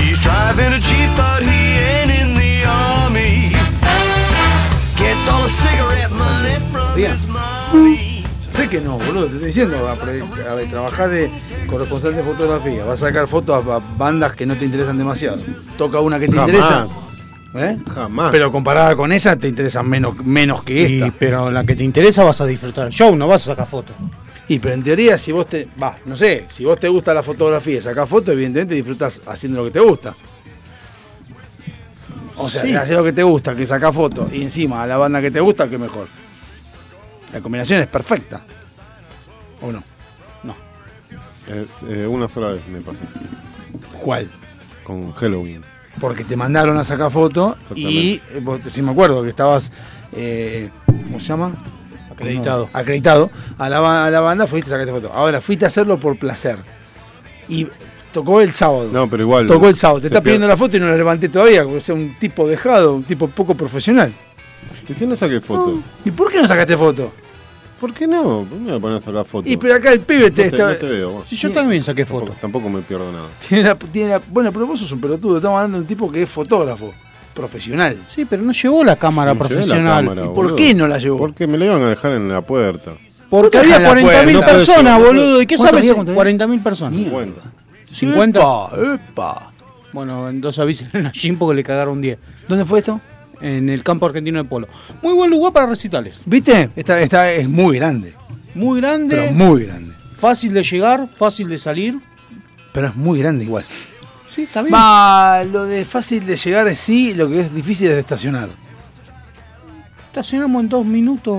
He's driving a Jeep, but he ain't in the army. Gets all the cigarette money from Bien. his Mm. mommy. Sé que no, boludo, te estoy diciendo, a, pre- a ver, trabajás de corresponsal de fotografía, vas a sacar fotos a, a bandas que no te interesan demasiado. Toca una que te interesa. Jamás. ¿eh? Jamás. Pero comparada con esa te interesan menos, menos que Y- esta. Y, pero la que te interesa vas a disfrutar el show, no vas a sacar fotos. pero en teoría, si vos te. Va, no sé, si vos te gusta la fotografía y sacás fotos, evidentemente disfrutás haciendo lo que te gusta. O sea, Sí. hacer lo que te gusta, que sacás fotos, y encima a la banda que te gusta, que mejor. La combinación es perfecta. ¿O no? Es, eh, una sola vez me pasó. ¿Cuál? Con Halloween. porque te mandaron a sacar foto y, eh, vos- si me acuerdo, que estabas, eh, ¿cómo se llama? Acreditado. No, acreditado. A la, ba- a la banda fuiste a sacarte foto. Ahora, fuiste a hacerlo por placer. Y tocó el sábado. No, pero igual. tocó el sábado. Te se está pierde- pidiendo la foto y no la levanté todavía. O sea, un tipo dejado, un tipo poco profesional. Que si no saqué foto. ¿Y por qué no sacaste foto? ¿Por qué no? ¿Por qué me voy a poner a sacar foto? Y pero acá el pibe te no, te, está... no te veo. vos. Si yo también saqué Tampoco, fotos. tampoco me pierdo nada. tiene la- tiene la- bueno, pero vos sos un pelotudo. Estamos hablando de un tipo que es fotógrafo, profesional. Sí, pero no llevó la cámara No llevé la profesional. cámara, ¿Y por boludo. qué no la llevó? Porque me la iban a dejar en la puerta. Porque Deja había la puerta, 40.000 no puede ser, personas, no puede- boludo. ¿Y qué ¿Cuánto sabes? había, cuánto había? 40.000 personas. Bueno, 50. Epa, epa. Bueno, entonces avisen a Jim porque le cagaron 10. ¿Dónde fue esto? En el campo argentino de polo. Muy buen lugar para recitales. ¿Viste? Esta, esta es muy grande, Muy grande, pero muy grande. fácil de llegar, fácil de salir. Pero es muy grande igual. Sí, está bien. Va, lo de fácil de llegar es sí, lo que es difícil es de estacionar. Estacionamos en dos minutos.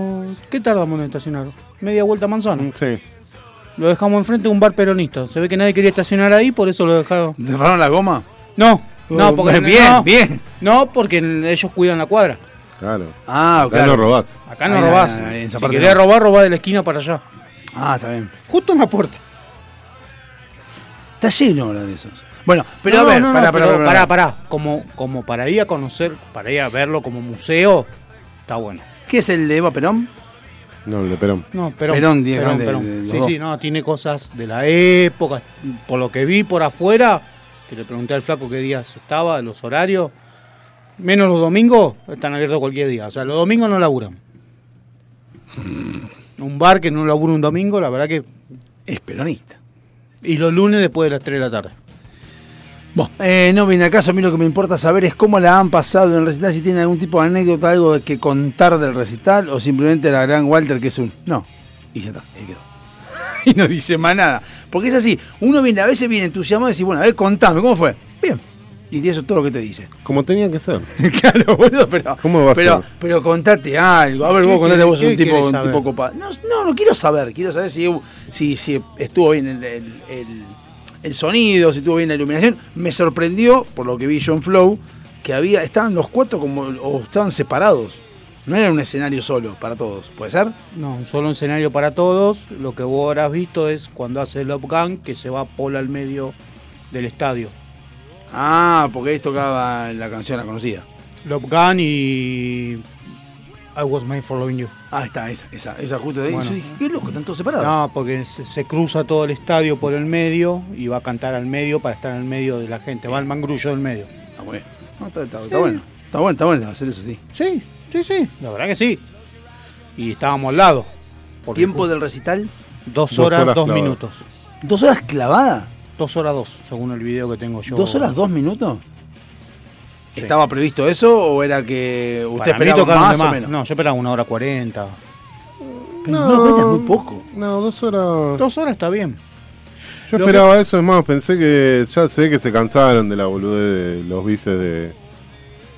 ¿Qué tardamos en estacionar? Media vuelta a manzana. sí. Lo dejamos enfrente de un bar peronista. Se ve que nadie quería estacionar ahí, por eso lo dejaron. ¿Te pararon la goma? Oh, No, no, porque bien, no, bien. No, porque ellos cuidan la cuadra. Claro. Ah, Acá no robás. Acá no Ahí, robás. ahí, ahí, en esa si parte querés no. robar, robá de la esquina para allá. Ah, está bien. Justo en la puerta. Está lleno ahora de esos. Bueno, pero No, a ver, no, no, pará, pero pará, pará, pará, pará. Como, como para ir a conocer, para ir a verlo como museo, está bueno. ¿Qué es el de Eva Perón? No, el de Perón. No, pero Perón, Diego, de- de los Sí, dos. sí, no, tiene cosas de la época. Por lo que vi por afuera, que le pregunté al flaco qué días estaba, los horarios. Menos los domingos, están abiertos cualquier día. O sea, los domingos no laburan. Un bar que no labura un domingo, la verdad que. Es peronista. Y los lunes después de las 3 de la tarde. Bueno, eh, no viene acaso, a mí lo que me importa saber es cómo la han pasado en el recital, si tienen algún tipo de anécdota, algo de que contar del recital, o simplemente la gran Walter que es un no. Y ya está, ahí quedó. y no dice más nada. Porque es así, uno viene, a veces viene entusiasmado y dice, bueno, a ver, contame, ¿cómo fue? Bien. Y eso es todo lo que te dice. Como tenía que ser. claro, boludo, pero. ¿Cómo va a pero, ser? pero contate algo. A ver, ¿Qué vos contate querés- vos sos un qué tipo, querés un saber? tipo copado. No, no, no quiero saber. Quiero saber si, si, si estuvo bien el, el- el- el sonido, si estuvo bien la iluminación. Me sorprendió, por lo que vi yo en Flow, que había. Estaban los cuatro como. o estaban separados. No era un escenario solo para todos. ¿Puede ser? No, un solo escenario para todos. Lo que vos habrás visto es cuando hace el Gun que se va Polo al medio del estadio. Ah, porque ahí tocaba la canción la conocida. Love Gun y. I was made for loving you. Ah, está, esa, esa, esa justo de ahí. Bueno. Yo dije, qué loco, están todos separados. No, porque se, se cruza todo el estadio por el medio y va a cantar al medio para estar al medio de la gente. Va al mangrullo del medio. Está muy bien. No, está, está- está bueno. Está bueno, está bueno hacer eso, sí. Sí, sí, sí. La verdad que sí. Y estábamos al lado. Porque Tiempo del recital. Dos Dos horas, horas dos clavadas. minutos. ¿Dos horas clavada? Dos horas dos, según el video que tengo yo. ¿Dos horas, dos minutos? Sí. ¿Estaba previsto eso o era que usted Para mí esperaba tocaron más de o más. menos? No, yo esperaba una hora cuarenta. Pero no, no, es muy poco. No, dos horas. Dos horas está bien. Yo Lo esperaba eso, es más, pensé que ya sé que se cansaron de la boludez de los vices de,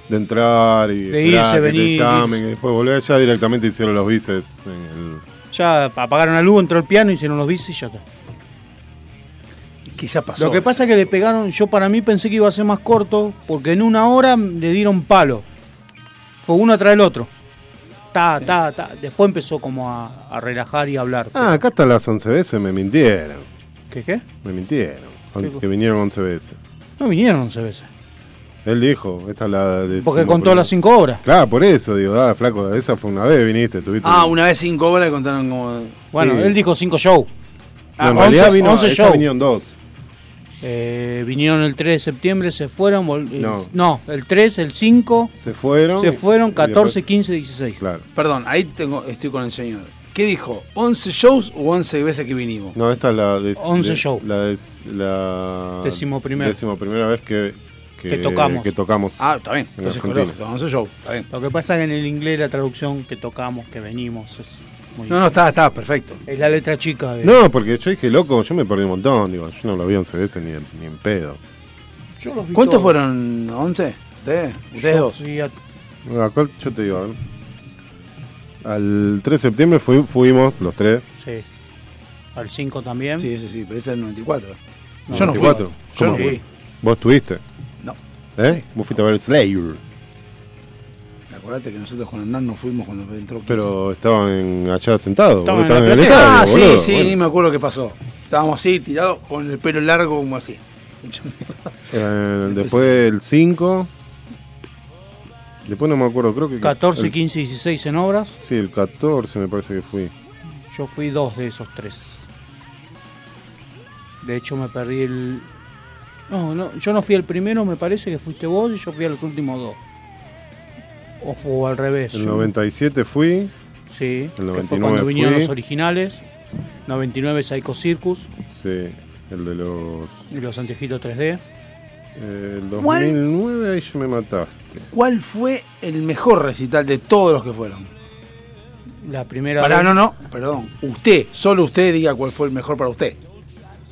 de entrar y De esperar irse, que venir, te llamen, irse. y después volver, ya directamente hicieron los vices. en el- Ya apagaron la luz, entró el piano, hicieron los bicis y ya está. Que ya pasó. Lo que pasa es que le pegaron, yo para mí pensé que iba a ser más corto, porque en una hora le dieron palo. Fue uno tras el otro. Ta, ta, ta. Después empezó como a, a relajar y a hablar. Ah, acá hasta las 11 veces me mintieron, ¿Qué qué? me mintieron, Sí, que vinieron 11 veces. No vinieron 11 veces. Él dijo, esta es la de Porque cinco contó primeras. las 5 horas. Claro, por eso, digo, da, flaco, esa fue una vez, viniste, tuviste. Ah, una vez cinco horas contaron como. Bueno, Sí. él dijo 5 shows. No, en Ah, realidad 11 vino, 11 esa shows. vinieron dos. Eh, vinieron el 3 de septiembre, se fueron. vol- eh, No. no, el 3, el 5. Se fueron. Se y- fueron y 14, después- 15, 16. Claro. Perdón, ahí tengo, estoy con el señor. ¿Qué dijo? ¿11 shows o 11 veces que vinimos? No, esta es la de, 11 de- show. La, des- la Decimoprimera. decimoprimera vez que, Que tocamos. que tocamos. Ah, está bien. En Entonces, Argentina. correcto, 11 shows. Está bien. Lo que pasa es que en el inglés la traducción que tocamos, que venimos, es muy. No, no, está, está, perfecto. Es la letra chica de. No, porque yo dije, loco, yo me perdí un montón. Digo, yo no lo vi 11 veces ni, en- ni en pedo. Yo los vi ¿Cuántos todos. fueron? ¿11? ¿Ustedes? ¿Ustedes Yo dos? fui a- Bueno, ¿a cuál? yo te digo, a ver. Al 3 de septiembre fui- fuimos los tres. sí. Al 5 también. Sí, sí, sí, pero ese es el 94. Yo no fui. 94. Yo ¿Cómo no fui. ¿Vos estuviste? No. ¿Eh? Vos fuiste a ver Slayer. Acordate que nosotros con Hernán no fuimos cuando entró. Kiss. Pero estaban en- allá sentados. Estaban boludo, en la Estaban en, el platea. estadio. Ah, sí, boludo. sí, Bueno, ni me acuerdo qué pasó. Estábamos así, tirados, con el pelo largo, como así. Eh, después el 5. Después no me acuerdo, creo que. 14, el- 15, 16 en obras. Sí, el 14 me parece que fui. Yo fui dos de esos tres. De hecho, me perdí el. No, no, yo no fui el primero, me parece que fuiste vos y yo fui a los últimos dos. O, fue al revés. El yo- 97 fui. Sí, El que fue 99 cuando vinieron fui. los originales. 99 Psycho Circus Sí, el de los. y los anteojitos 3D. eh, el ¿Cuál? 2009, ahí yo me mataste. ¿Cuál fue el mejor recital de todos los que fueron? La primera, Pará, vez, no, no, perdón. Usted, solo usted diga cuál fue el mejor para usted.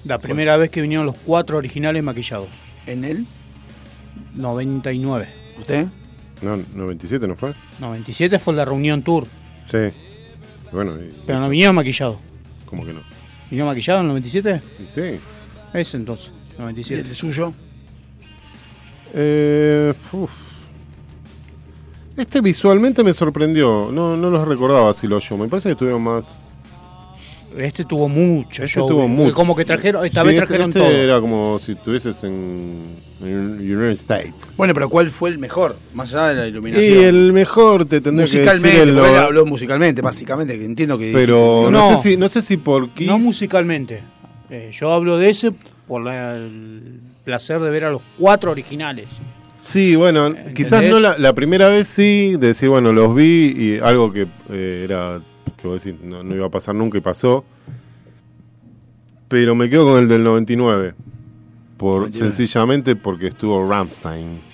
la primera vez que vinieron los cuatro originales maquillados. ¿En él? 99. ¿Usted? No, 97 no fue. 97 fue la reunión tour, Sí. Bueno, y- pero no vinieron maquillados. como que no. ¿Vinieron maquillados en el 97? Y sí. Ese entonces, ¿Y el 97. suyo? Eh, uf. Este visualmente me sorprendió. No, no los recordaba así los yo. Me parece que estuvieron más. Este tuvo mucho Este show. eh, tuvo mucho. Como que trajeron, esta Sí, vez este- trajeron este todo. Era como si estuvieses en, en United States. Bueno, pero ¿cuál fue el mejor? Más allá de la iluminación. Y el mejor te tendría que decir musicalmente, el porque él lo- habló musicalmente, básicamente, que entiendo que... Pero No. no, sé si no sé si por Kiss No musicalmente. Eh, yo hablo de ese por la- el placer de ver a los cuatro originales. Sí, bueno, Eh, quizás no la, la primera vez sí, de decir, bueno, los vi y algo que eh, era que vos decís, no, no iba a pasar nunca y pasó. Pero me quedo con el del 99. Por 99. sencillamente porque estuvo Ramstein.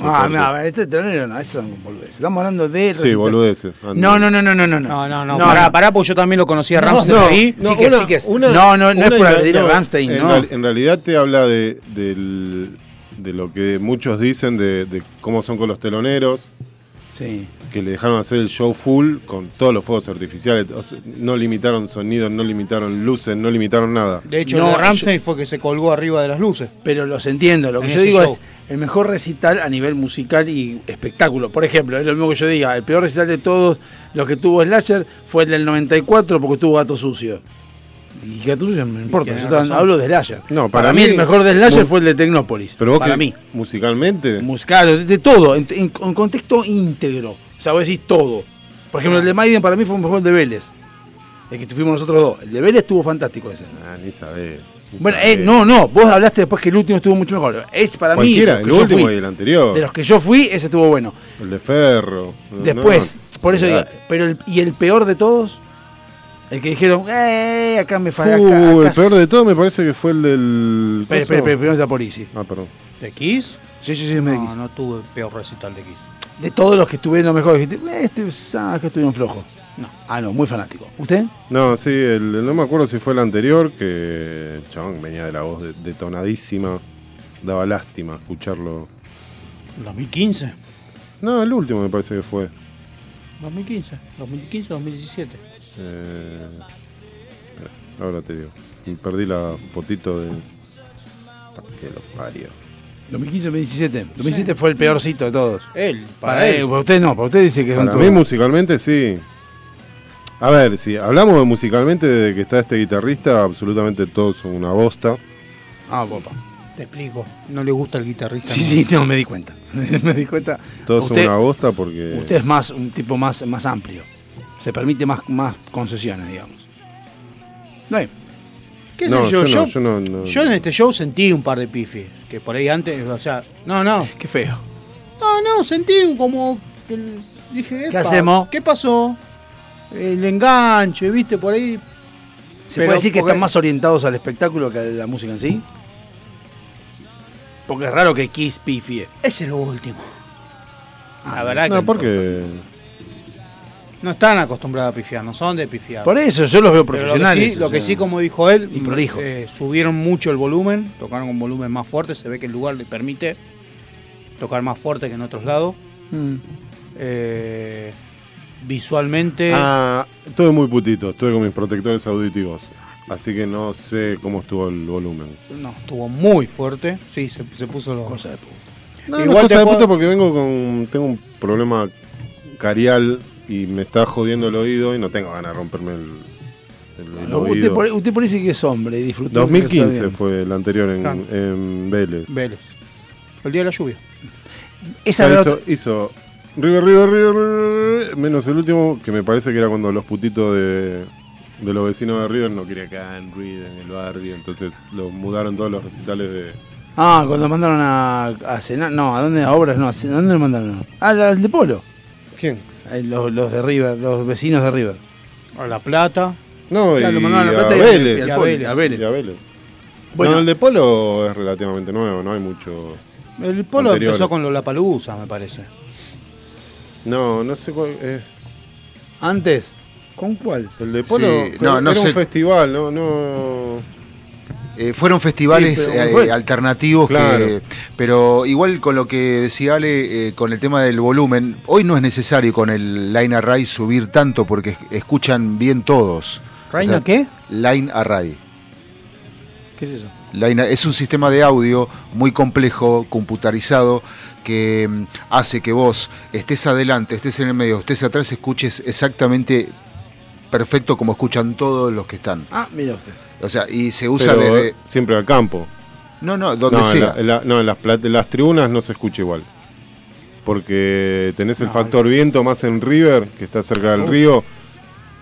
Ah, no, este terreno no, eso no boludez. Estamos hablando de... Sí, recital. boludeces. Ah. Ah, No, no, no, no, no, no. No, no, no. pará, pará, porque yo también lo conocía a No, Ramstein no, ahí. no, una- una- No, no, no es por agredir a Rammstein, en, no. real- en realidad te habla de, del- de lo que muchos dicen de, de cómo son con los teloneros, Sí. que le dejaron hacer el show full con todos los fuegos artificiales. o sea, no limitaron sonidos, no limitaron luces, no limitaron nada. De hecho, No, no, Ramstein fue que se colgó arriba de las luces. Pero los entiendo. Lo que En yo ese digo show. es el mejor recital a nivel musical y espectáculo. Por ejemplo, es lo mismo que yo diga. El peor recital de todos los que tuvo Slasher fue el del 94 porque tuvo Gato Sucio. Y Gato Sucio no me importa. tiene Yo tan- razón. hablo de Slasher. No, para, para mí, mí- el mejor de Slasher mu- fue el de Tecnópolis. Pero vos para que- mí. musicalmente, Musical, de, de todo. En, en- en contexto íntegro. O sea, vos decís todo. Por ejemplo, el de Maiden para mí fue mejor el de Vélez. El que fuimos nosotros dos. El de Vélez estuvo fantástico ese. ah, ni sabés. ni Bueno, eh, sabés. no, no, vos hablaste después que el último estuvo mucho mejor. Es para Cualquiera, mí. los el que yo último fui, y el anterior. De los que yo fui, ese estuvo bueno. El de Ferro. no, Después, no. por eso digo, Ah, pero el- ¿y el peor de todos? El que dijeron, eh, acá me falla. Uh, el peor de todo me parece que fue el del. Espera, espera, espera, primero está Polisi. Ah, perdón. ¿De Kiss? Sí, sí, sí, me No, no tuve peor recital de Kiss. de todos los que estuvieron mejor, dijiste, este ah, que estuvieron flojos. No. Ah, no, muy fanático. ¿Usted? No, sí, el- no me acuerdo si fue el anterior, que el chabón venía de la voz de- detonadísima. Daba lástima escucharlo. 2015. No, el último me parece que fue. 2015. 2015, 2017. Eh, espera, ahora te digo. Y perdí la fotito de. Pa' Que lo parió. 2015, 2017. 2017 fue el peorcito de todos. Él, Para, él, para usted no, para usted dice que es un Para mí, trueno. musicalmente, sí. A ver, si hablamos de musicalmente, desde que está este guitarrista, absolutamente todos son una bosta. Ah, popa. Te explico. No le gusta el guitarrista. Sí, ¿no? sí, no, me di cuenta. me di cuenta. Todos usted, son una bosta porque. usted es más un tipo más, más amplio. Se permite más, más concesiones, digamos. No hay. ¿Qué No, sé yo? Yo, yo no, yo no- no- yo en este show sentí un par de pifes. Que por ahí antes, o sea, no, no. Qué feo. No, no, sentí como que el- dije, "Epa, hacemos? ¿Qué pasó? El enganche, viste, por ahí. ¿Se Pero puede decir que porque- están más orientados al espectáculo que a la música en sí? Porque es raro que Kiss pifie. Ah, Ese es lo último. La verdad No, que porque. no están acostumbrados a pifiar, no son de pifiar. Por eso, yo los veo Pero profesionales. Lo que sí, lo o que sea. sí, como dijo él, Y prolijos. eh, subieron mucho el volumen, tocaron con volumen más fuerte, se ve que el lugar le permite tocar más fuerte que en otros lados. Mm. Eh, visualmente, Ah, estuve muy putito, estuve con mis protectores auditivos. Así que no sé cómo estuvo el volumen. no, estuvo muy fuerte. Sí, se, se puso los... Cosa de puta. No, Igual Igual cosa te de puedo- puta porque vengo con. Tengo un problema carial y me está jodiendo el oído y no tengo ganas de romperme el, el- el No, usted, oído. por, usted por ahí sí que es hombre y disfrutó. 2015 fue el anterior en, Claro. en Vélez. Vélez. El día de la lluvia. Esa Ya era hizo, otra- hizo River, River, River, River, River, menos el último, que me parece que era cuando los putitos de, de los vecinos de River no querían que hagan ruido en el barrio, entonces los mudaron todos los recitales de... Ah, cuando mandaron a, a cenar. No, ¿a dónde? A obras, no. ¿A cenar- ¿A dónde lo mandaron? Ah, la- al de Polo. ¿Quién? Eh, Los, los de River, los vecinos de River. A La Plata. No, Claro, y, lo mandaron a La a Plata y- Vélez. y al Y a a Polo, Vélez. a Vélez. Vélez. Bueno, Bueno. el de Polo es relativamente nuevo, no hay mucho... El polo Anterior. empezó con Lollapalooza, me parece. No, no sé cuál... eh, ¿Antes? ¿Con cuál? el de Polo Sí, creo no, que no era un sé. festival, no... no... Eh, fueron festivales Sí, pero, eh, bueno. alternativos, que- Claro. pero igual con lo que decía Ale, eh, con el tema del volumen, hoy no es necesario con el Line Array subir tanto porque es- escuchan bien todos. ¿Reina qué? Line Array. ¿Qué es eso? Line- es un sistema de audio muy complejo, computarizado, que mm, hace que vos estés adelante, estés en el medio, estés atrás, escuches exactamente perfecto como escuchan todos los que están. Ah, mira usted. O sea, y se usa pero desde... siempre al campo. No, no, donde no, en sea. la- en la- no, en las, plat- en las tribunas no se escucha igual. Porque tenés el No, factor viento más en River, que está cerca del río.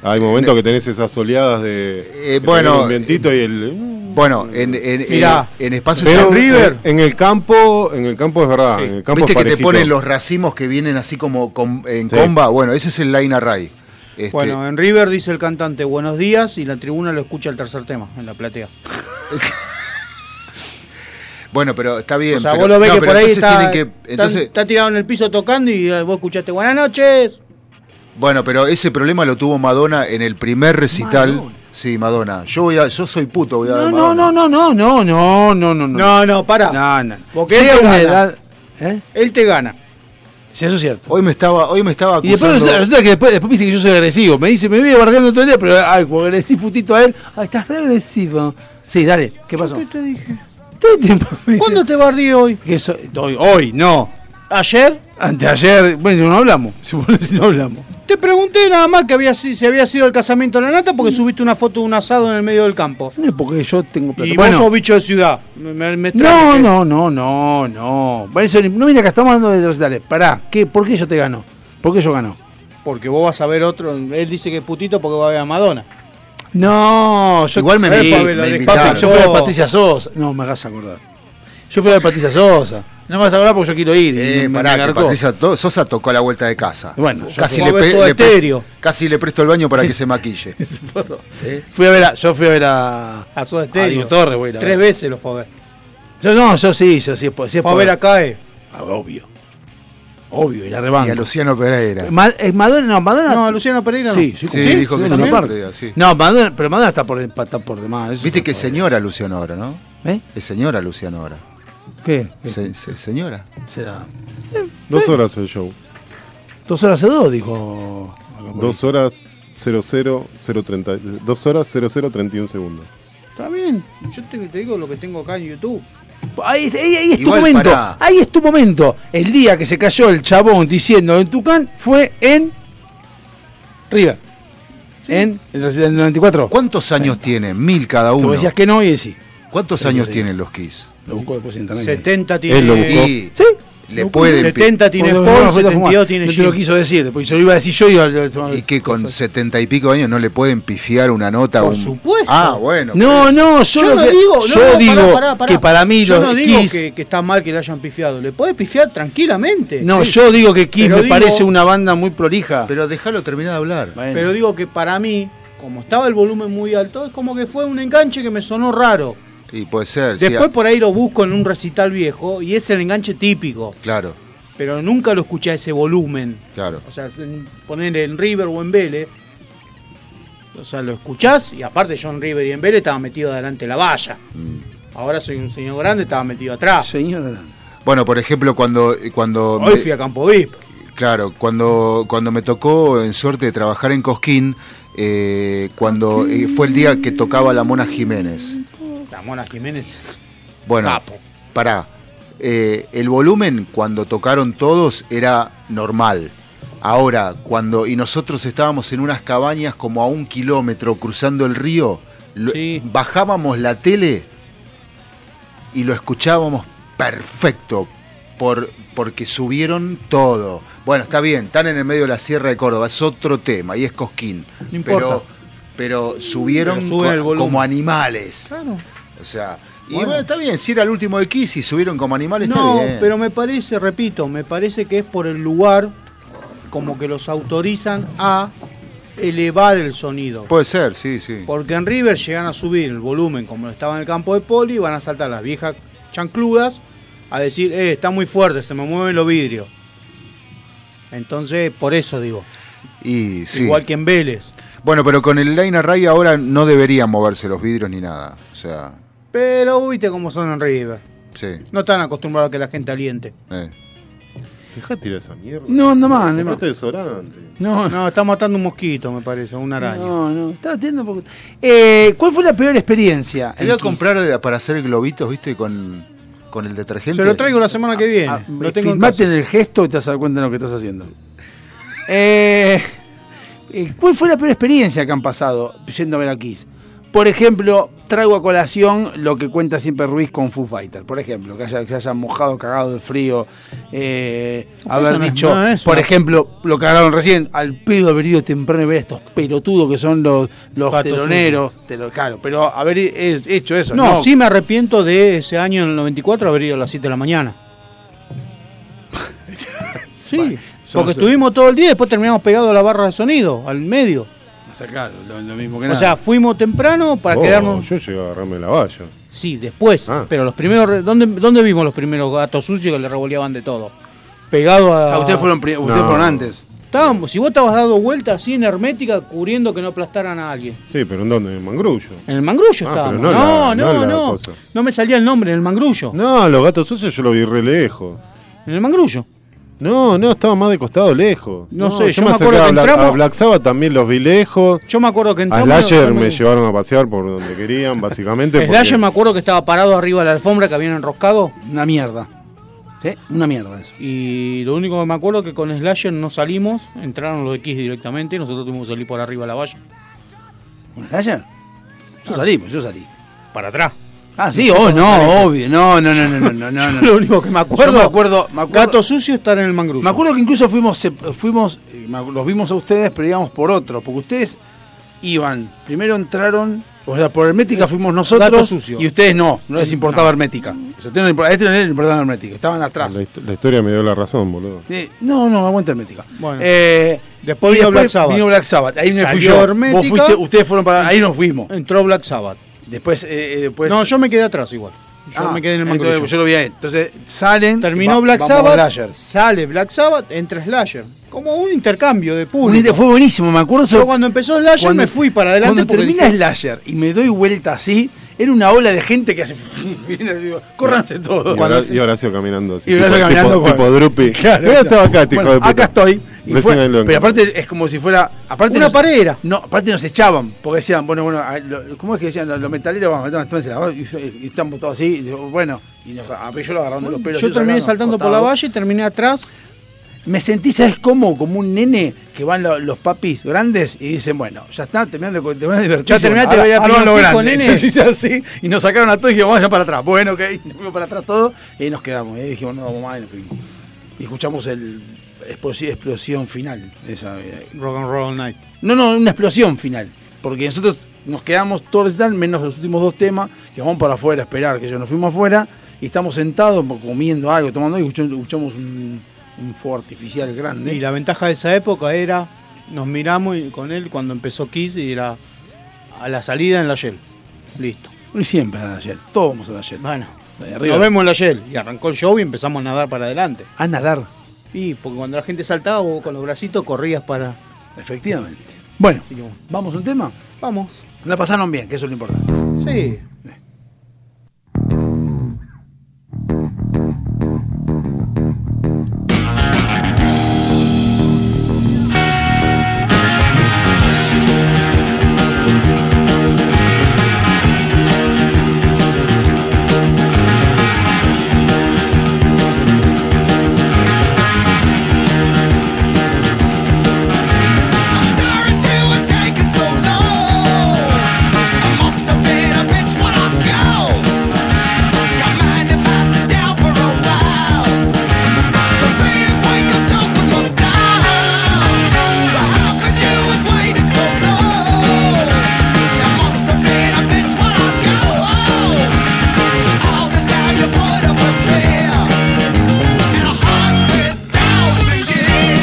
Hay momentos que tenés esas oleadas de. Eh, que bueno, tenés un vientito y el. uh. Bueno, en, en, en- Mirá, en espacios... Pero en, River. Ah, en el campo, en el campo es verdad. Sí. En el campo ¿Viste es que te parejito. ponen los racimos que vienen así como com- en Sí. comba? Bueno, ese es el line array. Este, Bueno, en River dice el cantante buenos días y la tribuna lo escucha el tercer tema, en la platea. bueno, pero está bien. o sea, pero- vos lo ves no, que pero por ahí entonces está, tienen que- está- entonces- está tirado en el piso tocando y eh, vos escuchaste buenas noches. Bueno, pero ese problema lo tuvo Madonna en el primer recital. Sí, Madonna. Yo voy a, yo soy puto, voy a No, ver no, no, Madonna. no, no, no, no, no, no. No, no, para. No, no. Porque Llega él te una gana. edad. ¿Eh? Él te gana. Sí, eso es cierto. Hoy me estaba, hoy me estaba Y después acusando. resulta, resulta que después, después me dice que yo soy agresivo. Me dice, me vive bardeando todo el día, pero ay, cuando le decís putito a él, ay, estás re agresivo. Sí, dale, ¿qué pasó? ¿Qué te dije? Todo el tiempo me dice ¿Cuándo te bardí hoy? que soy- hoy, hoy, no. ¿Ayer? Anteayer, bueno, no hablamos, supongo que no hablamos. Te pregunté nada más que había, si si había sido el casamiento de la nata porque subiste una foto de un asado en el medio del campo. No es porque yo tengo plata. Y Bueno, vos sos bicho de ciudad. Me- me- me no, extraña que- no, no, no, no. Bueno, eso ni- no, mira, acá estamos hablando de los recitales. Pará, ¿qué, ¿por qué yo te gano? ¿Por qué yo gano? Porque vos vas a ver otro. Él dice que es putito porque va a ver a Madonna. No, yo Igual me, Sí, me- Pablo, me dejá- invitaron. Papi, yo fui a ver Patricia Sosa. No, me hagas acordar. Yo fui a ver Patricia Sosa. No me vas a acordar porque yo quiero ir. y Eh, me- me pará, que garcó. Patricia To- Sosa tocó a la vuelta de casa. Bueno, yo casi fui le, a ver pe- Soda le pre- Stereo. casi le presto el baño para que se maquille. Fui a ver a, yo fui a ver a. A Soda A Stereo. Diego Torres, güey. la Tres verdad. veces lo fue a ver. Yo no, yo sí, yo sí. es po- sí es Fue a eh. por- ver a CAE. Ah, Obvio. Obvio, y la Y a rebanco. Luciano Pereira. Ma- eh, Madonna, no, Madonna. No, Luciano Pereira no. Sí, sí, Sí, dijo que no, sí, no, parte. Pereira, sí. No, Madonna, pero Madonna está por, pa- está por demás. eso Viste está que es por- señora Luciano ahora, ¿no? ¿Eh? Es señora Luciano ahora. ¿Qué? ¿Qué Se- se- señora. será? Dos horas el show. Dos horas a dos, dijo. Dos horas 00030. Dos horas 0031 segundos. Está bien. Yo te, te digo lo que tengo acá en YouTube. Ahí, ahí- ahí es tu Igual momento. pará. Ahí es tu momento. El día que se cayó el chabón diciendo en Tucán fue en River. En el recital del 94. ¿Cuántos años tiene? Mil cada Tú uno. decías que no y sí. ¿Cuántos Eso años sí. tienen los Kiss? Lo busco después en internet. 70 Él lo buscó. tiene. Y ¿Sí? le pueden. pi- 70 tiene Porque Paul, no, fue a fumar. 72 tiene No te lo Jim. quiso decir, porque se lo iba a decir yo y Y que con setenta y pico de años no le pueden pifiar una nota. Por un- supuesto. Ah, bueno. No, no, yo, Yo lo no que- digo, yo no, no, digo pará, pará, pará. que para mí yo los no digo Kiss. que, que está mal que le hayan pifiado. Le puede pifiar tranquilamente. No, Sí. yo digo que Kiss Pero me digo- parece una banda muy prolija. Pero déjalo terminar de hablar. Bueno. Pero digo que para mí, como estaba el volumen muy alto, es como que fue un enganche que me sonó raro. Y puede ser. sí, Después ah, por ahí lo busco en un recital viejo y es el enganche típico. Claro, Pero nunca lo escuché a ese volumen. claro. O sea, en- poner en River o en Vélez. O sea, lo escuchás y aparte yo en River y en Vélez estaba metido delante de la valla. Mm. Ahora soy un señor grande, estaba metido atrás. Señora. Bueno, por ejemplo, cuando. cuando Hoy me- fui a Campo VIP. Claro, cuando, cuando me tocó en suerte trabajar en Cosquín, eh, cuando eh, fue el día que tocaba la Mona Jiménez. La Mona Jiménez. Bueno, Capo. pará. Eh, el volumen cuando tocaron todos era normal. Ahora, cuando. Y nosotros estábamos en unas cabañas como a un kilómetro cruzando el río, lo- Sí. bajábamos la tele y lo escuchábamos perfecto. Por, porque subieron todo. Bueno, está bien, están en el medio de la Sierra de Córdoba, es otro tema, y es Cosquín. No importa. Pero, pero subieron Pero suben co- el volumen. como animales. Claro. O sea, y Bueno. bueno, está bien, si era el último de Kiss y subieron como animales, No, está bien. pero me parece, repito, me parece que es por el lugar como que los autorizan a elevar el sonido. Puede ser, sí, sí. Porque en River llegan a subir el volumen como lo estaba en el campo de poli y van a saltar las viejas chancludas a decir, eh, está muy fuerte, se me mueven los vidrios. Entonces, por eso digo, Y sí. igual que en Vélez. Bueno, pero con el Line Array ahora no deberían moverse los vidrios ni nada. O sea, Pero viste cómo son en River. sí. No están acostumbrados a que la gente aliente. eh. Fijate tirar esa mierda. No, anda más, anda más. Aparte desodorante. No, no. No, está matando un mosquito, me parece, o una araña. No, no, estaba teniendo un poco. Eh, ¿Cuál fue la peor experiencia? Te voy a en Kiss? comprar de- para hacer globitos, viste, con, con el detergente. Se lo traigo la semana que viene. Ah, lo tengo en filmate casa. en el gesto y te vas a dar cuenta de lo que estás haciendo. Eh, eh, ¿Cuál fue la peor experiencia que han pasado yendo a ver a Kiss? Por ejemplo, traigo a colación lo que cuenta siempre Ruiz con Foo Fighter. Por ejemplo, que, haya, que se hayan mojado, cagado de frío. eh, No, haber eso no es dicho, nada de eso. por ejemplo, lo que hablaron recién, al pedo haber ido temprano y ver a estos pelotudos que son los, los Patos teloneros. telo- claro, pero haber eh, hecho eso. No, sí me arrepiento de ese año en el 94 haber ido a las 7 de la mañana. sí, yo porque no sé. estuvimos todo el día y después terminamos pegados a la barra de sonido, al medio. O sea, claro, lo, lo mismo que O nada. sea, fuimos temprano para Oh, quedarnos. Yo llego a agarrarme la valla. Sí, después. Ah. Pero los primeros. re- ¿dónde, ¿Dónde vimos los primeros gatos sucios que le revoleaban de todo? Pegados a. Ah, ustedes fueron, pri- ustedes No. fueron antes. Estábamos, si vos estabas dando vueltas así en hermética, cubriendo que no aplastaran a alguien. Sí, pero ¿en dónde? En el mangrullo. En el mangrullo Ah, estábamos. No, pero no la- no, no no. la No, cosa. me salía el nombre, en el mangrullo. No, los gatos sucios yo los vi re lejos. En el mangrullo. No, no, estaba más de costado lejos. No sé, yo me acerqué acuerdo que a, Black, entramos- a Black Sabbath también los vi lejos. Yo me acuerdo que A entramos. Slasher yo me llevaron a pasear por donde querían, básicamente. porque- Slasher me acuerdo que estaba parado arriba de la alfombra que habían enroscado. Una mierda. ¿Sí? Una mierda eso. Y lo único que me acuerdo que con Slasher no salimos, entraron los X directamente y nosotros tuvimos que salir por arriba de la valla. ¿Un slasher? Yo salí, pues yo salí. Para atrás. Ah, sí, oh, no, obvio. No, no, no, no, no, no, no, no. Lo único que me acuerdo. Yo me acuerdo- me acuerdo- Gato sucio estar en el mangrullo. Me acuerdo que incluso fuimos, se- fuimos eh, me acu- los vimos a ustedes, pero íbamos por otro, porque ustedes iban, primero entraron, o sea, por Hermética fuimos Gato nosotros sucio. y ustedes no, no les importaba Hermética. O sea, a ustedes no les impor- a este no les importaba Hermética, estaban atrás. La, hist- la historia me dio la razón, boludo. Eh, no, no, aguanta Hermética. Bueno. Eh, Después y vino Black Sabbath. vino Black Sabbath. Ahí me fui Salió yo. Vos Hermética. fuiste- ustedes fueron para. Ahí nos fuimos. Entró Black Sabbath. Después, eh, eh, después no, yo me quedé atrás igual. Yo me quedé en el mango. Ah, entonces, que yo. Yo lo vi a él. Entonces salen. Terminó va- Black vamos a Sabbath, Lasher. sale Black Sabbath, entra Slasher. Como un intercambio de Un público. hit- Fue buenísimo, me acuerdo. Yo sobre- cuando empezó Slasher cuando- me fui para adelante. Cuando porque termina dije, Slasher y me doy vuelta así, era una ola de gente que hace. viene, digo, Córranse todos. Y, Hora- y Horacio caminando así. Y Horacio tipo, caminando Tipo, con- tipo Drupi. Claro, Yo o sea, estaba acá, este hijo bueno, de puta. Acá estoy. y Recién fue- ahí lo pero encontré. aparte es como si fuera. Aparte Una parera. No, aparte nos echaban. Porque decían, bueno, bueno, a- lo- ¿cómo es que decían? Los, los metaleros, vamos, tómense- tómense la y, yo- y estamos todos así. y yo, bueno, y nos, a yo lo agarrando los pelos. yo ellos terminé agarrando saltando por la costado. valla y terminé atrás. Me sentí, ¿sabes cómo? Como un nene que van lo- los papis grandes y dicen, bueno, ya está, terminando de, terminando de divertirse. Ya terminaste, bueno, voy a ahora- ahora van pillar lo un grande. pico, nene. Entonces hice así y nos sacaron a todos y dijimos, vaya para atrás. Bueno, ok, nos fuimos para atrás todos y nos quedamos. Y ahí dijimos, no vamos más y nos fuimos. Y escuchamos el explosi- explosión final. de esa- eh, Rock and Roll Night. no, no, una explosión final. Porque nosotros nos quedamos todo el recital, menos los últimos dos temas, que vamos para afuera a esperar, que yo nos fuimos afuera y estamos sentados comiendo algo, tomando algo, y escuchamos, escuchamos un, un fuego artificial grande. Y la ventaja de esa época era, nos miramos y- con él cuando empezó Kiss y era a la salida en la Shell. Listo. Y siempre ah, a la Shell, todos vamos a la Shell. Bueno, La de arriba. nos vemos en la Shell. Y arrancó el show y empezamos a nadar para adelante. A nadar, Y porque cuando la gente saltaba, vos con los bracitos corrías para... efectivamente. Bueno, Así que bueno. vamos a un tema. Vamos. La pasaron bien, que eso es lo importante. Sí.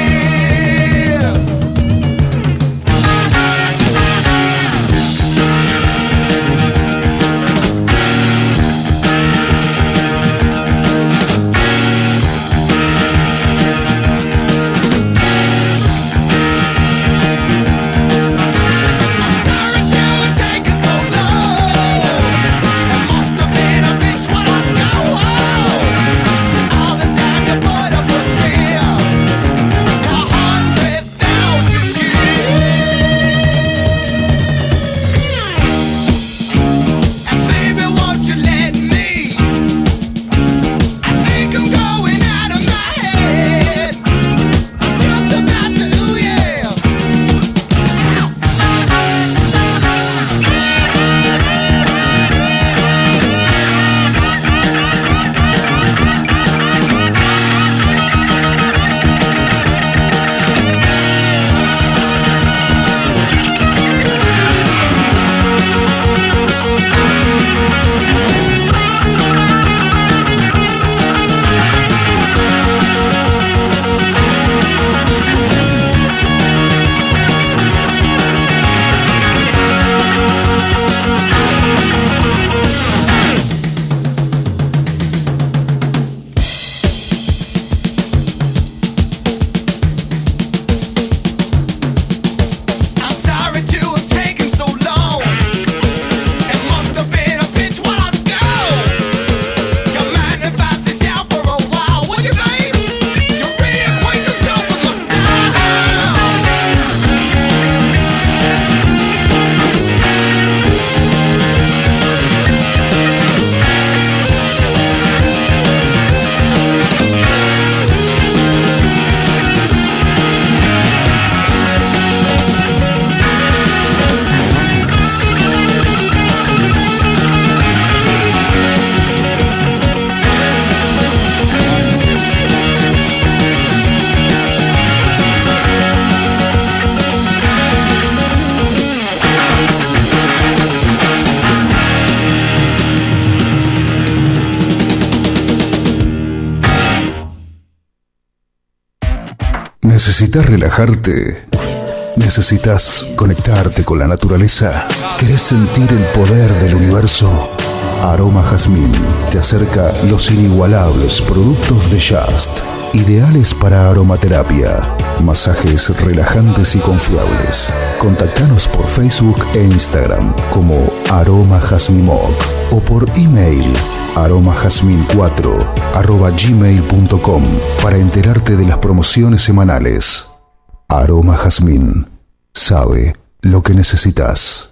Yeah. Yeah. I'm sorry to have taken so long. It must have been a bitch while I was gone. You mind if I sit down for a while? What you mean? You reacquaint yourself with my style. ¿Necesitas relajarte? ¿Necesitas conectarte con la naturaleza? ¿Querés sentir el poder del universo? Aroma Jazmín te acerca los inigualables productos de Just, ideales para aromaterapia, masajes relajantes y confiables. Contactanos por Facebook e Instagram como Aroma Jazmimoc o por email aromajazmin4 arroba gmail.com para enterarte de las promociones semanales. Aroma Jazmín sabe lo que necesitas.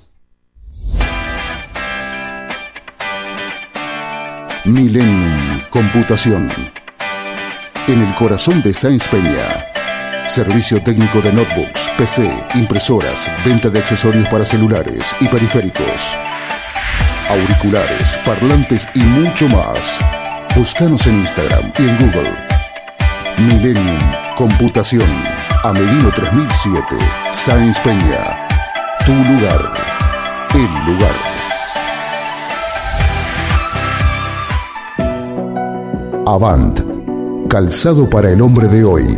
Millennium Computación. En el corazón de Sáenz Peña. Servicio técnico de notebooks, PC, impresoras, venta de accesorios para celulares y periféricos. Auriculares, parlantes y mucho más. Búscanos en Instagram y en Google. Millennium Computación. Amelino 3007. Sáenz Peña. Tu lugar. El lugar. Avant. Calzado para el hombre de hoy.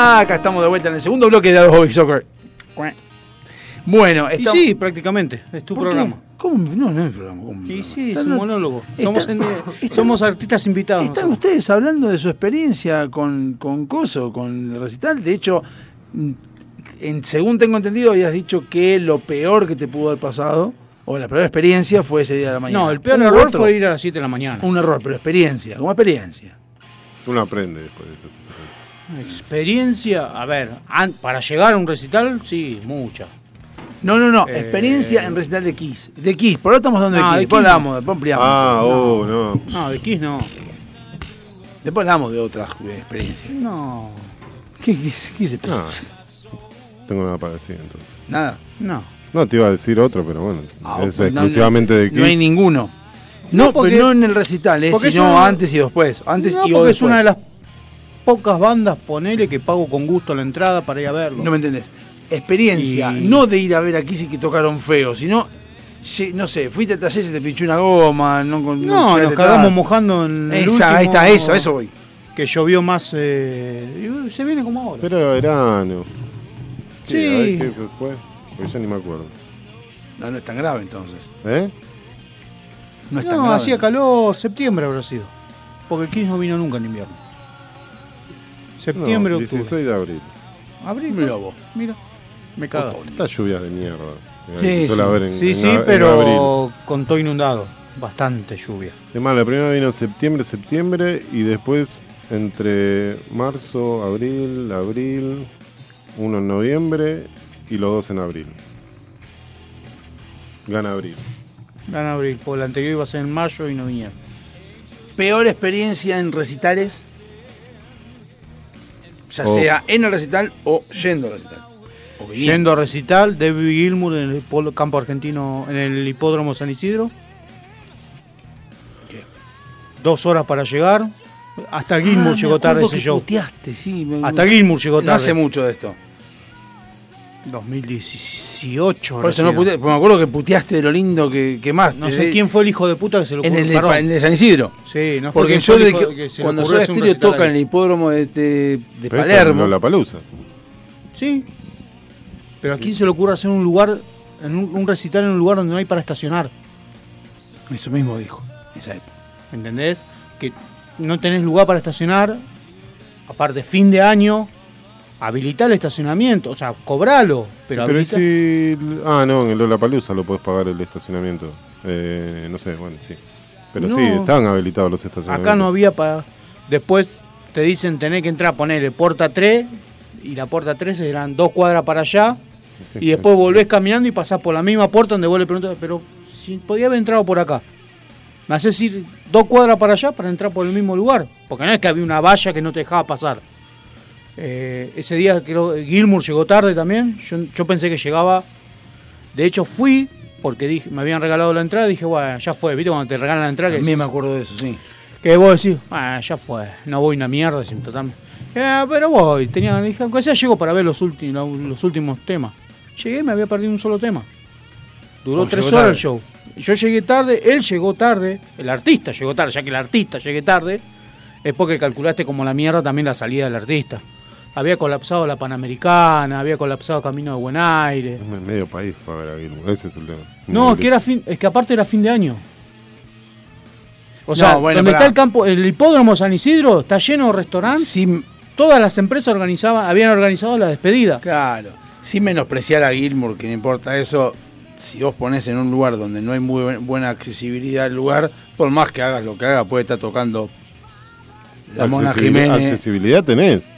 Ah, acá estamos de vuelta en el segundo bloque de Adobe Soccer. Bueno, Y estamos... sí, prácticamente, es tu ¿Por qué? programa. ¿Cómo? No, no es mi programa. ¿cómo mi Y programa? sí, es Están- un monólogo. está- somos, en- está- somos artistas invitados. Están ustedes hablando de su experiencia con, con Coso, con el recital. De hecho, mm, en- según tengo entendido, habías dicho que lo peor que te pudo haber pasado, o la peor experiencia, fue ese día de la mañana. no, el peor ¿Hubo error otro? fue ir a las 7 de la mañana. Un error, pero experiencia, como experiencia. Uno aprende después de esas experiencias. Experiencia, a ver, an- para llegar a un recital, sí, mucha. No, no, no, Eh. experiencia en recital de Kiss. De Kiss, por ahora estamos hablando de No, Kiss. Ah, de Después Kiss no. hablamos, después ampliamos. Ah, oh, no. No, de Kiss no. Después hablamos de otras eh, experiencias. No, ¿Qué, qué, es- qué es- No. Tengo nada para decir entonces. Nada. no. No, te iba a decir otro, pero bueno. Ah, es no, exclusivamente no, de Kiss. No hay ninguno. No, No, porque- pero no en el recital, eh, porque sino es una- antes y después. Antes No, y o porque es después. una de las pocas bandas, ponele, que pago con gusto la entrada para ir a verlo. No me entendés. Experiencia, Y- no de ir a ver a Kiss y que tocaron feo, sino, ye- no sé, fuiste al taller y se te pinchó una goma, no con- No, llegaste nos cagamos tarde. mojando en el Esa, ahí está, último eso, eso voy. Que llovió más... eh, y se viene como ahora. Pero era verano. Sí. a ver ¿Qué fue? Porque yo ni me acuerdo. No, no es tan grave entonces. ¿Eh? No es tan no, grave. hacía calor, septiembre habrá sido. Porque Kiss no vino nunca en invierno. No, Septiembre, octubre. 16 de abril. Abril. Mirá vos. Mira, me cago. Estas lluvias de mierda. que Sí, suele sí. haber en- Sí, en sí, ab- en abril. pero con todo inundado. Bastante lluvia. Es más, la primera vino en septiembre, septiembre y después entre marzo, abril, abril, uno en noviembre y los dos en abril. Gana abril. Gana abril, porque la anterior iba a ser en mayo y no vinieron. Peor experiencia en recitales, ya O- sea en el recital o yendo al recital. O viniendo. Yendo a recital, David Gilmour en el polo- campo argentino, en el hipódromo San Isidro. ¿Qué? Dos horas para llegar. Hasta Gilmour Ah, me llegó tarde acuerdo ese que show. puteaste, sí, me- Hasta Gilmour llegó No tarde. hace mucho de esto. 2018. Por eso no recién. puteaste, porque me acuerdo que puteaste de lo lindo que, que más. No sé quién fue el hijo de puta que se lo En el, de, perdón. en el de San Isidro. Sí, no fue Porque quién yo fue el de hijo que- que se le cuando ocurrió Soda hacer un Stereo recital toca en ahí. el hipódromo de, este, de- de Pero esta Palermo. no La palusa. Sí. Pero a quién se le ocurre hacer un lugar, en un, un recital en un lugar donde no hay para estacionar. Eso mismo dijo. Esa época. ¿Entendés? Que no tenés lugar para estacionar. Aparte, fin de año. Habilitar el estacionamiento. O sea, cobralo. Pero, Pero habilita- si. Ah, no, en el Lollapalooza lo podés pagar el estacionamiento. Eh, no sé, bueno, sí. Pero sí, No. estaban habilitados los estacionamientos. acá no había para. Después te dicen tenés que entrar, ponele porta 3. Y la porta 3 eran dos cuadras para allá. Sí, Y después volvés caminando y pasás por la misma puerta donde vos le preguntás, pero si podía haber entrado por acá. Me haces ir dos cuadras para allá para entrar por el mismo lugar. Porque no es que había una valla que no te dejaba pasar. Eh, ese día creo que Gilmour llegó tarde también. Yo, yo pensé que llegaba. De hecho fui porque dije, me habían regalado la entrada. Dije, bueno, ya fue. ¿Viste cuando te regalan la entrada? que También me decís- acuerdo de eso, sí. que vos decís, ah, ya fue, no voy una mierda, sin total. Eh, pero voy, tenía, dije, aunque sea llego para ver los, ulti- lo- los últimos temas. Llegué y me había perdido un solo tema. Duró Porque tres Oh, llegó horas el show. Yo llegué tarde, él llegó tarde, el artista llegó tarde, ya que el artista llegué tarde, es porque calculaste como la mierda también la salida del artista. Había colapsado la Panamericana, había colapsado Camino de Buen Aire. En medio país fue a ver a Gilmour, ese es el tema. No, es Mm, que, era era fin, es que aparte era fin de año. O sea, bueno, donde pará. está el campo, el hipódromo San Isidro está lleno de restaurantes. Sin, Todas las empresas organizaban, habían organizado la despedida. claro, sin menospreciar a Gilmour, que no importa eso, si vos pones en un lugar donde no hay muy buen- buena accesibilidad al lugar, por más que hagas lo que hagas, puede estar tocando la Mona Jiménez. Accesibilidad tenés.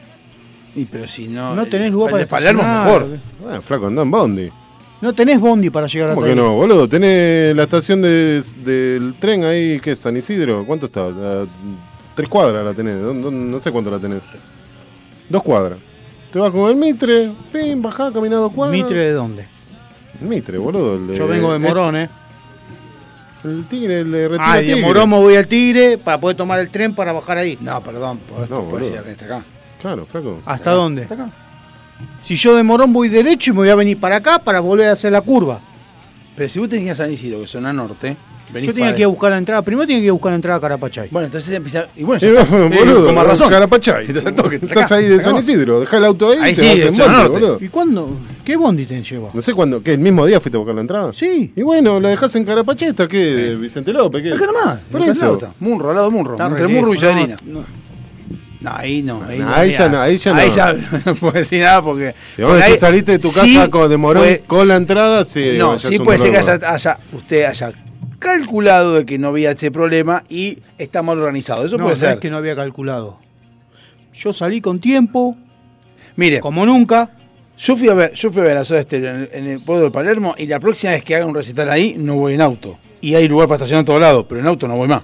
Y, pero si no. No tenés el- lugar el para de Palermo es estacionar. mejor. Bueno, flaco, andá en bondi. No tenés bondi para llegar a ¿Cómo que Tandil. no, boludo? Tenés la estación de- del tren ahí, que es San Isidro. ¿Cuánto está? A tres cuadras la tenés. No, no- no sé cuánto la tenés. Dos cuadras. Te vas con el Mitre, pim, bajá, caminá dos cuadras. ¿Mitre de dónde? Mitre, boludo. el Yo vengo de Morón, ¿eh? El, tigre, el de Retiro Ah, y de Tigre. Morón me voy al Tigre para poder tomar el tren para bajar ahí. No, perdón, por No, por decir boludo. que está acá. Claro, flaco. ¿Hasta dónde? Está acá. Si yo de Morón voy derecho y me voy a venir para acá para volver a hacer la curva. Pero si vos tenías San Isidro, que zona norte, venís Yo tenía para- que ir a buscar la entrada. Primero tenía que ir a buscar la entrada a Carapachay. Bueno, entonces empieza. Y bueno, ya Eh, está. Eh, boludo, con más razón. Carapachay. Te sacó, que te Estás sacá. ahí de San Isidro, dejá el auto ahí, Ahí y te sí, vas de en zona bondi, norte. boludo. ¿Y cuándo? ¿Qué bondi te lleva? No sé cuándo, ¿qué? ¿El mismo día fuiste a buscar la entrada? Sí. Y bueno, la dejás en Carapacheta, ¿qué? De Vicente López, ¿qué? Acá nomás, Por acá al lado eso. está. Munro, al lado de Munro. Está re entre Munro y lejos, no, Villarina. no. No, ahí no. Ahí, No, ahí ya no, ahí ya no. no puedo decir nada porque. Si vos porque ahí- decís, saliste de tu casa sí con, de Morón puede- con la entrada, sí. No, bueno, ya sí es un puede ser que problema. haya, haya- usted haya calculado de que no había ese problema y está mal organizado. Eso no, puede no ser. es que no había calculado. Yo salí con tiempo, Mire, como nunca. yo fui a ver, yo fui a ver a Soda Stereo en el, en el pueblo de Palermo y la próxima vez que haga un recital ahí, no voy en auto. Y hay lugar para estacionar a todos lados, pero en auto no voy más.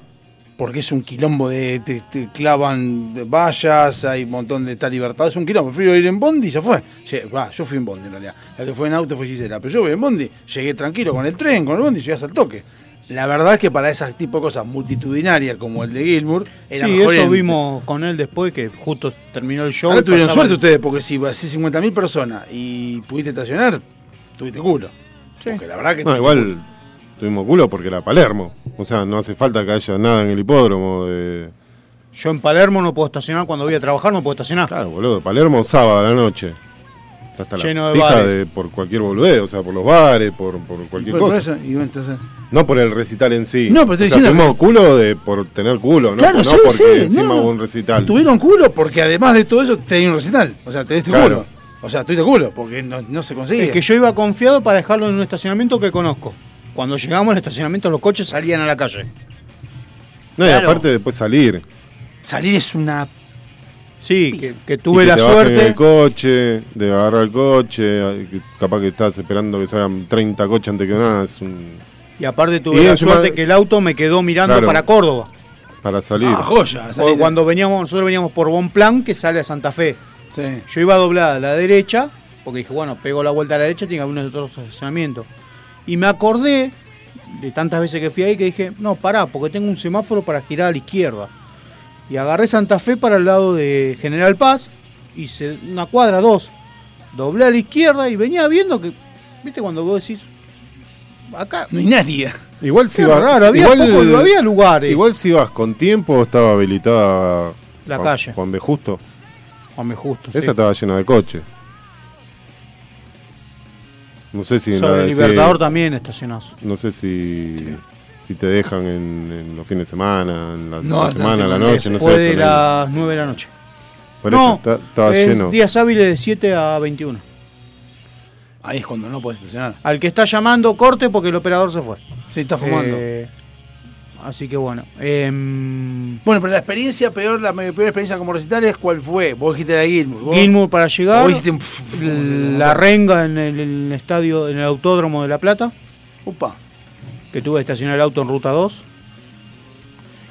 Porque es un quilombo de. te, te clavan de vallas, hay un montón de tal libertad, es un quilombo. Prefiero ir en Bondi y ya fue. Lle- va, yo fui en Bondi en realidad. La que fue en auto fue Gisela, pero yo voy en Bondi, llegué tranquilo con el tren, con el Bondi, llegué al toque. La verdad es que para ese tipo de cosas multitudinarias como el de Gilmour, era sí, mejor eso en- vimos con él después que justo terminó el show. Ahora y tuvieron pasaba- suerte ustedes, porque si hacés 50.000 personas y pudiste estacionar, tuviste culo. Porque la verdad que. No, igual tuvimos culo porque era Palermo. O sea, no hace falta que haya nada en el hipódromo. De... Yo en Palermo no puedo estacionar, cuando voy a trabajar no puedo estacionar. Claro, boludo, Palermo sábado a la noche. Está Hasta Lleno la de pija bares. de- por cualquier boludeo, o sea, por los bares, por, por Y cualquier por- por cosa. eso, y bueno, entonces- No por el recital en sí. No, pero estoy O sea, diciendo Tuvimos culo de, por tener culo, ¿no? Claro, no sí, porque sí, encima no, no. hubo un recital. Tuvieron culo porque además de todo eso tenían un recital. O sea, te diste Claro. culo. O sea, tuviste culo porque no, no se consigue. Es que yo iba confiado para dejarlo en un estacionamiento que conozco. Cuando llegamos al estacionamiento los coches salían a la calle. No, y Claro. aparte después salir. Salir es una. Sí, que, que Y tuve que la te bajen en suerte. el coche, de agarrar el coche, ay, que capaz que estás esperando que salgan 30 coches antes que nada, es un- Y aparte tuve Y la encima- suerte que el auto me quedó mirando Claro. para Córdoba. para salir. Ah, joya. Porque salir- cuando veníamos, nosotros veníamos por Bonplan que sale a Santa Fe. Sí. Yo iba doblada a la derecha, porque dije, bueno, pego la vuelta a la derecha, tiene que haber un otro estacionamiento. Y me acordé de tantas veces que fui ahí que dije, no, pará, porque tengo un semáforo para girar a la izquierda. Y agarré Santa Fe para el lado de General Paz, hice una cuadra, dos. doblé a la izquierda y venía viendo que, viste, cuando vos decís, acá, No hay nadie. Igual si Era vas. raro, había igual, poco- había lugares. Igual si vas con tiempo, estaba habilitada. La Juan- calle. Juan B. Justo. Juan B. Justo. Pues sí. Esa estaba llena de coche. No sé si. en la- Sobre el si- Libertador también estacionás. No sé si. Si te dejan en, en los fines de semana, en la, No, la no semana, tengo la idea. noche, no Fue sé. de eso, las 9 de la noche. Por eso no, está- estaba es lleno. días hábiles de 7 a 21. Ahí es cuando no podés estacionar. Al que está llamando, corte porque el operador se fue. Se está fumando. Eh, así que bueno. em, Bueno, pero la experiencia peor, la me- peor experiencia como recitales, ¿cuál fue? Vos dijiste la Gilmour. Vos, Gilmour para llegar. vos hiciste un f- f- La renga en el, el estadio, en el autódromo de La Plata, Upa. que tuve que estacionar el auto en ruta 2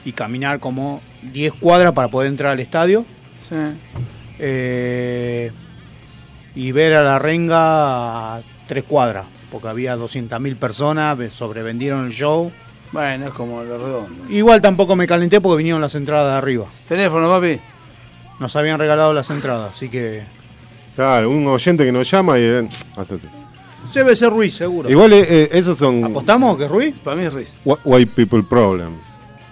y caminar como 10 cuadras para poder entrar al estadio. Sí. eh, y ver a la renga a 3 cuadras, porque había 200.000 personas, ve- sobrevendieron el show. Bueno, es como lo redondo. Igual tampoco me calenté porque vinieron las entradas de arriba. Teléfono, papi. Nos habían regalado las entradas, así que. Claro, un oyente que nos llama y. eh, hace así. CBC Ruiz, seguro. Igual eh, eh, esos son. ¿Apostamos que Ruiz? Para mí es Riz. Wh- White people problem.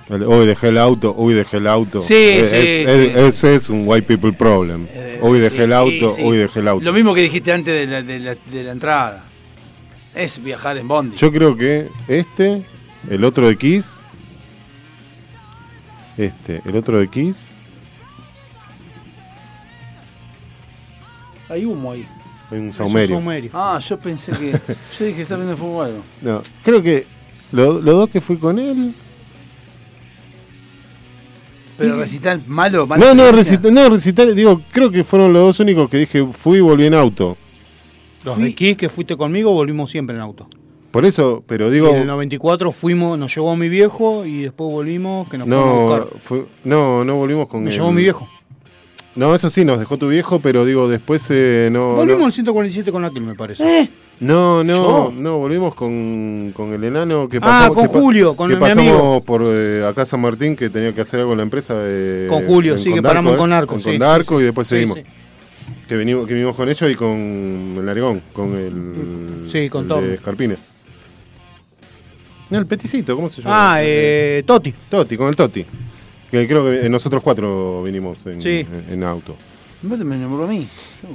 El, hoy dejé el auto, hoy dejé el auto. Sí, Eh, sí, es- sí. es- Ese es un white people problem. Eh, Hoy sí, dejé el auto, sí, sí. hoy dejé el auto. Lo mismo que dijiste antes de la, de la- de la entrada. Es viajar en Bondi. Yo creo que este, el otro de Kiss. Este, el otro de Kiss. Hay humo ahí. Hay un Es un saumerio. saumerio. Ah, yo pensé que. yo dije que está viendo fútbol. algo. No, creo que lo- los dos que fui con él. Pero recital malo, malo. No, no, experiencia. recital, no, recital. Digo, creo que fueron los dos únicos que dije fui y volví en auto. Los Fui- de Kiss que fuiste conmigo volvimos siempre en auto. Por eso, pero digo. en el 94 fuimos, nos llevó mi viejo y después volvimos, que nos fueron a No, buscar. fue- no, no volvimos con Me él. llevó mi viejo. No, eso sí, nos dejó tu viejo, pero digo, después eh, no. ¿Eh? Volvimos al 147 con aquel, me parece. No, no, ¿Yo? no, volvimos con, con el enano que Ah, pasamos. con que pa- Julio, con que mi pasamos amigo. por eh, acá San Martín, que tenía que hacer algo en la empresa. de- Con Julio, en sí, que Condarco, paramos eh, con Arco. Con sí, Condarco sí, sí. y después Sí, seguimos. sí. Que, venimos, que vinimos con ellos y con el Argón, con el. Sí, con el Torno. de Escarpina. No, el peticito, ¿cómo se llama? Ah, eh, Toti. Toti, con el Toti. Que creo que eh, nosotros cuatro vinimos en, Sí. en- en auto. Vos te me nombró a mí. Yo.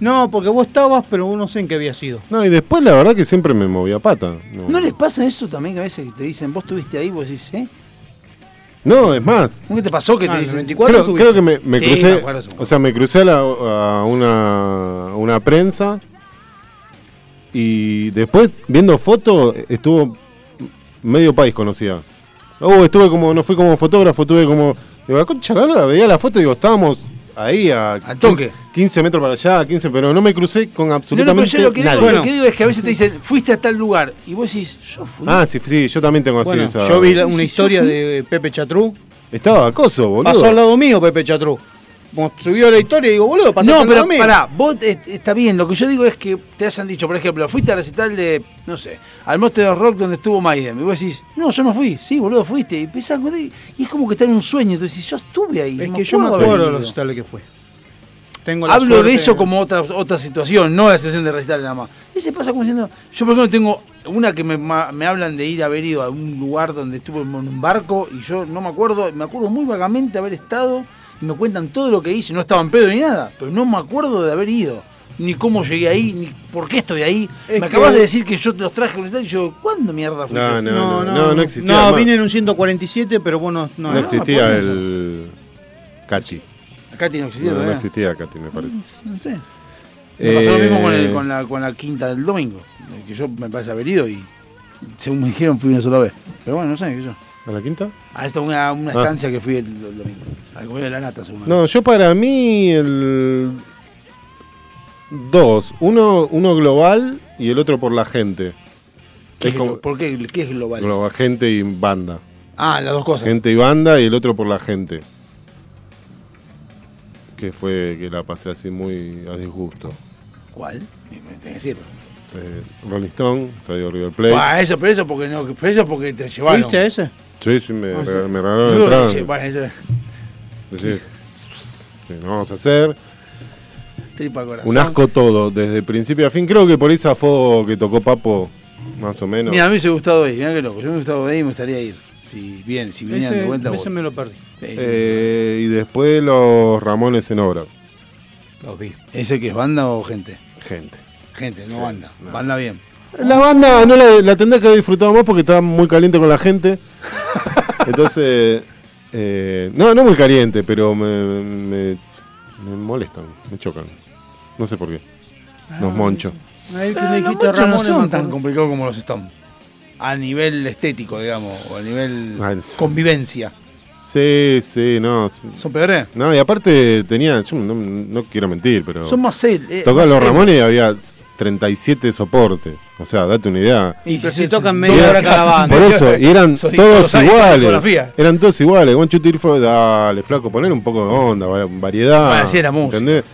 No, porque vos estabas, pero vos no sé en qué había sido. No, y después la verdad que siempre me movía pata. No, ¿No les pasa eso también que a veces te dicen, vos estuviste ahí, vos decís, ¿eh? No, es más, ¿Nunca te pasó que Ah, te en el dicen? 94 Creo, estuviste? creo que me, me Sí, me crucé. acuerdo, sí, me acuerdo. o sea, me crucé a, la- a una, una prensa. Y después, viendo fotos, estuvo medio país conocida. Oh, estuve como, no fui como fotógrafo, estuve como. Digo, la concha de la lora, veía la foto y digo, estábamos ahí a toque. 15, 15 metros para allá, 15, pero no me crucé con No, no, pero absolutamente yo lo que, digo, nadie. lo que digo es que a veces te dicen, fuiste a tal lugar, y vos decís, yo fui. Ah, sí, sí, yo también tengo así Bueno, esa. yo vi la- Sí, una sí, historia yo fui. de Pepe Chatrú. Estaba acoso, boludo. Pasó al lado mío Pepe Chatrú. Como Subió la historia y digo, boludo, pasó no, al lado pero mío. pará, vos eh, está bien, lo que yo digo es que te hayan dicho, por ejemplo, fuiste al recital de, no sé, al Monster of Rock donde estuvo Maiden, y vos decís, no, yo no fui, sí, boludo, fuiste, y empezás a contar, y y es como que está en un sueño, entonces decís, yo estuve ahí. Es no que yo me haber acuerdo de ido. los recitales que fue. Tengo la Hablo suerte- de eso como otra, otra situación, no la situación de recital nada más. Ese pasa como diciendo, yo por ejemplo tengo una que me, ma- me hablan de ir a haber ido a un lugar donde estuve en un barco y yo no me acuerdo, me acuerdo muy vagamente haber estado y me cuentan todo lo que hice, no estaba en pedo ni nada, pero no me acuerdo de haber ido, ni cómo llegué ahí, ni por qué estoy ahí. Es me acabas que- de decir que yo los traje al recital y yo, ¿cuándo mierda fui? No, yo? no, no, no, no, existía. No, más. vine en un 147, pero vos no. no No, existía ponen eso. el. Cachi. Acá tiene que existir, No, no ¿verdad? existía Katy, me parece. No sé. Me pasó lo Eh, mismo con, el- con la, con la quinta del domingo, eh, que yo me parece haber ido y según me dijeron fui una sola vez. Pero bueno, no sé, qué sé yo. ¿A la quinta? Ah, esta es una, una Ah. estancia que fui el, el domingo. Al comer de la nata, según. No, yo para mí el. Dos. Uno, uno global y el otro por la gente. ¿Qué es es como- glo- ¿Por qué? ¿Qué es global? Global, gente y banda. Ah, las dos cosas. Gente y banda y el otro por la gente. Que fue que la pasé así muy a disgusto. ¿Cuál? Me tenés que decirlo. Eh, Rolling Stone, Estadio River Plate. Ah, eso, pero eso porque no, pero eso porque te llevaron. ¿Viste ese? Sí, sí, me, Ah, sí. rega- me Yo regalaron creo que entrada. sí, bueno, eso- Decís, ¿qué no vamos a hacer? tripa corazón. Un asco todo, desde principio a fin. Creo que por esa foto que tocó Papo, más o menos. Mira, a mí me hubiese gustado ir, mira qué loco. Yo me hubiese gustado ir y me gustaría ir. Si bien, si vinieran de Ese, vuelta. ese voy. me lo perdí. Eh, Eh, y después los Ramones en obra. Los vi. ¿Ese que es banda o gente? Gente. Gente, no banda. Banda bien. La banda no la, la tendré que haber disfrutado más porque estaba muy caliente con la gente. Entonces, eh, no, no muy caliente, pero me, me- me molestan, me chocan. No sé por qué. Los moncho. Ahí que me Ah, Los Monchos dijiste no Ramones, me son tan acuerdo. complicados como los Stones. A nivel estético, digamos, o a nivel Ah, sí. convivencia. Sí, sí, no. sí. ¿Son peores? No, y aparte tenía, yo no, no quiero mentir, pero... Son más sed. eh, Tocaba más los sed. Ramones y había 37 soportes. O sea, date una idea. Y Pero sí, si sí, tocan sí. media Mira, hora cada banda. Por eso, y eran Ah, Soy- todos soy- iguales. fotografía. Eran todos iguales. One Two Three Four, dale, flaco, poner un poco de onda, va- variedad. Bueno, así era música. ¿entendés?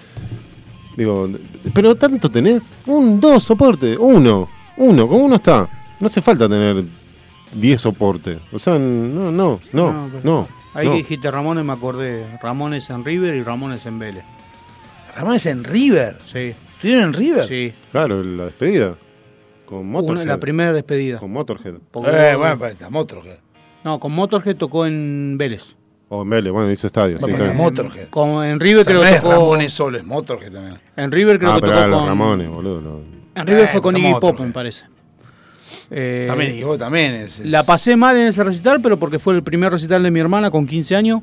Digo, pero tanto tenés. Un, dos soportes. Uno. Uno, con uno está. No hace falta tener 10 soportes. O sea, no, no, no, No, no. pero- no, Ahí que dijiste Ramones me acordé. Ramones en River y Ramones en Vélez. Ramones en River. Sí. ¿Estuvieron en River? Sí. Claro, la despedida. Con Una, Motorhead. la primera despedida. Con Motorhead. Porque- Eh, bueno, para esta Motorhead. No, con Motorhead tocó en Vélez. O en Vélez, bueno, hizo estadio. sí, Bueno, claro. para Motorhead. Con, en River O sea, creo no que es tocó. Ramones solo, es Motorhead también. En River creo Ah, que pero tocó eran los con- Ramones, boludo. no. En River fue Eh, con estamos Iggy otro, Pop, eh. me parece. Eh, También, y vos también. Es, es- La pasé mal en ese recital, pero porque fue el primer recital de mi hermana con 15 años.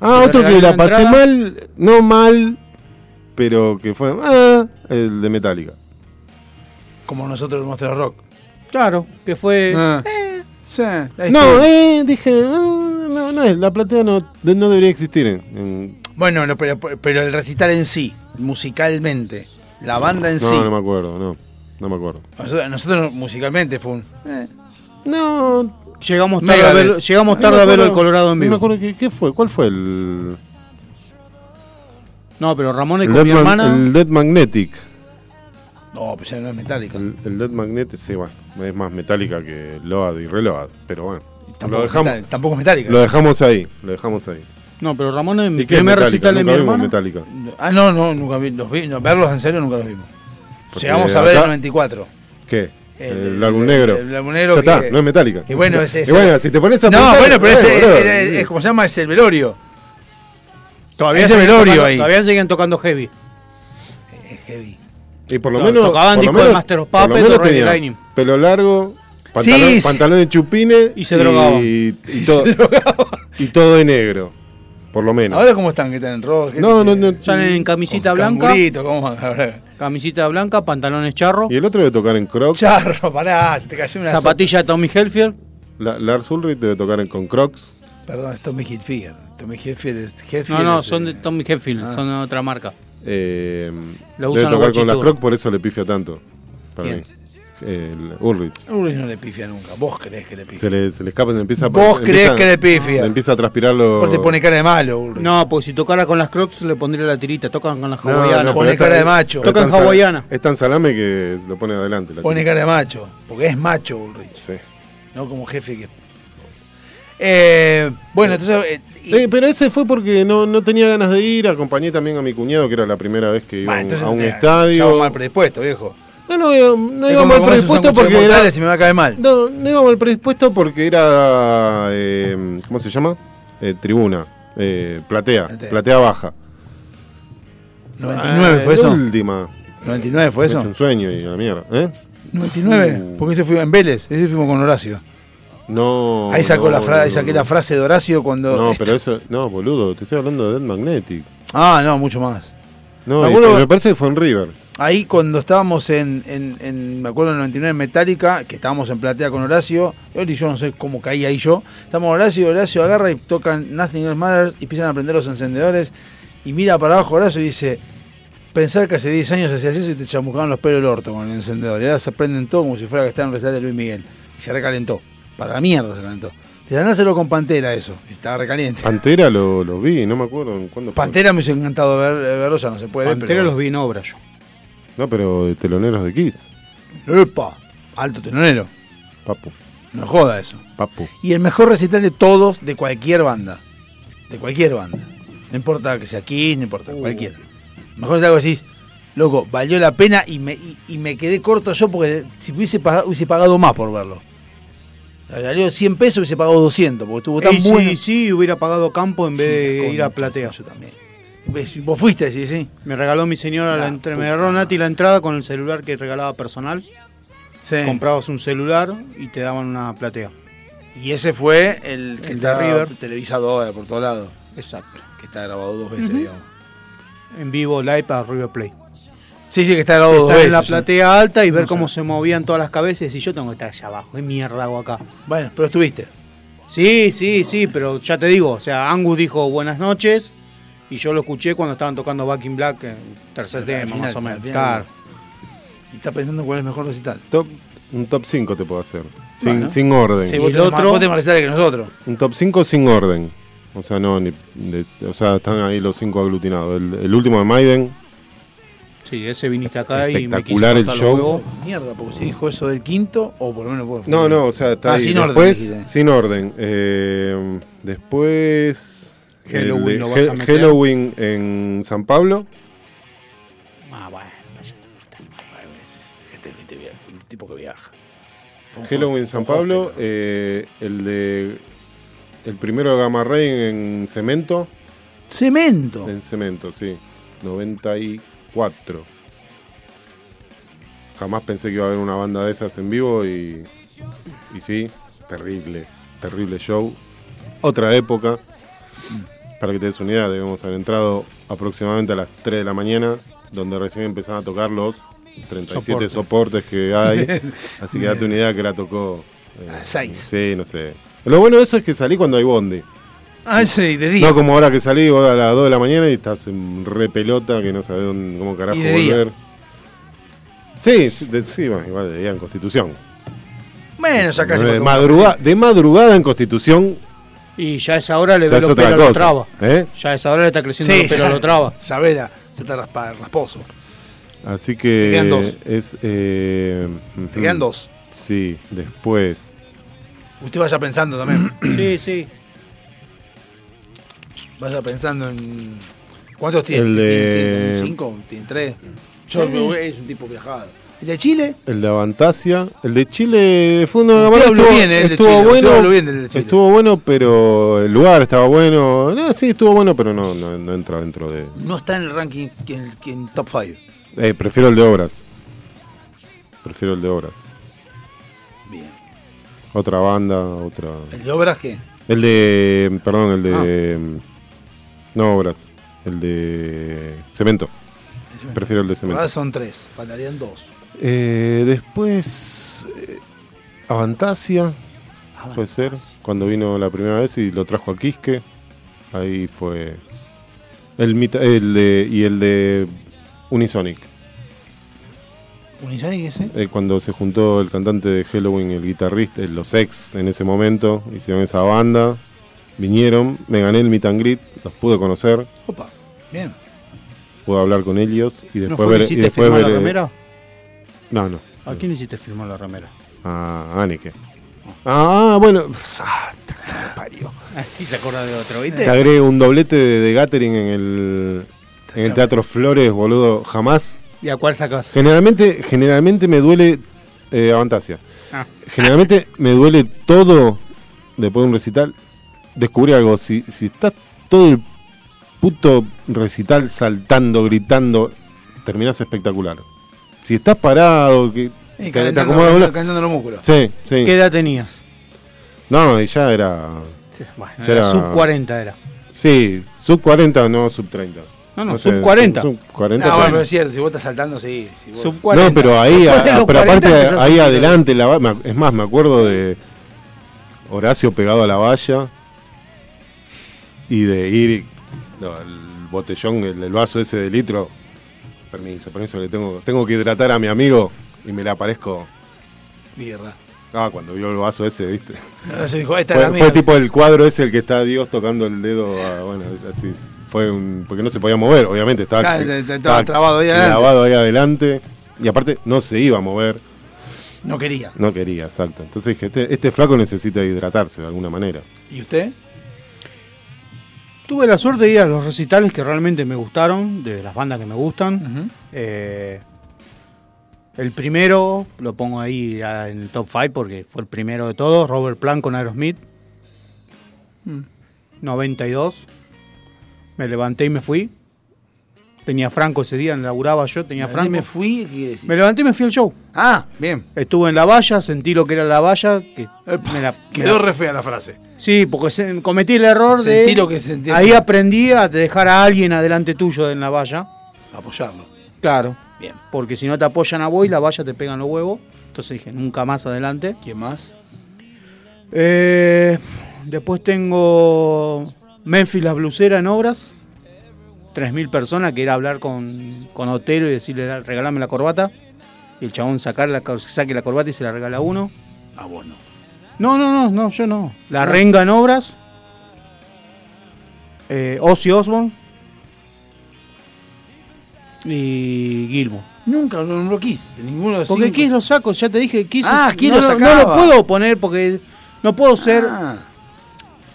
Ah, Le otro que regalé la una pasé entrada. mal, no mal, pero que fue ah, el de Metallica. Como nosotros el Monster Rock. Claro, que fue. Eh. Ah. Sí, ahí No, está. eh, dije, ah, no, no, la platea no, de- no debería existir. en- en- Bueno, no, pero, pero el recital en sí, musicalmente, la banda en no, sí. no me acuerdo, no, no me acuerdo. Nosotros, nosotros musicalmente fue un. No, Llegamos tarde, Megadeth. a verlo, llegamos no tarde me a verlo el acuerdo, Colorado en No me vivo. acuerdo qué, qué fue, cuál fue el, No, pero Ramones el, con Dead, mi Man- hermana. el Dead Magnetic. No, pues ya no es metálica. El, el Dead Magnetic, sí, bueno, es más Metallica que Load y Reload, pero bueno, Tampoco, lo es metal- dejamos, tampoco es metálica. lo dejamos ahí, lo dejamos ahí. No, pero Ramones en ¿Y mi qué es primer Metallica? recital de mi Nunca vimos hermana. Metallica. Ah, no, no, nunca vi, los vi, no, verlos en serio nunca los vimos. Porque Llegamos a ver el acá- 94. ¿Qué? El- El, el- álbum negro. el álbum negro Ya que- está, no es metálica. Y bueno, es ese- bueno, si te pones a No, pensar, bueno, pero ese, boludo, era- es, como se llama, es el velorio. Todavía, Ese siguen velorio tocando- ahí. todavía siguen tocando heavy. Es heavy. Y por lo No, menos. tocaban por lo disco de Master of por lo Puppets menos o Red tenía Lightning. Pelo largo, pantalón, Sí, sí. pantalón de chupines. Y se drogaba. Y, y todo, y todo de negro. Por lo menos. Ahora, ¿cómo están? ¿Qué están en rojo? ¿Qué- no, no, qué- no. Salen en camisita con blanca. cangurito, ¿cómo van? Ahora, Camisita blanca, pantalones charro. Y el otro debe tocar en Crocs. Charro, pará, se te cayó una Zapatilla de Tommy Helfield. La- Lars Ulrich debe tocar en, con Crocs. so- Perdón, es Tommy Hilfiger. Tommy Hilfiger es No, Hilfiger no, es, son eh, de Tommy Helfield, son de otra marca. Eh, Lo debe usan los tocar con las guachitos. Crocs, por eso le pifia tanto. Para ¿Quién? mí. El Ulrich. Ulrich no le pifia nunca. Vos creés que le pifia. Se le, se le escapa y le empieza a Vos le creés empieza- que le pifia. le empieza a transpirar los. Vos te pone cara de malo, Ulrich. No, pues si tocara con las Crocs le pondría la tirita, tocan con las No, no, hawaianas. pero Pone es cara tan- de macho. es tan Tocan sal- hawaiana. Es tan salame que lo pone adelante. la Pone chica. cara de macho. Porque es macho, Ulrich. Sí. No como jefe que. Eh, bueno, entonces. eh, y- Eh, pero ese fue porque no, no tenía ganas de ir. Acompañé también a mi cuñado, que era la primera vez que iba Bah, a un- entonces a un te- ya vos estadio. mal predispuesto, viejo. No, eh, no, iba- no Es iba como mal comerse un predispuesto sándwich de porque era. mortales y me va a caer mal. No, no iba mal predispuesto porque era. eh, ¿Cómo se llama? Eh, tribuna. eh, platea. Platea. Platea baja. 99 fue Ah, eso. La última. 99 fue Me he hecho eso. un sueño y la mierda. ¿Eh? Mm. Uh. 99, porque ese fue en Vélez, ese fuimos con Horacio. No. Ahí sacó no, la frase, no, ahí saqué no. la frase de Horacio cuando este No, pero eso. No, boludo, te estoy hablando de Dead Magnetic. Ah, no, mucho más. No, Me y- acuerdo- pero me parece que fue en River. Ahí cuando estábamos en, en, en- me acuerdo en 99 en Metallica, que estábamos en platea con Horacio, él y yo no sé cómo caí ahí yo, estamos Horacio, Horacio agarra y tocan Nothing Else Matters y empiezan a prender los encendedores y mira para abajo Horacio y dice, pensar que hace 10 años hacías eso y te chamuscaban los pelos del orto con el encendedor y ahora se prenden todo como si fuera que estaban en recital de Luis Miguel y se recalentó, para la mierda se calentó. Y dándoselo con Pantera eso, y estaba recaliente. Pantera lo, lo vi, no me acuerdo en cuándo fue. Pantera me hubiese encantado ver, eh, verlo, ya no se puede. Pantera los vi en obra yo. No, pero de teloneros de Kiss. los... ¡Epa! Alto tenonero, Papu, no joda eso. papu. y el mejor recital de todos, de Uh. cualquier banda. De cualquier banda. No importa que sea Kiss, no importa, cualquiera. Mejor es algo que decís, loco, valió la pena y me, y, y me quedé corto yo porque si hubiese pagado, hubiese pagado más por verlo. O sea, Valió 100 pesos, hubiese pagado 200 porque estuvo tan Y bueno. sí, sí, hubiera pagado campo en vez Sí, de con- ir a platea. Yo también. Ves, Vos fuiste, sí, sí. Me regaló mi señora, la La entre- me puta regaló madre. Nati la entrada con el celular que regalaba personal. Sí. Comprabas un celular y te daban una platea. Y ese fue el que El de está River. televisado ahora por todos lados, Exacto. que está grabado dos veces, digamos. En vivo, live para River Play. Sí, sí, que está grabado dos Estar veces. ¿eh? en la platea alta y ver No sé. cómo se movían todas las cabezas y yo tengo que estar allá abajo. ¿Qué mierda hago acá? Bueno, pero estuviste. Sí, sí, sí, pero ya te digo, o sea, Angus dijo buenas noches y yo lo escuché cuando estaban tocando Back in Black, eh, tercer Al tema final, más o al menos. final. Claro. Y está pensando cuál es el mejor recital. Top, un top 5 te puedo hacer. Sin, Bueno. sin orden. Sí, vos el tenés más- otro- vos tenés más recitales que nosotros. Un top 5 sin orden. O sea, no, ni- de- o sea, están ahí los cinco aglutinados. El, el último de Maiden, Sí, ese viniste acá y me quiso Espectacular el cortar los show. huevos. Mierda, porque si dijo eso del quinto, o por lo menos vos. No, no, o sea, está Ah, ahí. sin orden, después, dijiste. sin orden. Eh, después. el de Halloween lo vas He- a meter. Halloween en San Pablo. Ah, bueno. pues Ay, ves, Este, este viaja, un tipo que viaja. Fue un Halloween en hostel, San fue un Pablo. hostel. eh, el de. El primero de Gamma Ray en Cemento. Cemento. En Cemento, sí. 94. Jamás pensé que iba a haber una banda de esas en vivo y. Y sí, terrible. Terrible show. Otra época. Para que te des una idea, debemos haber entrado aproximadamente a las 3 de la mañana, donde recién empezaban a tocar los 37 Soportes. soportes que hay. Así que date una idea que la tocó. eh, A seis. Sí, no sé. Lo bueno de eso es que salí cuando hay bondi. Ah, sí, de día. No como ahora que salí vos a las 2 de la mañana y estás en repelota que no sabés dónde- cómo carajo Y de día. volver. Sí, sí, de- sí, bueno, igual de día en Constitución. Menos acá. de, madruga- de madrugada en Constitución Y ya a esa hora le ya veo es los otra pelos a los cosa. traba. ¿eh? Ya a esa hora le está creciendo Sí, los pelos a los traba. Sabela, se está raspa- rasposo. Así Te que quedan dos. es... eh, Te quedan ujú. dos. Sí, después. Usted vaya pensando también. Sí, sí. Vaya pensando en. ¿Cuántos tiene? El de- ¿Tiene- tiene ¿Cinco? ¿Tiene tres? Yo güey, es un tipo viajado. ¿El de Chile? El de Avantasia. El de Chile fue una Usted cámara, habló Estuvo, bien, eh, el de estuvo Chile, usted habló bueno. bien del de Chile. estuvo bueno, pero el lugar estaba bueno. No, sí, estuvo bueno, pero no, no, no entra dentro de. No está en el ranking que en, que en top 5. Eh, prefiero el de obras. Prefiero el de obras. Bien. Otra banda, otra. ¿El de obras qué? Ah. El de. Perdón, el de. No obras. El de. Cemento. Prefiero el de Ahora cemento. son tres, faltarían dos. Eh, después. eh, Avantasia. Puede ser. Cuando vino la primera vez y lo trajo a Quisque. Ahí fue. El, mita- el de, y el de Unisonic. ¿Unisonic ese? Eh, cuando se juntó el cantante de Halloween, el guitarrista, eh, los ex en ese momento, hicieron esa banda, vinieron, me gané el meet and greet, los pude conocer, Opa, bien. pude hablar con ellos y ¿No fue después ver. que y hiciste después firmar la ver, eh, remera? No, no. ¿A quién hiciste firmar la remera? A Anike. Ah, bueno. ah, ta que me parió. Y se acuerda de otro, Te ¿viste? agregué un doblete de, de Gathering en el. En el Teatro Flores, boludo, jamás. ¿Y a cuál sacas? Generalmente, generalmente me duele. Eh, Avantasia. Ah. Generalmente me duele todo después de un recital. Descubrí algo. Si, si estás todo el puto recital saltando, gritando, terminás espectacular. Si estás parado, que Y Eh, te- te, calentando, acomodas, boludo. calentando los músculos. Sí, sí. ¿Qué edad tenías? No, y ya era. Bueno, Ya era- sub 40 era. Sí, sub 40, no sub 30. No, no, sé, sub 40. Sub Ah, 40. claro. bueno, pero es cierto, si vos estás saltando, sí. Si vos- Sub 40. No, pero ahí, Después a- de los pero 40 aparte empezás a ahí tirar. adelante, la, va- me ac- es más, me acuerdo de Horacio pegado a la valla y de ir y- no, el botellón, el, el vaso ese de litro. Permiso, permiso, le tengo, tengo que hidratar a mi amigo y me le aparezco. Mierda. Ah, cuando vio el vaso ese, viste. Ahora se dijo, esta es la Fue, mía. fue tipo el cuadro ese el que está Dios tocando el dedo, a- bueno, así. Fue un, porque no se podía mover, obviamente, estaba, Claro, te- te- estaba trabado ahí adelante. clavado ahí adelante. Y aparte no se iba a mover. No quería. No quería, exacto. Entonces dije, este, este flaco necesita hidratarse de alguna manera. ¿Y usted? Tuve la suerte de ir a los recitales que realmente me gustaron, de las bandas que me gustan. Eh, el primero, lo pongo ahí ya en el top 5 porque fue el primero de todos, Robert Plant con Aerosmith. Mm. 92. Me levanté y me fui. Tenía Franco ese día, laburaba yo, tenía Franco. me fui, ¿qué quiere decir? Me levanté y me fui al show. Ah, bien. Estuve en la valla, sentí lo que era la valla. Que Epa, me la- Quedó re fea la frase. Sí, porque se- cometí el error Sentí de. lo que sentí. Ahí aprendí a dejar a alguien adelante tuyo en la valla. Apoyarlo. Claro. Bien. Porque si no te apoyan a vos y la valla te pegan los huevos. Entonces dije, nunca más adelante. ¿Quién más? Eh, después tengo Memphis las bluseras en obras. 3.000 personas que era hablar con, con Otero y decirle, "Da- regalame la corbata. Y el chabón sacar la, cor- saque la corbata y se la regala a uno. A vos no. No, no, no, no, yo no. La Renga en Obras. Eh, Ozzy Osbourne. Y Gilmo. Nunca lo nombró Kiss. De ninguno de los Porque cinco. Kiss lo saco, ya te dije, Kiss Ah, es- Kiss no, lo lo- no lo sacaba. puedo poner porque no puedo ser, Ah,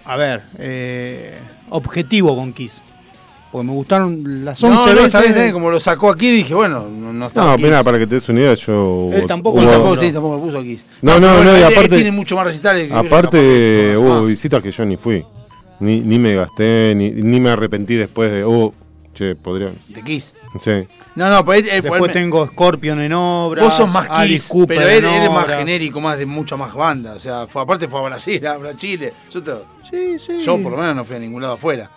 a ver, eh, objetivo con Kiss. Porque me gustaron las 11 no, no, veces. esta vez, eh, como lo sacó aquí, dije, bueno, no, no está. No, Kiss. mirá, para que te des una idea, yo. Él tampoco hubo- lo Tampoco, no. sí, tampoco lo puso Kiss. No, no, pero no, y él- él aparte- Tiene mucho más recitales. que yo, Aparte, capaz que- hubo Ah, visitas que yo ni fui. Ni, ni me gasté, ni, ni me arrepentí después de. Oh, che, podría. De Kiss. Sí. No, pues, no, pero él, él- Después él- tengo Scorpion en Obras. Vos sos más Alice Kiss, Cooper pero él, en él es más Obras. genérico, más de muchas más bandas. O sea, fue, aparte fue a Brasil, a Chile. Yo, te- Sí, sí. yo por lo menos no fui a ningún lado afuera.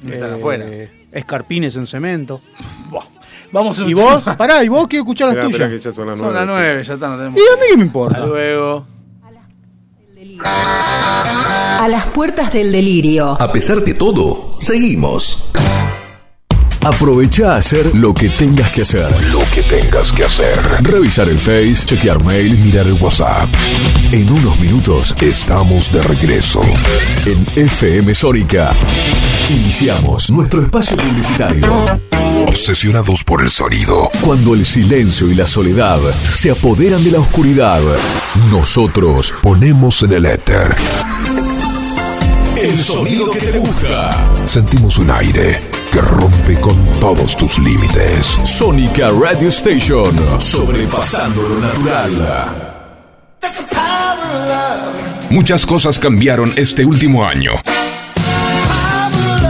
No están Eh, afuera. Escarpines en cemento. Buah. Vamos a un Y vos, tema. pará, y vos quiero escuchar las Esperá, esperá tuyas. que ya son las Son nueve. las nueve, ya está, no ¿Y tenemos. a mí qué me Hasta importa? luego. A las puertas del delirio. A pesar de todo, seguimos. Aprovecha a hacer lo que tengas que hacer. Lo que tengas que hacer. Revisar el Face, chequear mail, Mirar el WhatsApp. En unos minutos Estamos de regreso. en FM Sónica. Iniciamos nuestro espacio publicitario. Obsesionados por el sonido. Cuando el silencio y la soledad se apoderan de la oscuridad, nosotros Ponemos en el éter. el sonido que te gusta. Sentimos un aire que rompe con todos tus límites. Sónica Radio Station, sobrepasando lo natural. Muchas cosas cambiaron este último año.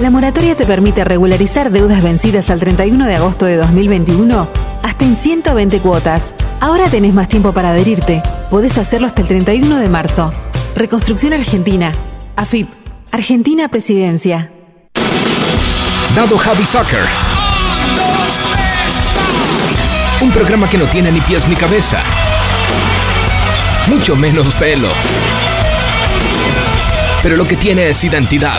La moratoria te permite regularizar deudas vencidas al 31 de agosto de 2021 hasta en 120 cuotas. Ahora tenés más tiempo para adherirte. Podés hacerlo hasta el 31 de marzo. Reconstrucción Argentina. AFIP. Argentina Presidencia. Dado Javi Soccer. Un programa que no tiene ni pies ni cabeza. Mucho menos pelo. Pero lo que tiene es identidad.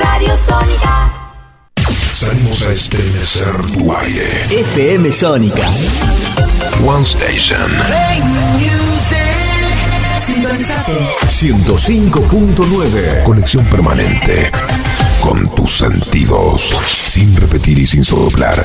Radio Sónica. Salimos a estremecer tu aire. FM Sónica. One Station Sintonizate. 105.9. Conexión permanente con tus sentidos. Sin repetir y sin soplar.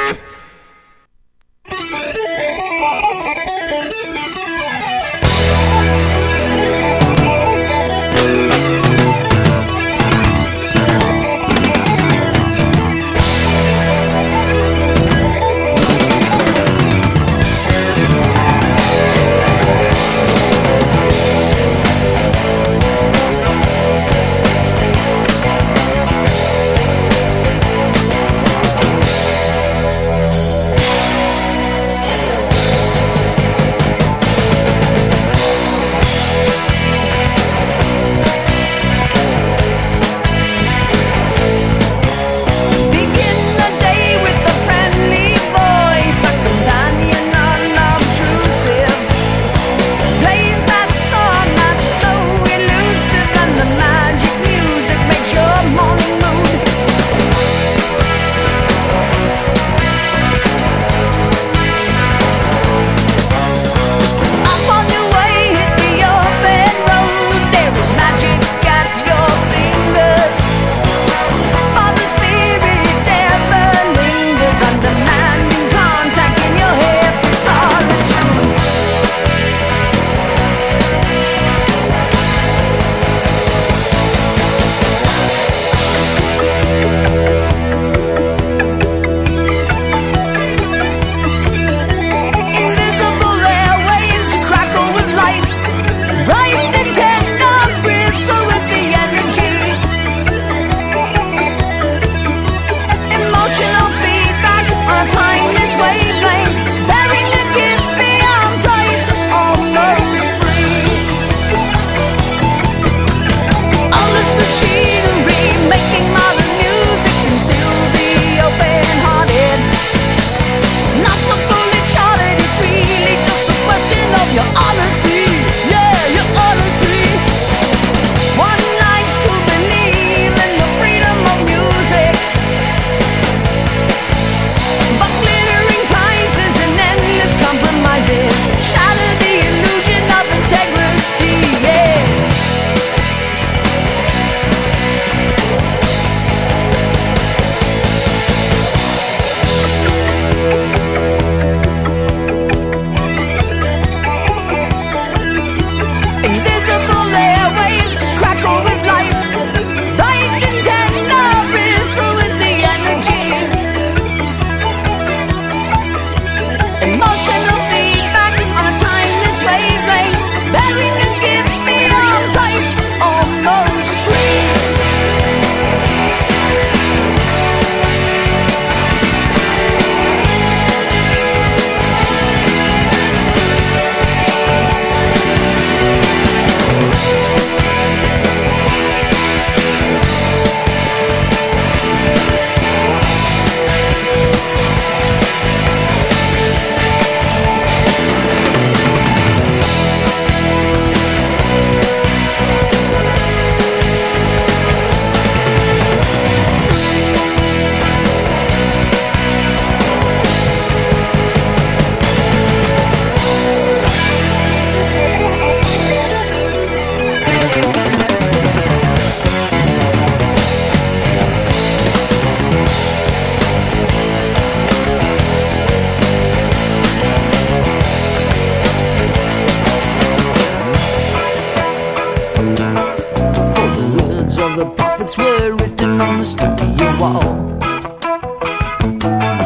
words were written on the studio wall.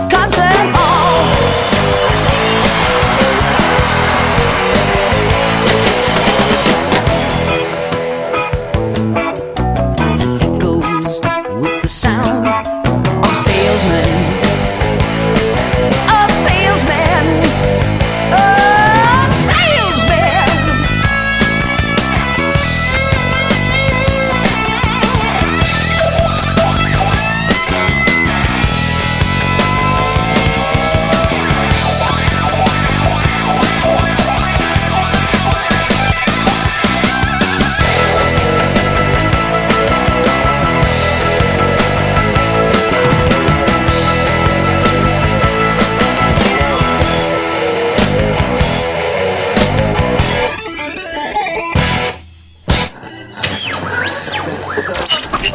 Concert hall. And echoes with the sound of salesmen. Of salesmen. Of salesmen.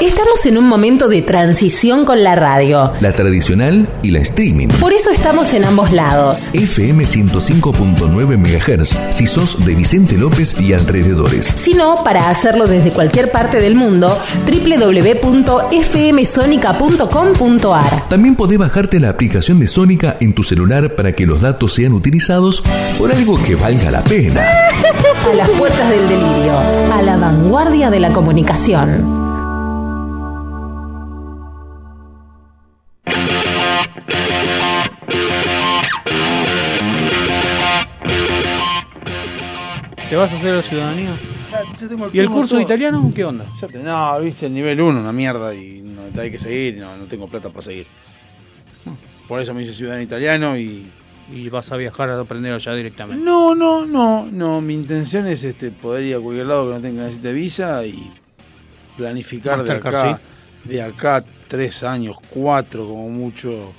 Estamos en un momento de transición con la radio. La tradicional y la streaming. Por eso estamos en ambos lados. FM 105.9 MHz si sos de Vicente López y alrededores. Si no, para hacerlo desde cualquier parte del mundo, www.fmsonica.com.ar. También podés bajarte la aplicación de Sónica en tu celular para que los datos sean utilizados por algo que valga la pena. A las puertas del delirio, a la vanguardia de la comunicación. ¿Te vas a hacer la ciudadanía? tengo ¿Y el primo curso todo. de italiano? ¿Qué onda? Ya te- No, viste, el nivel 1, una mierda, y no, hay que seguir, no, no tengo plata para seguir. Por eso me hice ciudadano italiano y... Y vas a viajar a aprender allá directamente. No, no, no, no, mi intención es este, poder ir a cualquier lado que no tenga necesite visa y planificar de Mastercard, acá, de acá tres años, cuatro como mucho,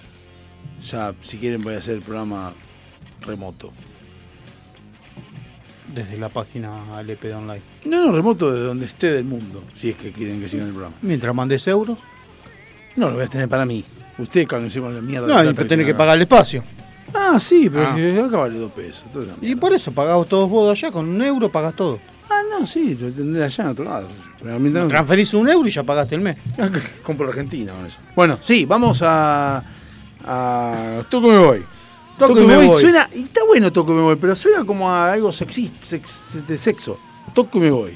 ya si quieren voy a hacer el programa remoto. Desde la página ALP Online. No, no, remoto de donde esté del mundo, si es que quieren que sigan el programa. Mientras mandes euros. No, lo voy a tener para mí. Ustedes cáguense con la mierda. No, de plata pero tenés que tienen pagar el espacio. Ah, sí, pero Ah. que acá vale dos pesos. toda esa Y por eso pagás todos vos allá, con un euro pagás todo. Ah, no, sí, lo tendré allá en otro lado. Transferís un euro y ya pagaste el mes. Ah, Compro Argentina con eso. Bueno, sí, vamos a. a Toco me voy. Toco me voy. Suena, y está bueno Toco me voy, pero suena como a algo sexista, sex- de sexo. Toco me voy.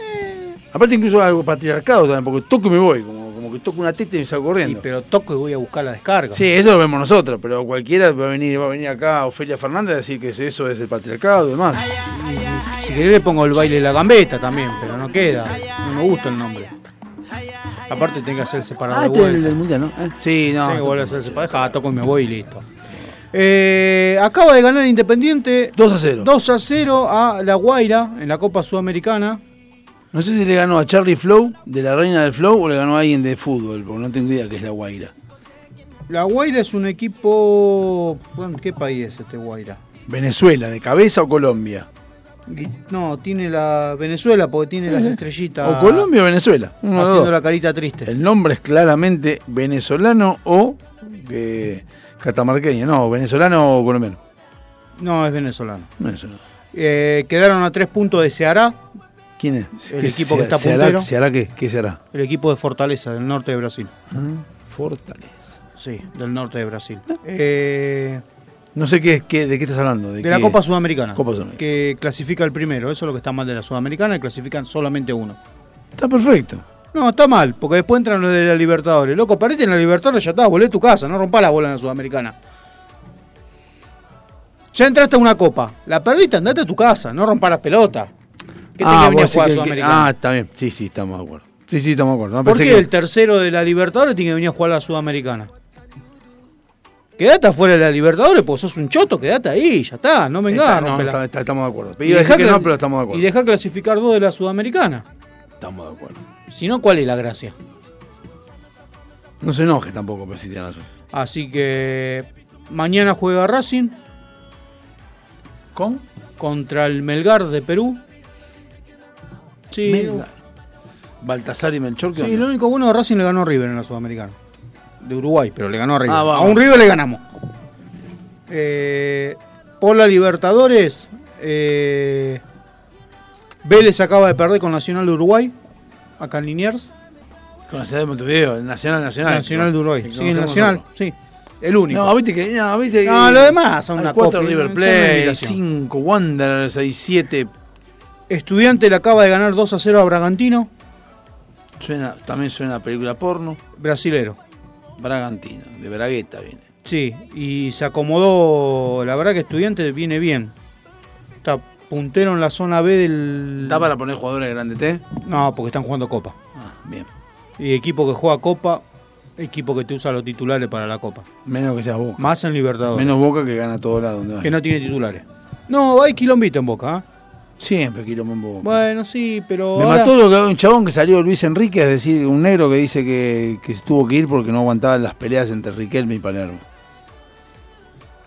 Eh. Aparte, incluso algo patriarcado también, porque toco me voy, como, como que toco una teta y me salgo corriendo. pero toco y voy a buscar la descarga. Sí, eso lo vemos nosotros, pero cualquiera va a venir, va a venir acá Ofelia Fernández a decir que eso es el patriarcado y demás. Si querés le pongo el baile de la gambeta también, pero no queda. No me gusta el nombre. Aparte tengo que hacer el separado Ah, de este es el vuelta. del mundial, ¿no? Eh, Sí, no. Tengo que esto- volver a hacer el separado. Ah, toco y me voy y listo. Eh, acaba de ganar Independiente 2 a 0. 2 a 0 a La Guaira en la Copa Sudamericana. No sé si le ganó a Charlie Flow, de la reina del Flow, o le ganó a alguien de fútbol, porque no tengo idea que es la Guaira. La Guaira es un equipo. bueno, ¿Qué país es este Guaira? ¿Venezuela, de cabeza o Colombia? No, tiene la Venezuela porque tiene las estrellitas. O Colombia o Venezuela. uno de Haciendo dos. la carita triste. El nombre es claramente venezolano o eh, catamarqueño. No, venezolano o colombiano. No, es venezolano. Venezolano. Eh, quedaron a tres puntos de Ceará, ¿Quién es? El ¿Qué equipo que se- está se hará- puntero. ¿Se hará qué? ¿Qué se hará? el equipo de Fortaleza del norte de Brasil. Ah, Fortaleza. Ah. Sí, del norte de Brasil. Eh, No sé qué, es- qué- de qué estás hablando. De, de la qué- Copa Sudamericana, Copa Sudamericana. Que clasifica el primero. Eso es lo que está mal de la Sudamericana, que clasifican solamente uno. Está perfecto. No, está mal, porque después entran los de la Libertadores. Loco, parece en la Libertadores, ya está, volé a tu casa, no rompa la bola en la Sudamericana. Ya entraste a una copa, la perdiste, andate a tu casa, no rompa las pelotas. ¿Qué tenés que venir a Ah, vos jugar a decís que- que- Sudamericana? ah, está bien. Sí, sí, estamos de acuerdo. Sí, sí, estamos de acuerdo. No, ¿Por pensé qué que- el tercero de la Libertadores tiene que venir a jugar a la Sudamericana? Quedate afuera de la Libertadores, porque sos un choto, quedate ahí, ya está, no me Está- engañes. no, está- está- estamos de acuerdo. Iba a decir que no, pero estamos de acuerdo. Y dejá clasificar dos de la Sudamericana. Estamos de acuerdo. Si no, ¿cuál es la gracia? No se enoje tampoco, pero sí tiene razón. Así que mañana juega Racing. ¿Con? Contra el Melgar de Perú. Sí. Melgar. Baltasar y Melchor, ¿qué Sí, onda? lo único bueno de Racing le ganó a River en la Sudamericana. De Uruguay, pero le ganó a River. Ah, va, a va. un River le ganamos. Eh, por la Libertadores, eh, Vélez acaba de perder con Nacional de Uruguay, acá en Liniers. Con la ciudad de Montevideo, el Nacional Nacional. Nacional de Uruguay. Que Sí, conocemos Nacional, nosotros. sí. El único. No, viste que. No, viste que- No, lo demás son Hay una cuatro copia, River son una Plate, imitación. 5 Wanderers, 6, 7. Estudiante le acaba de ganar 2 a 0 a Bragantino. Suena, también suena a película porno. Brasilero. Bragantino, de Bragueta viene. Sí, y se acomodó. La verdad que estudiante viene bien. Está puntero en la zona B del. ¿Está para poner jugadores de grande T? No, porque están jugando Copa. Ah, bien. Y equipo que juega Copa, equipo que te usa los titulares para la Copa. Menos que seas Boca. Más en Libertadores. Menos Boca que gana todo lado donde va. Que no tiene titulares. No, hay quilombito en Boca. ¿ah? Siempre quilombo en Boca. Bueno, sí, pero. Me ahora- mató lo que un chabón que salió Luis Enrique, es decir, un negro que dice que, que se tuvo que ir porque no aguantaban las peleas entre Riquelme y Palermo.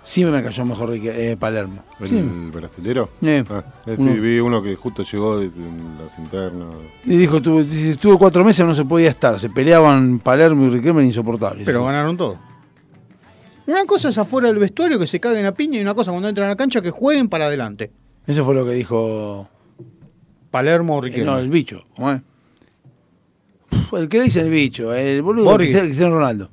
Sí me cayó mejor Rique- eh, Palermo. ¿El Sí. brasilero? Eh, Ah, eh, sí, uno. vi uno que justo llegó desde las internas. Y dijo, tuvo, dice, estuvo cuatro meses, no se podía estar. Se peleaban Palermo y Riquelme, era insoportable. Pero ganaron todo. Una cosa es afuera del vestuario que se caguen a piña y una cosa cuando entran a la cancha que jueguen para adelante. Eso fue lo que dijo... eh, Palermo o Riquelme. no, el bicho. ¿cómo es? Pf, El que le dice el bicho, el boludo de Borghi. Cristiano, Cristiano Ronaldo.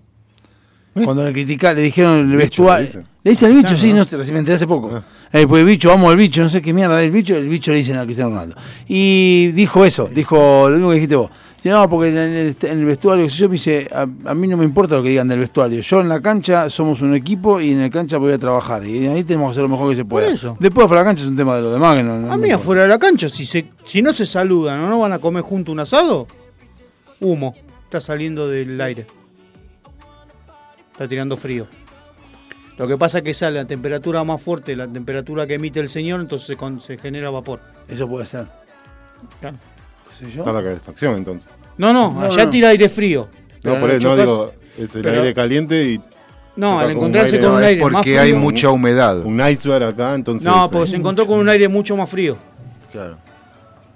Cuando le criticaron, le dijeron el vestuario. le dicen. Ah. Le dice el bicho, Claro, sí, ¿no? no, se recién me enteré hace poco. Eh, pues bicho, vamos al bicho, no sé qué mierda el bicho, el bicho le dicen a Cristiano Ronaldo. Y dijo eso, dijo lo mismo que dijiste vos. Dice, no, porque en el, este, en el vestuario, qué sé yo me dice, a, a mí no me importa lo que digan del vestuario. Yo en la cancha somos un equipo y en la cancha voy a trabajar. Y ahí tenemos que hacer lo mejor que se pueda. eso. Después afuera de la cancha es un tema de los demás. Que no, no A me mí importa. afuera de la cancha, si, se, si no se saludan o no van a comer junto un asado, humo. Está saliendo del aire. Está tirando frío. Lo que pasa es que sale la temperatura más fuerte, la temperatura que emite el señor, entonces se, con- se genera vapor. Eso puede ser. Está la calefacción entonces. No, no, No, allá no. tira aire frío. Pero No, por al eso, no chocarse- digo, es el pero- aire caliente y. No, choca al encontrarse con un es aire más frío. humedad. Un iceberg acá, entonces. No, pues- porque se encontró con un aire mucho más frío. Claro.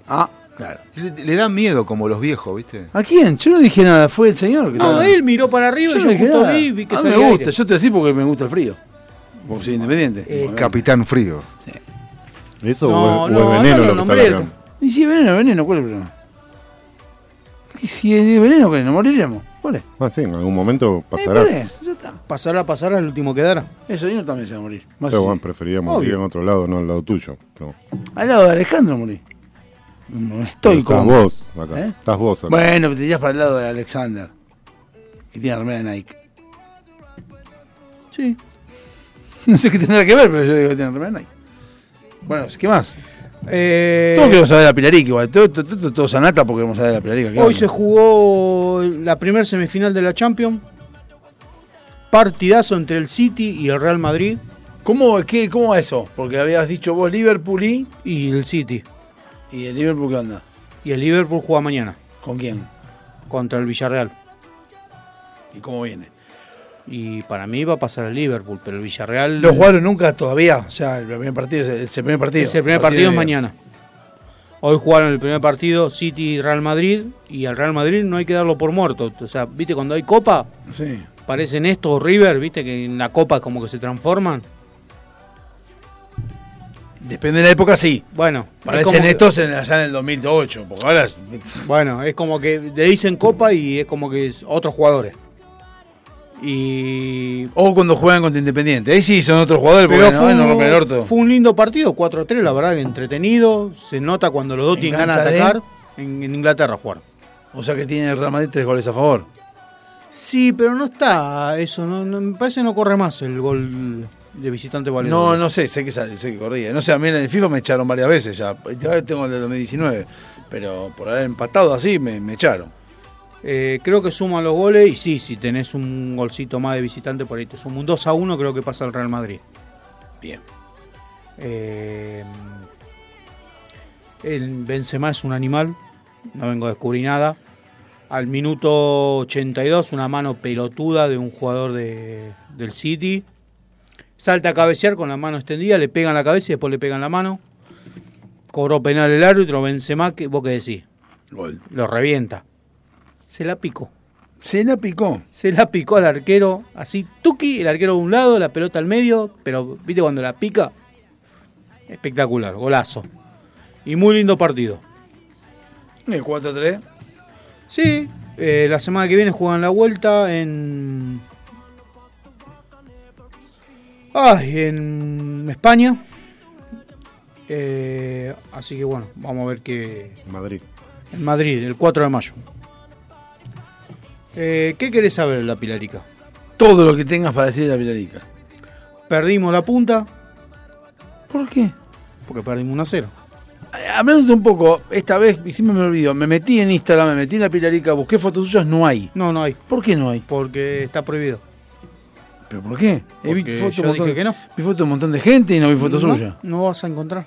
Ah, claro. Le, le da miedo como los viejos, ¿viste? ¿A quién? Yo no dije nada, fue el señor. que No, estaba- él miró para arriba Yo y no yo dije justo nada. vi, vi que A mí me salía gusta, aire. yo te decía porque me gusta el frío. Porque soy independiente. Eh, Capitán Frío. Eso No, o, el- no, o el no veneno lo lo que está nombré, acá. el- Y si veneno, veneno, ¿cuál es el problema? Y si es veneno, ¿qué? ¿No moriremos? ¿Cuál es? Ah, sí, en algún momento Eh, pasará. ¿Cuál es? Ya está. Pasará, pasará, el último quedará. Eso, yo también se va a morir. Más Pero si- bueno, preferiría morir Obvio. en otro lado, no al lado tuyo. Pero Al lado de Alejandro morí. No estoy estás con. vos acá. ¿Eh? Estás vos acá. Bueno, te tirás para el lado de Alexander. Que tiene armera Nike. Sí. No sé qué tendrá que ver, pero yo digo que tiene armera Nike. Bueno, ¿qué más? Eh, Todos queremos saber de la Pilarica, igual. Todos todo, todo, todo sanata porque queremos saber de la Pilarica. ¿qué Hoy onda? se jugó la primer semifinal de la Champions. Partidazo entre el City y el Real Madrid. ¿Cómo, qué, ¿Cómo va eso? Porque habías dicho vos Liverpool y... Y el City. ¿Y el Liverpool qué onda? Y el Liverpool juega mañana. ¿Con quién? Contra el Villarreal. ¿Y cómo viene? Y para mí va a pasar el Liverpool, pero el Villarreal. ¿Los jugaron nunca todavía? O sea, el primer partido es el, es el primer partido. Es el primer partido es mañana. Hoy jugaron el primer partido City y Real Madrid. Y al Real Madrid no hay que darlo por muerto. O sea, viste, cuando hay copa, Sí. parecen estos River, viste, que en la copa como que se transforman. Depende de la época, sí. Bueno, es como Parecen que- estos en, allá en el 2008, porque ahora... es- Bueno, es como que le dicen copa y es como que es otros jugadores. Y. O cuando juegan contra Independiente. Ahí sí son otros jugadores, porque no, no rompen el orto. fue un lindo partido, 4-3, la verdad, que entretenido. Se nota cuando los dos tienen ganas de Engancha de- atacar. En, en Inglaterra jugar. O sea que tiene el Real Madrid tres goles a favor. Sí, pero no está eso. No, no- me parece que no corre más el gol de visitante valiente. No, no sé, sé que, sale, sé que corría. No sé, a mí en el FIFA me echaron varias veces ya. Ahora tengo el de 2019, pero por haber empatado así me, me echaron. Eh, creo que suman los goles y sí, si tenés un golcito más de visitante por ahí te suma un 2 a 1, creo que pasa el Real Madrid. Bien. Eh, el Benzema es un animal, no vengo a descubrir nada. Al minuto 82, una mano pelotuda de un jugador de- del City. Salta a cabecear con la mano extendida, le pegan la cabeza y después le pegan la mano. Cobró penal el árbitro, Benzema, ¿qué- ¿vos qué decís? Gol. Lo revienta. Se la picó. Se la picó. Se la picó al arquero, así tuki, el arquero de un lado, la pelota al medio, pero viste cuando la pica. Espectacular, golazo. Eh, Y muy lindo partido. El 4-3. Sí, Eh, la semana que viene juegan la vuelta en. Ay, Ah, en España. Eh, así que bueno, vamos a ver qué. Madrid. En Madrid, el 4 de mayo. Eh, ¿Qué querés saber de la Pilarica? Todo lo que tengas para decir de la Pilarica. Perdimos la punta. ¿Por qué? Porque perdimos 1 a 0. Hablándote un poco, esta vez, y siempre me olvido, me metí en Instagram, me metí en la Pilarica, busqué fotos suyas, no hay. No, no hay. ¿Por qué no hay? Porque está prohibido. ¿Pero por qué? He visto Porque fotos yo un montón- dije que no. Vi fotos de un montón de gente y no vi fotos No, suyas. No vas a encontrar.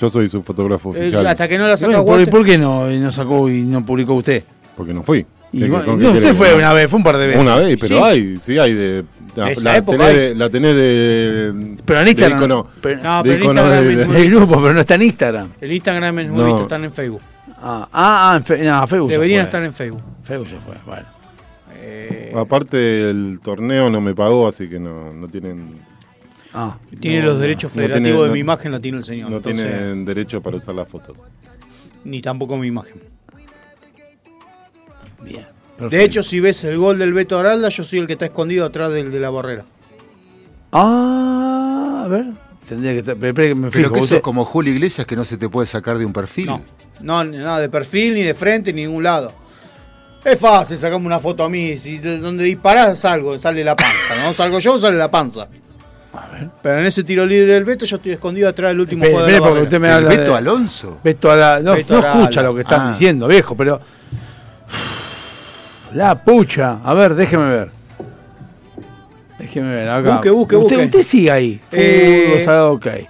Yo soy su fotógrafo Eh, oficial. hasta que no la Y bueno, sacas ¿por, por qué no, y no sacó y no publicó usted? Porque no fui. Y ¿Qué- bueno, Eh, con qué no, usted querés? fue una vez, fue un par de veces. Una vez, pero Sí. hay, sí hay de. La, De esa la época tenés hay. de, la tenés de. Pero en de Instagram. icono. pero, de icono de- del grupo, pero no está en Instagram. El Instagram es No. nuevito, están en Facebook. Ah, ah, ah, en Fe- no, Facebook. ya Deberían fue. estar en Facebook. Eh, Facebook ya fue, bueno. Aparte, el torneo no me pagó, así que no, no tienen. Ah, Tiene no, los no, derechos no federativos tiene- de no- mi imagen, la tiene el señor. No entonces, tienen derecho para usar las fotos. Ni tampoco mi imagen. Bien. De hecho, si ves el gol del Beto Aralda, yo soy el que está escondido atrás del de la barrera. Ah, a ver. Tendría que estar. Pero, espere que me Pero fijo, que eso usted- es como Julio Iglesias que no se te puede sacar de un perfil. No, ni- nada de perfil, ni de frente, ni de ningún lado. Es fácil, sacame una foto a mí. Si de donde disparás salgo, sale la panza. No salgo yo, sale la panza. Pero en ese tiro libre del Beto, yo estoy escondido atrás del último Espere, juego espere, de la porque usted me barrera. habla de- Beto Ala- No, Beto no Arala. escucha lo que están Ah. diciendo, viejo, pero. La pucha. A ver, déjeme ver. Déjeme ver acá. Busque, busque, usted, busque. Usted sigue ahí. Fútbol Eh, salado, ok. Me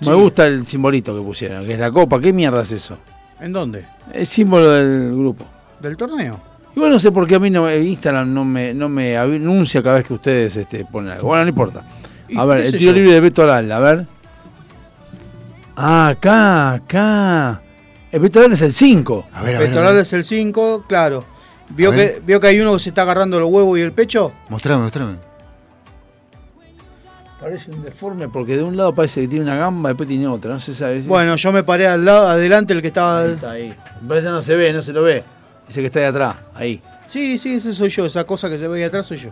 sí. gusta el simbolito que pusieron, que es la copa. ¿Qué mierda es eso? ¿En dónde? Es símbolo del grupo. ¿Del torneo? Y bueno, no sé por qué a mí no, eh, Instagram no me, no me anuncia cada vez que ustedes este, ponen algo. Bueno, no importa. A Y ver, qué el sé tiro yo. libre de Beto Aralda, a ver. Ah, acá, acá. El Beto Aralda es el 5. A Beto Aralda es el 5, claro. ¿Vio A que, ver. ¿Vio que hay uno que se está agarrando los huevos y el pecho? Mostrame, mostrame. Parece un deforme porque de un lado parece que tiene una gamba, después tiene otra, no se sabe. Bueno, yo me paré al lado, adelante, el que estaba... está ahí. Parece que no se ve, no se lo ve. Ese que está ahí atrás, ahí. Sí, sí, ese soy yo, esa cosa que se ve ahí atrás soy yo.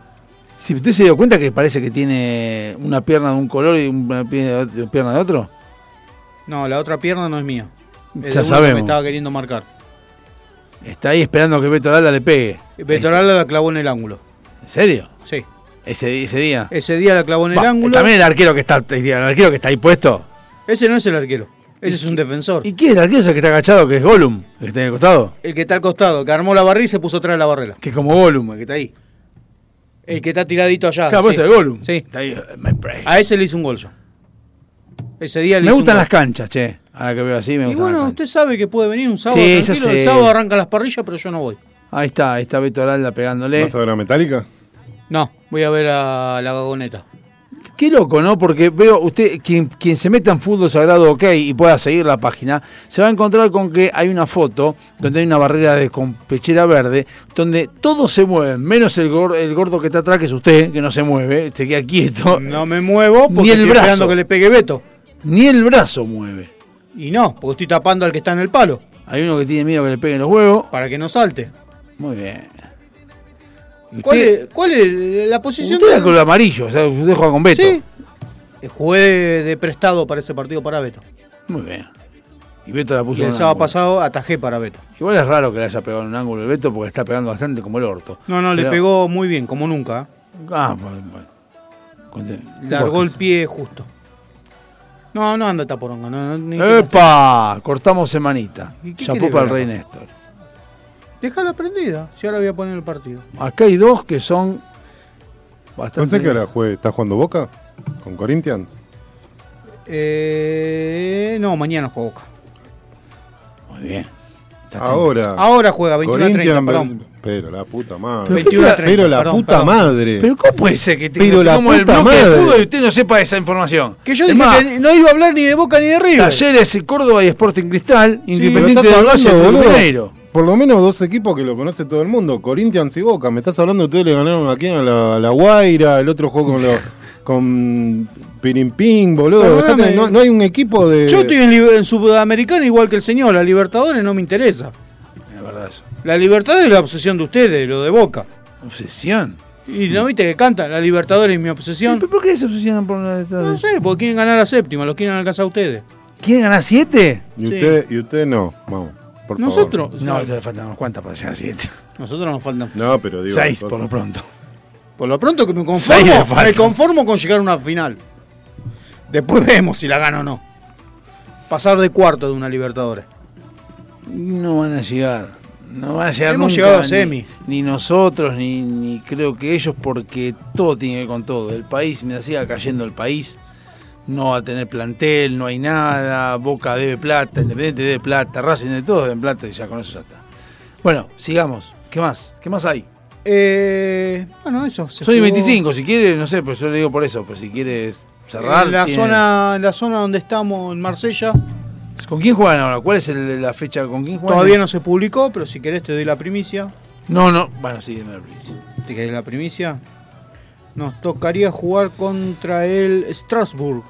Si usted se dio cuenta que parece que tiene una pierna de un color y una pie- de- pierna de otro. No, la otra pierna no es mía. Es de Ya uno que sabemos. me estaba queriendo marcar. Está ahí esperando que Beto Aralda le pegue. Este. Beto Aralda la clavó en el ángulo. ¿En serio? Sí. Ese, ese día. Ese día la clavó en el Va, ángulo. También el arquero que está, el arquero que está ahí puesto. Ese no es el arquero. Ese es un defensor. ¿Y quién es el arquero ese que está agachado, que es Gollum? El que está en el costado. El que está al costado, que armó la barrera y se puso atrás de la barrera. Que es como Gollum, el que está ahí. El que está tiradito allá. Claro, sí. ese es Gollum. Sí. Está ahí, A ese le hizo un gol yo. Ese día le Me hizo gustan un las gol. canchas, che. Ahora que veo así, me Y gustan las bueno, usted sabe que puede venir un sábado Sí, ya tranquilo. El sé. sábado arrancan las parrillas, pero yo no voy. canchas. Ahí está, ahí está Beto Aralda pegándole. ¿Vas a ver a Metallica? No, voy a ver a la vagoneta. Qué loco, ¿no? Porque veo, usted, quien, quien se meta en fútbol sagrado, ok, y pueda seguir la página, se va a encontrar con que hay una foto donde hay una barrera de con pechera verde, donde todos se mueven, menos el, gor- el gordo que está atrás, que es usted, que no se mueve, se queda quieto. No me muevo porque ni el estoy brazo, esperando que le pegue Beto. ni el brazo mueve. Y no, porque estoy tapando al que está en el palo. Hay uno que tiene miedo que le peguen los huevos. Para que no salte. Muy bien. ¿Y ¿Cuál, usted, es, cuál es la posición? usted era de- con lo amarillo, o sea, usted juega con Beto. Sí. Jugué de, de prestado para ese partido para Beto. Muy bien. Y Beto la puso Y en el un sábado ángulo. pasado atajé para Beto. Igual es raro que le haya pegado en un ángulo el Beto porque le está pegando bastante como el orto. No, no, le Pero- pegó muy bien, como nunca. ¿eh? Ah, bueno. bueno. Conté- Largó el pie justo. No, no anda taporonga. No, no, ni- ¡Epa! Cortamos semanita. ¿Y qué Chapó querés para el ver Rey acá? Néstor. Dejala prendida. Si ahora voy a poner el partido. Acá hay dos que son bastante. Pensé que ahora jue- está jugando Boca con Corinthians. Eh, no, mañana juega Boca. Muy bien. Ahora. Ahora juega 21 a 30, Corinthians, perdón. Pero la puta madre. Pero 21 a 30, Pero la perdón, puta perdón. madre. Pero ¿cómo puede ser que Pero tenga la como el puta bloque de madre. fútbol y usted no sepa esa información? Que yo Es dije más, que no iba a hablar ni de Boca ni de River. Talleres y Córdoba y Sporting Cristal, Pero Independiente estás de Valle hablando, y boludo, Mineiro. Por lo menos dos equipos que lo conoce todo el mundo, Corinthians y Boca. Me estás hablando, ustedes le ganaron aquí a la, a la Guaira, el otro juego con los con Pirimping, boludo. Perdóname. Dejate- no, no hay un equipo de. Yo estoy en, li- en Sudamericana igual que el señor. La Libertadores no me interesa. verdad eso. La libertad es la obsesión de ustedes, lo de Boca. ¿Obsesión? Y no viste que cantan, la Libertadores es mi obsesión. ¿Pero por qué se obsesionan por la Libertadores? No sé, porque quieren ganar la séptima, los quieren alcanzar ustedes. ¿Quieren ganar 7? Y usted, y usted no, vamos, por Nosotros- favor. No, ya le faltan unas cuantas para llegar a 7. Nosotros nos faltan. No, pero digo. Seis, entonces- por lo pronto. Por lo pronto que me Seis le conformo, faltan. me conformo con llegar a una final. Después vemos si la gano o no. Pasar de cuarto de una Libertadores. No van a llegar. No van a llegar Hemos nunca, llegado a ni- semi. Ni, nosotros, ni, ni creo que ellos, porque todo tiene que ver con todo. El país, me siga cayendo el país. No va a tener plantel, no hay nada. Boca debe plata, Independiente debe plata, Racing de todo deben plata y ya con eso ya está. Bueno, sigamos. ¿Qué más? ¿Qué más hay? Eh, bueno, eso. se Soy jugó 25, si quiere, no sé, pues yo le digo por eso, pero si quiere cerrar. En la, tiene- zona, en la zona donde estamos, en Marsella, ¿Con quién juegan ahora? ¿Cuál es el- la fecha con quién juegan? todavía no se publicó, pero si querés te doy la primicia. No, no. Bueno, sí, deme la primicia. ¿Te querés la primicia? Nos tocaría jugar contra el Strasbourg.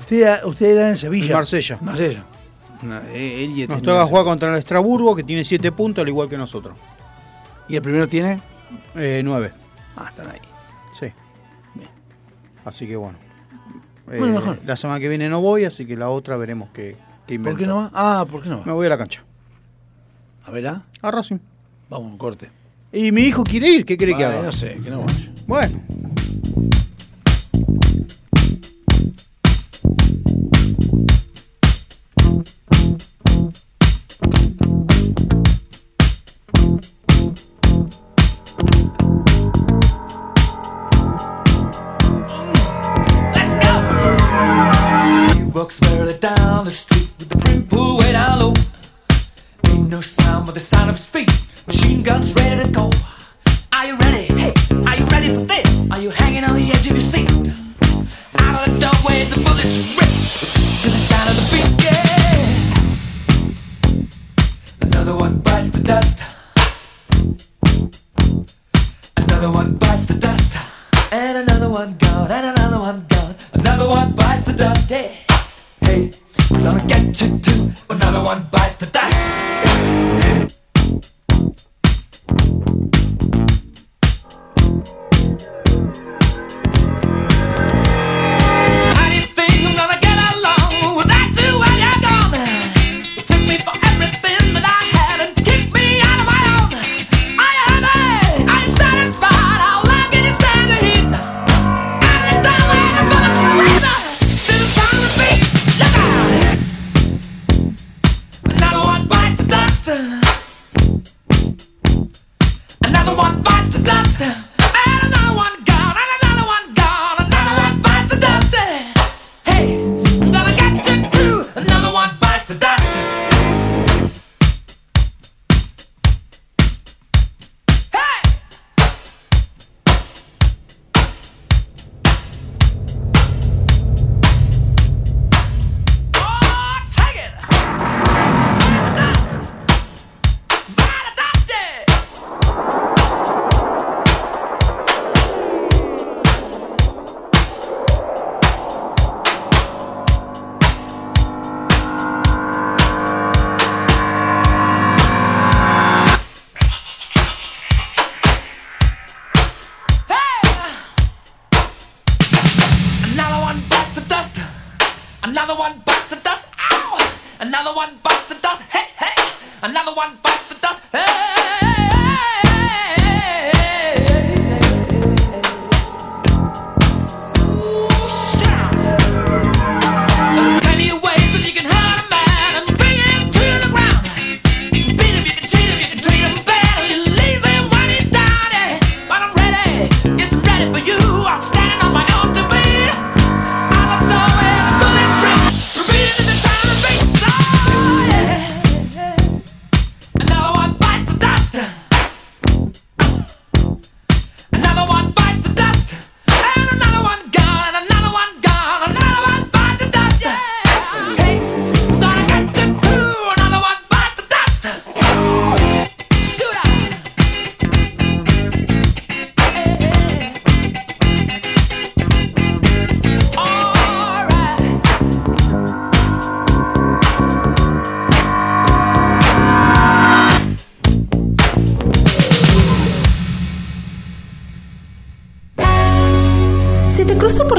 Usted era, usted era en En Sevilla. Marsella. Marsella. No, eh, él y Nos tenía- toca jugar contra el Estrasburgo, que tiene 7 puntos, al igual que nosotros. ¿Y el primero tiene? 9. Ah, están ahí. Sí. Así que bueno. Eh, Bueno, mejor. La semana que viene no voy, así que la otra veremos qué, qué ¿Por invento. qué no va? Ah, ¿por qué no Me va? voy a la cancha. A ver, ¿ah? A Racing. Vamos, un corte. Y mi hijo quiere ir, ¿qué quiere que Vale, haga? No sé, que no vaya. Bueno. He walks barely down the street with the brim pulled way down low. Ain't no sound but the sound of his feet. Machine guns ready to go. Are you ready? Hey, are you ready for this? Are you hanging on the edge of your seat? Out of the doorway, the bullets rip to the sound of the beat. Yeah. Another one bites the dust. Another one bites the dust. And another one gone, and another one gone. Another one bites the dust. Hey, hey, I'm gonna get you too. Another one bites the dust. How do you think I'm gonna get along without you when you're gone? You took me for everything that I had and kicked me out of my own. Are you happy? Are you satisfied? All I can is stand the heat. Out of the doorway, the bullets rain. To the sound of beat, look out! Another one bites the dust. Another one bites the dust. And another one gone. And another one gone. Another one bites the dust. Hey, I'm gonna get you too. Another one bites the dust. Another one bites the dust. Another one bites the dust. Ow! Another one bites the dust. Hey, hey! Another one bites the dust. Hey! Ooh, shout. There are plenty of ways that you can hurt a man and bring him to the ground. You can beat him, you can cheat him, you can treat him bad, or you leave him when he's down. eh? But I'm ready. Yes, I'm ready for you. I'm standing on my own to beat. Another one bites the dust. ¿Se te cruzó por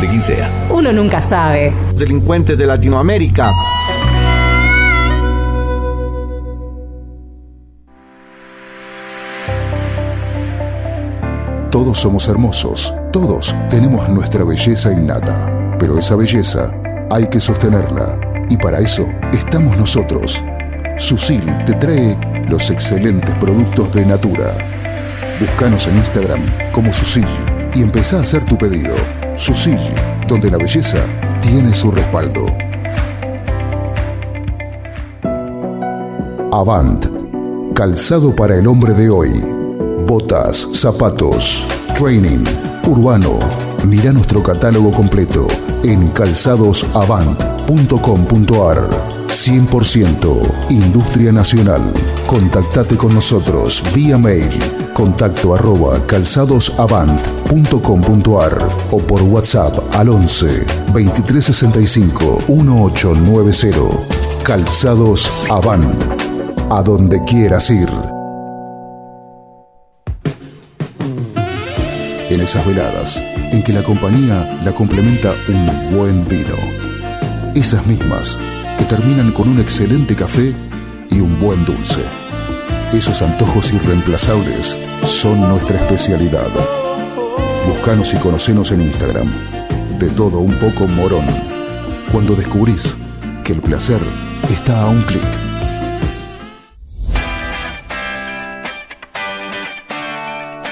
de quien sea. uno nunca sabe. Delincuentes de Latinoamérica. Todos somos hermosos, todos tenemos nuestra belleza innata, pero esa belleza hay que sostenerla y para eso estamos nosotros. Susil te trae los excelentes productos de Natura. Búscanos en Instagram como Susil y empezá a hacer tu pedido. Susil, donde la belleza tiene su respaldo. Avant, calzado para el hombre de hoy. Botas, zapatos, training, urbano. Mira nuestro catálogo completo en calzadosavant.com.ar. 100% Industria Nacional. Contactate con nosotros vía mail contacto arroba calzadosavant.com.ar o por WhatsApp al 11 2365 1890. Calzados Avant. A donde quieras ir. en esas veladas en que la compañía la complementa un buen vino. Esas mismas que terminan con un excelente café y un buen dulce. Esos antojos irreemplazables son nuestra especialidad. Buscanos y conocenos en Instagram. De todo un poco morón. Cuando descubrís que el placer está a un clic.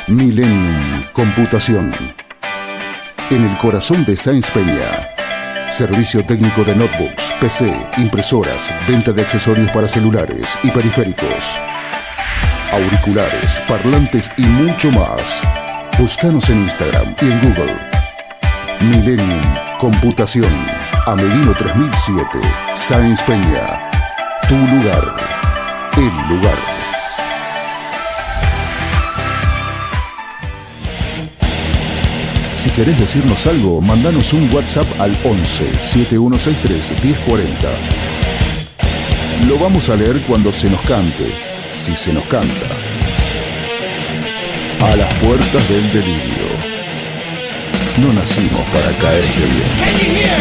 Millennium Computación. En el corazón de Sáenz Peña. Servicio técnico de notebooks, PC, impresoras, venta de accesorios para celulares y periféricos. Auriculares, parlantes y mucho más. Búscanos en Instagram y en Google. Millennium Computación. Amelino 3007. Sáenz Peña. Tu lugar. El lugar. Si querés decirnos algo, mandanos un WhatsApp al 11 7163 1040. Lo vamos a leer cuando se nos cante, si se nos canta. A las puertas del delirio. No nacimos para caerte bien. Can you hear?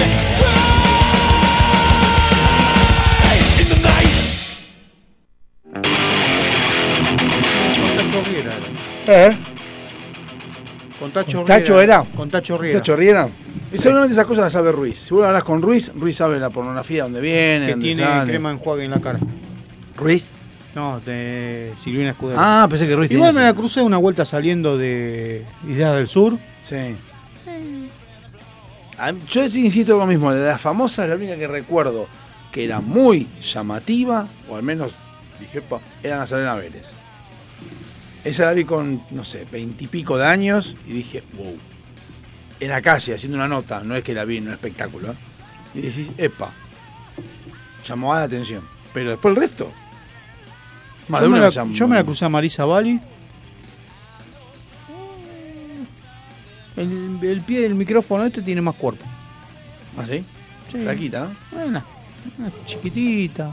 Hey, in the night. Con Tacho Riera era. ¿Eh? Con Tacho, ¿Con Tacho Riera. era? Con Tacho Riera. Tacho Riera. Y seguramente esas cosas las sabe Ruiz. Si vos hablas con Ruiz, Ruiz sabe la pornografía, dónde viene, Que dónde tiene sale. crema enjuague en la cara. ¿Ruiz? No, de Silvina Escudero. Ah, pensé que Ruiz Igual tenía me la crucé una vuelta saliendo de Islas del Sur. Sí. A- Yo sí insisto con lo mismo, la de las famosas, la única que recuerdo que era muy llamativa, o al menos dije, "Pa", era Nazarena Vélez. Esa la vi con, no sé, veintipico de años y dije, wow. En la calle, haciendo una nota, no es que la vi en un espectáculo. ¿eh? Y decís, epa. Llamaba la atención. Pero después el resto. Más de yo, me una la, me llamó. yo me la crucé a Marisa Bali. El, el pie del micrófono este tiene más cuerpo. ¿Ah, sí? Flaquita, ¿eh? ¿no? Bueno, una chiquitita.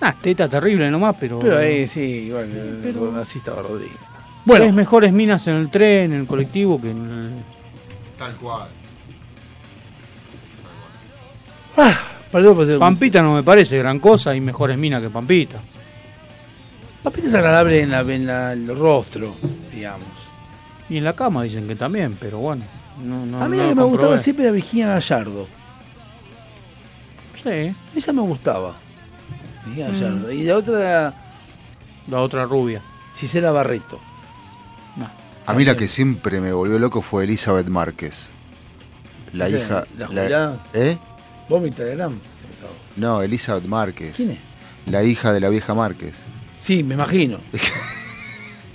Una teta terrible nomás, pero. Pero ahí sí, bueno, Pero- así estaba Rodríguez. Bueno. Es mejores minas en el tren, en el colectivo que en el. Tal cual. pues, Pampita no me parece gran cosa, hay mejores minas que Pampita. Papita es agradable en, la, en la- el rostro, digamos. Y en la cama dicen que también, pero bueno. No, no, a mí Ah, la que me no lo gustaba comprobé. siempre era Virginia Gallardo. Sí. Esa me gustaba. Virginia Mm. Gallardo. Y la otra La otra rubia. Gisela Barreto. A mí la que siempre me volvió loco fue Elizabeth Márquez. La Sí, hija. la jurada. ¿Eh? ¿Vos mi Telegram? No, Elizabeth Márquez. ¿Quién es? La hija de la vieja Márquez. Sí, me imagino.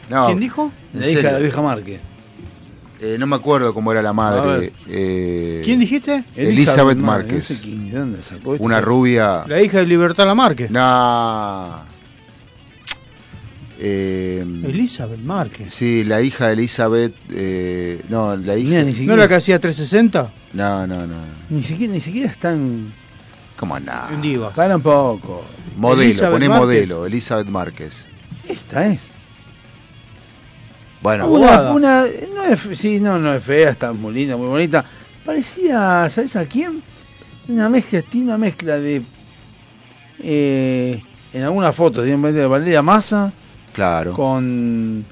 No, ¿Quién dijo? en La hija de serio. la vieja Márquez. Eh, no me acuerdo cómo era la A madre. ver. eh, ¿Quién dijiste? Elizabeth No Márquez. sé quién- ¿de dónde sacó esto? Una rubia. La hija de Libertad Lamarque. No. Eh, Elizabeth Márquez. sí, la hija de Elizabeth. eh, no, la hija. ¿No era la que hacía 360? No, no, no. Ni siquiera, ni siquiera están. ¿Cómo nada? Ah, En Diva. Para un poco. Modelo, Elizabeth poné Márquez. modelo, Elizabeth Márquez. Esta es. Bueno, Una, una- no es, sí, no, no es fea, está muy linda, muy bonita. Parecía, ¿sabes a quién? Una mezcla, tiene una mezcla de. eh, en algunas fotos, tiene de Valeria Massa claro. con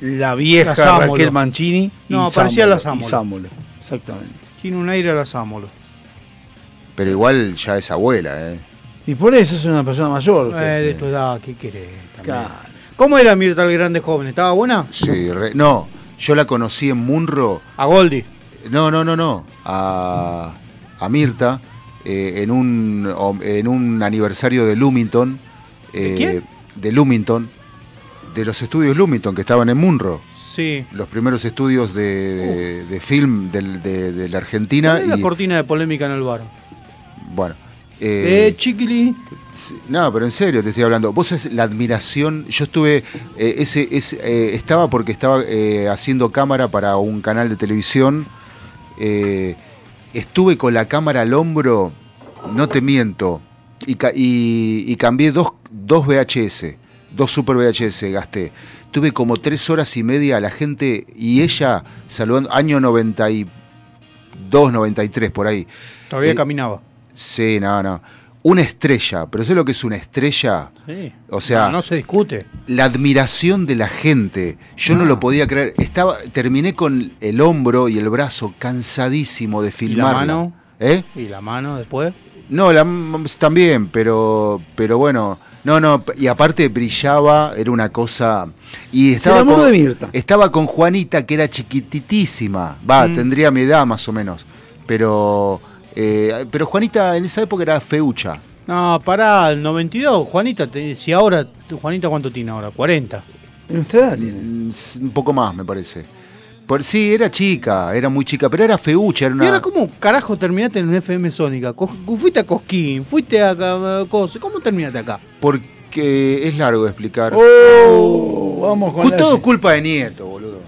la vieja La Sámolo. Raquel Mancini. No, parecía la Sámolo, y Sámolo. Sámolo, Exactamente. Tiene un aire a la Sámolo. Pero igual ya es abuela, ¿eh? Y por eso es una persona mayor. Eh, usted. de tu edad, ¿qué querés? también? Claro. ¿Cómo era Mirta el Grande joven? ¿Estaba buena? Sí, re- no, yo la conocí en Munro. A Goldi. No, no, no, no. A, a Mirta eh, en, un, o- en un aniversario de Lumington. eh, quién? de Lumington. De los estudios Lumington que estaban en Munro. Sí. Los primeros estudios de, Uh. de- de film del- de, de la Argentina. ¿Cuál es la y, cortina de polémica en el bar? bueno. Eh, eh, Chiquili. Sí, No, pero en serio te estoy hablando. Vos es la admiración. Yo estuve. eh, ese, ese, eh, estaba porque estaba eh, haciendo cámara para un canal de televisión. Eh, estuve con la cámara al hombro, no te miento. Y, ca- y- y cambié dos, dos VHS, dos super VHS gasté. Tuve como tres horas y media a la gente y ella saludando. Año 92, 93, por ahí. Todavía Eh, caminaba. Sí, no, no. Una estrella, pero ¿sabes lo que es una estrella? Sí. O sea, no, no se discute. la admiración de la gente. Yo no. Ah. lo podía creer. Estaba, terminé con el hombro y el brazo cansadísimo de filmar. mano? ¿Eh? ¿Y la mano después? No, la, m- también, pero, pero bueno. No, no, p- y aparte brillaba, era una cosa. Y estaba, enamoró con, de Mirta. estaba con Juanita, que era chiquititísima. Va, Mm. tendría mi edad más o menos. Pero, eh, pero Juanita en esa época era feucha. No, pará, el 92. Juanita, te- si ahora. Juanita, ¿cuánto tiene ahora? 40. Mm, s- Un poco más, me parece. Por, sí, era chica, era muy chica, pero era feucha, era ¿Y ahora una. cómo carajo terminaste en un FM Sónica? Co- Fuiste a Cosquín, fuiste a Ca- Coso. ¿Cómo terminaste acá? Porque es largo de explicar. Oh, vamos con Ju- la- Todo culpa de nieto, boludo.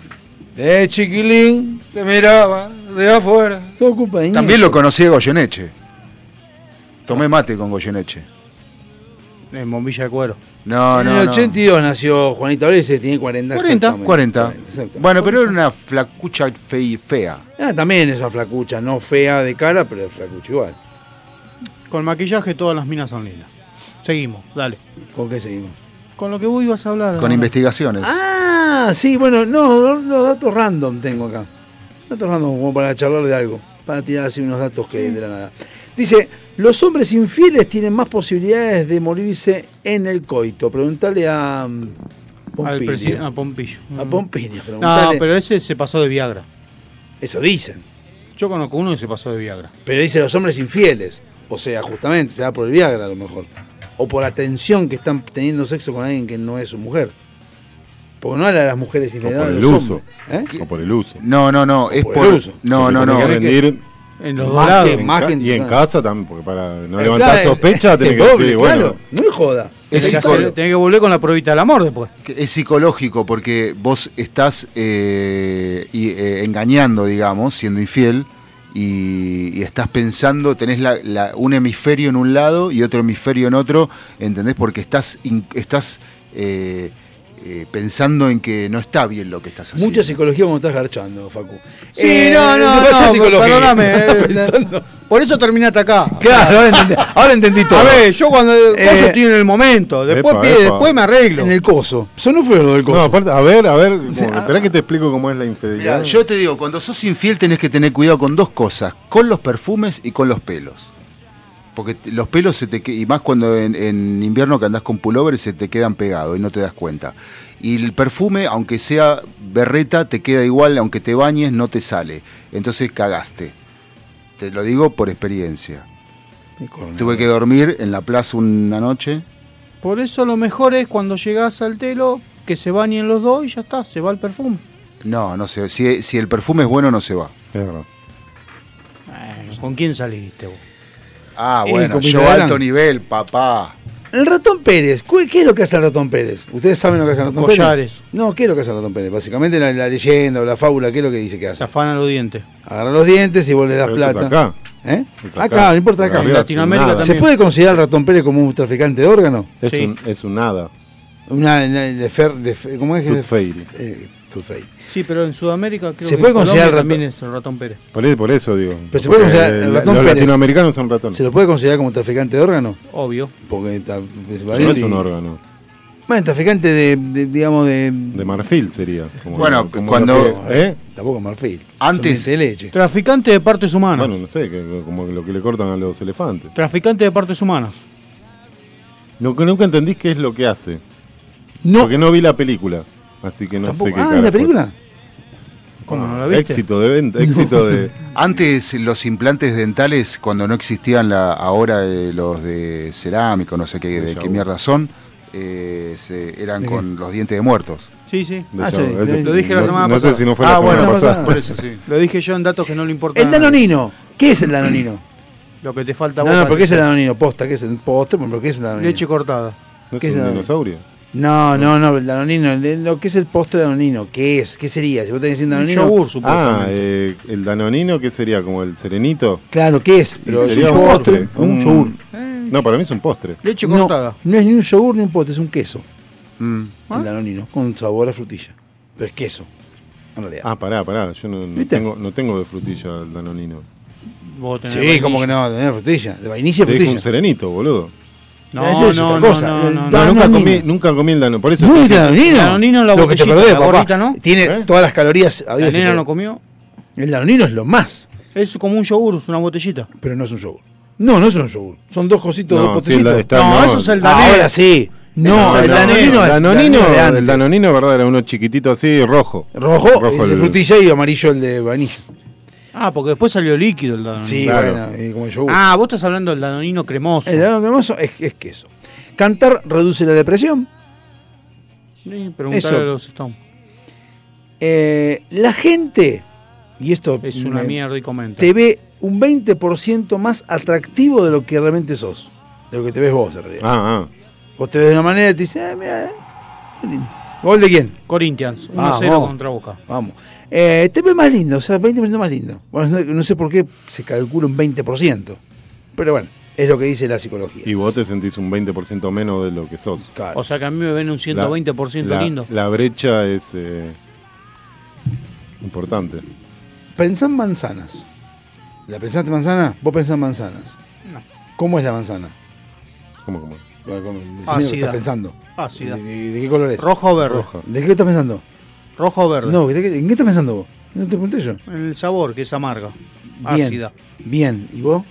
De chiquilín. Te miraba de afuera. Todo culpa de También Nieto. lo conocí a Goyeneche. Tomé mate con Goyeneche. En bombilla de cuero. No, en no. el no. 82 nació Juanita Oreses, tiene 40. 40, exactamente. 40. exactamente. Bueno, pero era una flacucha fe- fea. Ah, también es una flacucha, no fea de cara, pero es flacucha igual. Con maquillaje todas las minas son lindas. Seguimos, dale. ¿Con qué seguimos? Con lo que vos ibas a hablar. Con ahora. investigaciones. Ah, sí, bueno, no, no, no, datos random tengo acá. Datos random como para charlar de algo, para tirar así unos datos que de la nada. Dice, los hombres infieles tienen más posibilidades de morirse en el coito. Preguntale a mm, Al presi- Pompilia. a Pompillo. A Pompilia, No, preguntale. pero ese se pasó de Viagra. Eso dicen. Yo conozco uno que se pasó de Viagra. Pero dice los hombres infieles. O sea, justamente, será por el Viagra a lo mejor. O por la tensión que están teniendo sexo con alguien que no es su mujer. Porque no habla de las mujeres infieles, habla de los hombres. ¿Eh? O por el uso. No, no, no. Es por por. el uso. No, no, no. Tiene que rendir En los Más lados. que- en más ca- que- y en claro. casa también, porque para no Eh, levantar claro, sospecha, es- tiene es que doble, decir, claro. bueno. No me joda. Es Tenés que, hacer- psicólogo. tenés que volver con la probita del amor después. Que Es psicológico porque vos estás eh, y, eh, engañando, digamos, siendo infiel, y, y estás pensando, tenés la- la- un hemisferio en un lado y otro hemisferio en otro, ¿entendés? Porque estás, in- estás eh, eh, pensando en que no está bien lo que estás haciendo. Mucha psicología como estás garchando, Facu. Sí, Eh, no, no, me pasé no, psicología. perdóname. Estaba eh, pensando. Por eso terminaste acá. Claro, ahora entendí, ahora entendí todo. A ver, yo cuando Eh, coso estoy en el momento, después, epa, pide- epa. después me arreglo. en el coso. Sonó feo lo del No, coso. ah. aparte, a ver, a ver, como- sea, esperá que te explico cómo es la infidelidad. Mirá, yo te digo, cuando sos infiel tenés que tener cuidado con dos cosas, con los perfumes y con los pelos. Porque t- los pelos se te que- y más cuando en, en invierno que andás con pullover se te quedan pegados y no te das cuenta. Y el perfume, aunque sea berreta, te queda igual, aunque te bañes, no te sale. Entonces cagaste. Te lo digo por experiencia. Qué corno. Tuve que dormir en la plaza una noche. Por eso lo mejor es cuando llegás al telo, que se bañen los dos y ya está, se va el perfume. No, no se Si, si el perfume es bueno, no se va. ¿Con quién saliste vos? Ah, Eh. Y bueno, con yo Villarán. alto nivel, papá. El ratón Pérez, ¿cu- ¿qué es lo que hace el ratón Pérez? ¿Ustedes saben lo que hace el ratón Collares. Pérez? No, ¿qué es lo que hace el ratón Pérez? Básicamente la, la leyenda o la fábula, ¿qué es lo que dice que hace? Afana los dientes. Agarra los dientes y vos le das Pero eso es plata. acá. ¿Eh? Es Acá, acá. no importa acá. En Latinoamérica ¿Se también. puede considerar al ratón Pérez como un traficante de órgano? Es, un, es un hada. Una, una- de fer- de fe- ¿Cómo es que es? Toothfairy. Eh, Toothfairy. Sí, pero en Sudamérica creo ¿Se que puede en Colombia considerar ratón- también es el ratón Pérez. Por, e- por eso digo. Pero se puede Porque considerar el la- ratón Los Pérez. latinoamericanos son ratones. ¿Se lo puede considerar como traficante de órgano? Obvio. Porque está- es No es valiente y- un órgano. Bueno, traficante de, de- digamos, de... De marfil sería. como- Bueno, como cuando- lo que- ¿eh? Tampoco marfil. Antes- Son de leche. Traficante de partes humanas. Bueno, no sé, que- como lo que le cortan a los elefantes. Traficante de partes humanas. No, que nunca entendís qué es lo que hace. No. Porque no vi la película. Así que no sé Tampoco- qué. Ah, ¿y la carajo. película? ¿Cómo no Éxito de venta, éxito de. Antes los implantes dentales, cuando no existían la, ahora eh, los de cerámico, no sé qué, de qué mierda son, eh, se- eran ¿De qué? con los dientes de muertos. Sí, sí. De Ah, eso, sí, eso- sí. Lo dije la no- semana no sé pasada. si no fue la Ah, semana bueno, pasada. por eso, sí. Lo dije yo en datos que no le importan. El danonino. ¿Qué es el danonino? Lo que te falta No, vos no, para ¿por qué es el crecer. danonino? Posta, ¿qué es el postre? ¿Por qué es el danonino? Leche cortada. ¿No es ¿Qué es un el- dinosaurio? No, no, no, el danonino, el- lo que es el postre danonino, ¿qué es? ¿Qué sería? Si vos tenés un danonino. Ah, eh, el danonino, que sería? ¿Como el serenito? Claro, ¿qué es? Pero es Sería un postre, un yogur. No, para mí es un postre. Leche no, no es ni un yogur ni un postre, es un queso. Mm. ¿Ah? El danonino, con sabor a frutilla. Pero es queso. En realidad. Ah, pará, pará. Yo no, no ¿Viste? tengo, no tengo de frutilla el danonino. Vos tenés Sí, vainilla. como que no, tenés frutilla. De vainilla y Te dije un frutilla. serenito, boludo. No, Esa es no, otra no, cosa, no, el no, no. nunca, danonino. comí, nunca comí el danonino. Por eso No, te el dije- danonino. lo que te perdés, papá. Tiene ¿Eh? todas las calorías. La habidas y nena por- no comió. El danonino es lo más. Es como un yogur, es una botellita. Pero no es un yogur. No, no es un yogur. Son dos cositos, No, dos sí, el potecitos. da- está- No, no. eso es el Danone. Ah, Ahora sí. No, Ese el es danonino es danonino, Danone de antes. el danonino, verdad, era uno chiquitito así, rojo. Rojo, el de frutilla y amarillo el de vainilla. Ah, porque después salió líquido el danonino. Sí, Claro. bueno, y como el yogur. Ah, vos estás hablando del danonino cremoso. El danonino hermoso es, es queso. Cantar reduce la depresión. Sí, preguntale Eso. a los Stones. Eh, la gente, y esto Es una me- mierda y comenta. te ve un 20% más atractivo de lo que realmente sos. De lo que te ves vos, en realidad. Ah, ah. Vos te ves de una manera y te dice, ah, mira, eh, qué lindo". ¿Gol de quién? Ah, Corinthians, 1-0 Vamos. contra Boca. Vamos. Eh, te ve más lindo, o sea, 20% más lindo. Bueno, no, no sé por qué se calcula un 20%. Pero bueno, es lo que dice la psicología. Y vos te sentís un 20% menos de lo que sos. O sea que a mí me ven un 120% La- lindo. La brecha es eh, importante. Pensá en manzanas. ¿La pensaste manzana? Vos pensás en manzanas. No. ¿Cómo es la manzana? ¿Cómo, cómo? Bueno, ¿cómo? Decime lo que Ácida. estás pensando. Ah, Ácida. ¿De, de- de qué color es? Rojo o verde. Roja. ¿De qué estás pensando? Rojo o verde. No, ¿de qué, ¿en qué estás pensando vos? No te pregunté yo. El sabor, que es amarga. Bien. Ácida. Bien, ¿y vos?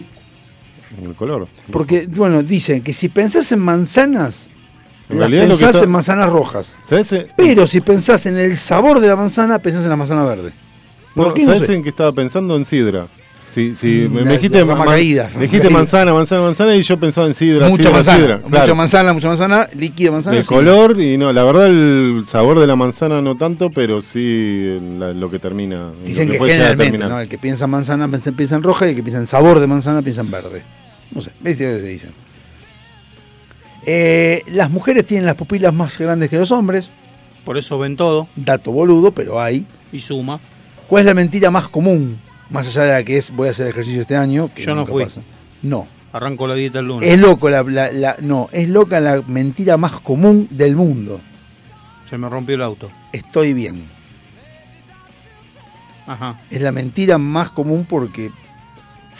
El color. Porque, bueno, dicen que si pensás en manzanas, En las realidad lo que pensás está- en manzanas rojas. ¿Sabes? eh? Pero si pensás en el sabor de la manzana, pensás en la manzana verde. ¿Por No, qué no ¿Sabes sé? Mm, en qué estaba pensando? En sidra. Sí, sí, me, La- me dijiste, la rama man- caída, me dijiste caída. manzana, manzana, manzana y yo pensaba en sidra. Mucha sidra, manzana, sidra, mucha claro. manzana, mucha manzana, líquido manzana. De sí. color y no, la verdad el sabor de la manzana no tanto, pero sí eh, la- lo que termina. Dicen lo que puede llegar a generalmente, terminar. ¿no? El que piensa en manzana piensa, piensa en roja y el que piensa en sabor de manzana piensa en verde. No sé, ¿viste lo que se dicen? Eh, las mujeres tienen las pupilas más grandes que los hombres. Por eso ven todo Dato boludo, pero hay. y suma. ¿Cuál es la mentira más común? Más allá de la que es voy a hacer ejercicio este año. que Yo no nunca fui. pasa. No. Arranco la dieta el lunes. Es loco la, la- la- No, es loca la mentira más común del mundo. Se me rompió el auto. Estoy bien. Ajá. Es la mentira más común porque.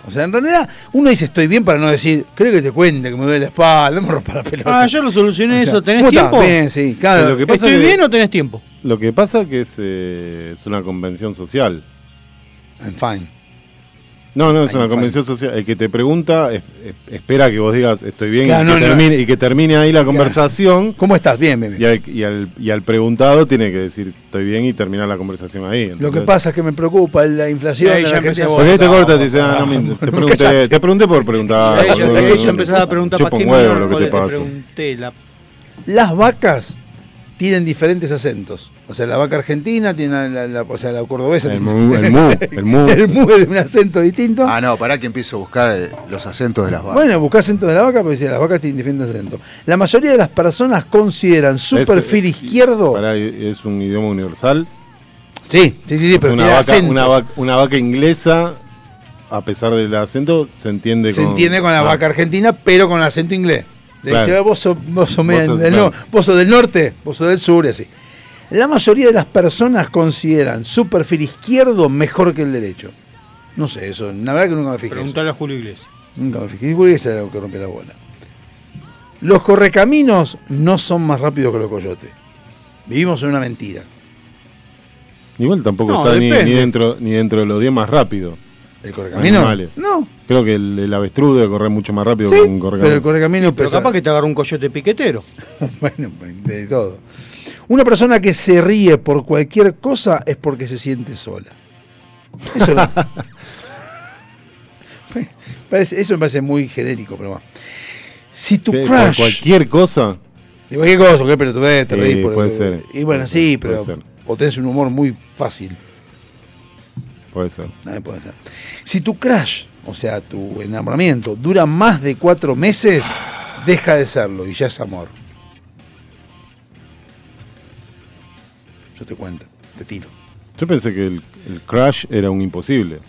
O sea, en realidad, uno dice estoy bien para no decir, creo que te cuente que me duele la espalda, no me rompa la pelota. Ah, yo lo solucioné O sea, eso. ¿Tenés ¿cómo estás? tiempo? Bien, sí, claro. Lo que pasa ¿Estoy que- bien o tenés tiempo? Lo que pasa que es, eh, es una convención social. I'm fine. No, no, es I'm una fine. convención social. El que te pregunta es- es- espera que vos digas estoy bien Claro, y, no, que no. termine, y que termine ahí la conversación. ¿Cómo estás? Bien, bien, bien. Y al, y al- y al preguntado tiene que decir estoy bien y terminar la conversación ahí. Lo que ¿entendés? pasa es que me preocupa la inflación. Ahí de la ya Argentina. empecé vos. Porque ahí te cortas y dices, ah, no, me- te, pregunté, te pregunté por preguntar. Ahí ya- boludo, ahí no, ya empezaba a preguntar chupa para qué un huevo miércoles lo que te te pasa. pregunté la Las vacas tienen diferentes acentos. O sea, la vaca argentina tiene la, la- la- o sea, la cordobesa. El tiene- mu, el mu, el mu. es de un acento distinto. Ah, no, pará que empiezo a buscar eh, los acentos de las vacas. Bueno, buscar acentos de la vaca, porque si las vacas tienen diferentes acentos. La mayoría de las personas consideran su Es- eh, perfil izquierdo. Pará, ¿es un idioma universal? Sí, sí, sí, pero una tiene vaca, acentos. una, vaca, una vaca inglesa, a pesar del acento, se entiende se con... entiende con la Ah, vaca argentina, pero con acento inglés. Le Claro. dice, vos sos, vos sos media- sos- del, no- claro. vos sos del norte, vos sos del sur, y así. La mayoría de las personas consideran su perfil izquierdo mejor que el derecho. No sé, eso, la verdad que nunca me fijé. Preguntale a Julio Iglesias. Nunca me fijé. Y Julio Iglesias era lo que rompe la bola. Los correcaminos no son más rápidos que los coyotes. Vivimos en una mentira. Igual tampoco No, está ni, depende. ni dentro ni dentro de los 10 más rápido. ¿El correcamino? No. Creo que el, el avestruz debe correr mucho más rápido Sí, que un correcamino. pero el correcamino Pero pesa- capaz que te agarra un coyote piquetero. bueno, de todo. Una persona que se ríe por cualquier cosa es porque se siente sola. Eso, lo- Parece- eso me parece muy genérico, pero bueno. Si tu ¿Qué? Eh, ¿Por crush. ¿Cualquier cosa? Digo, ¿Qué cosa? ¿Qué pelotudez? Te Sí, reís por- puede ser. Y bueno, Puede sí, ser, pero. puede ser. O tenés un humor muy fácil. Puede ser. Nada puede ser. Si tu crush, o sea, tu enamoramiento, dura más de cuatro meses, deja de serlo y ya es amor. Yo te cuento, te tiro. Yo pensé que el, el crash era un imposible.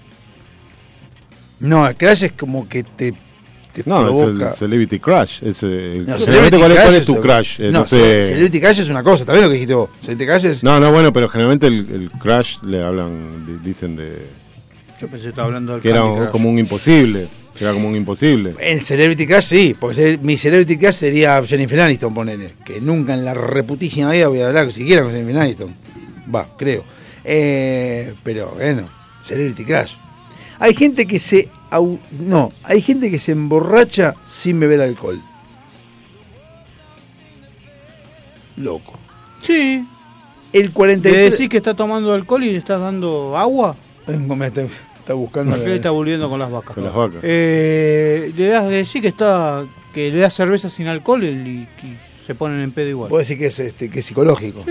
No, el crush es como que te, te No, es provoca. el Celebrity Crash. Es eh, el- No, generalmente, ¿cuál, es- cuál Crush es tu lo- crash? Eh, no, no sé. Celebrity Crush es una cosa, también lo que dijiste vos. Celebrity Crush es. No, no, bueno, pero generalmente el, el crash le hablan, di- dicen de Yo pensé que estaba hablando del que era Candy Crush. como un imposible. que Era como un imposible. El Celebrity Crush sí, porque se- mi Celebrity Crush sería Jennifer Aniston, ponele. Que nunca en la reputísima vida voy a hablar siquiera con Jennifer Aniston. Va, creo. Eh, pero bueno, Celebrity Crush. Hay gente que se. au- no, hay gente que se emborracha sin beber alcohol. Loco. Sí. El ¿Te 43. decís que está tomando alcohol y le estás dando agua? Me está, está buscando. ¿Por qué le está volviendo con las vacas? Con las vacas. Eh, le das, le decís que está que le das cerveza sin alcohol y, y se ponen en pedo igual. Vos decís que es, este, que es psicológico.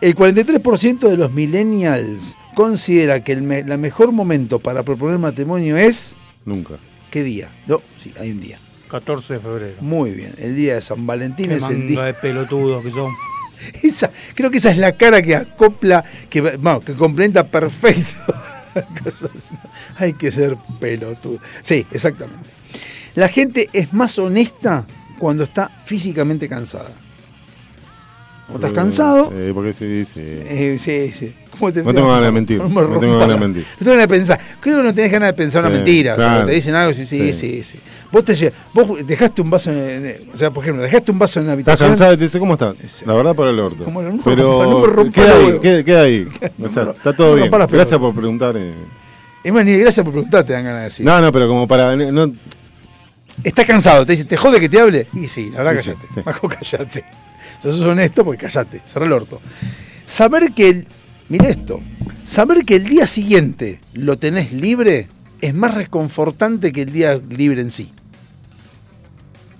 El 43% de los millennials considera que el me- la mejor momento para proponer matrimonio es... Nunca. ¿Qué día? No, sí, hay un día. 14 de febrero. Muy bien. El día de San Valentín Qué es el manga día... de pelotudos que son. Esa- creo que esa es la cara que acopla, que, va- vamos, que complementa perfecto. Hay que ser pelotudo. Sí, exactamente. La gente es más honesta cuando está físicamente cansada. O estás Uh. Eh, cansado. Eh, porque sí, dice. Eh, sí, sí. ¿Cómo te No tengo ganas de mentir, me no tengo rompas ganas de la- mentir. No tengo ganas de pensar. Creo que no tenés ganas de pensar una Sí, mentira. O sea, claro. te dicen algo, sí, sí, sí. Sí. sí. Vos, te, lle- vos dejaste un vaso en, en- O sea, por ejemplo, dejaste un vaso en la Estás habitación. cansado y te dice, ¿cómo estás? La verdad, para el orto. Como no, no, pero no me rompa queda, los ahí, huevos. queda, queda ahí. O sea, está todo no bien. rompa las pelotas. Gracias por preguntar. eh. Es más, ni gracias por preguntar, te dan ganas de decir. No, no, pero como para. No, Estás cansado, te dicen, ¿te jode que te hable? Y sí, la verdad, Sí, sí, callate. sí. Majo, callate. Yo sos honesto porque callate, cerrá el orto. Saber que el. Mira esto. Saber que el día siguiente lo tenés libre es más reconfortante que el día libre en sí.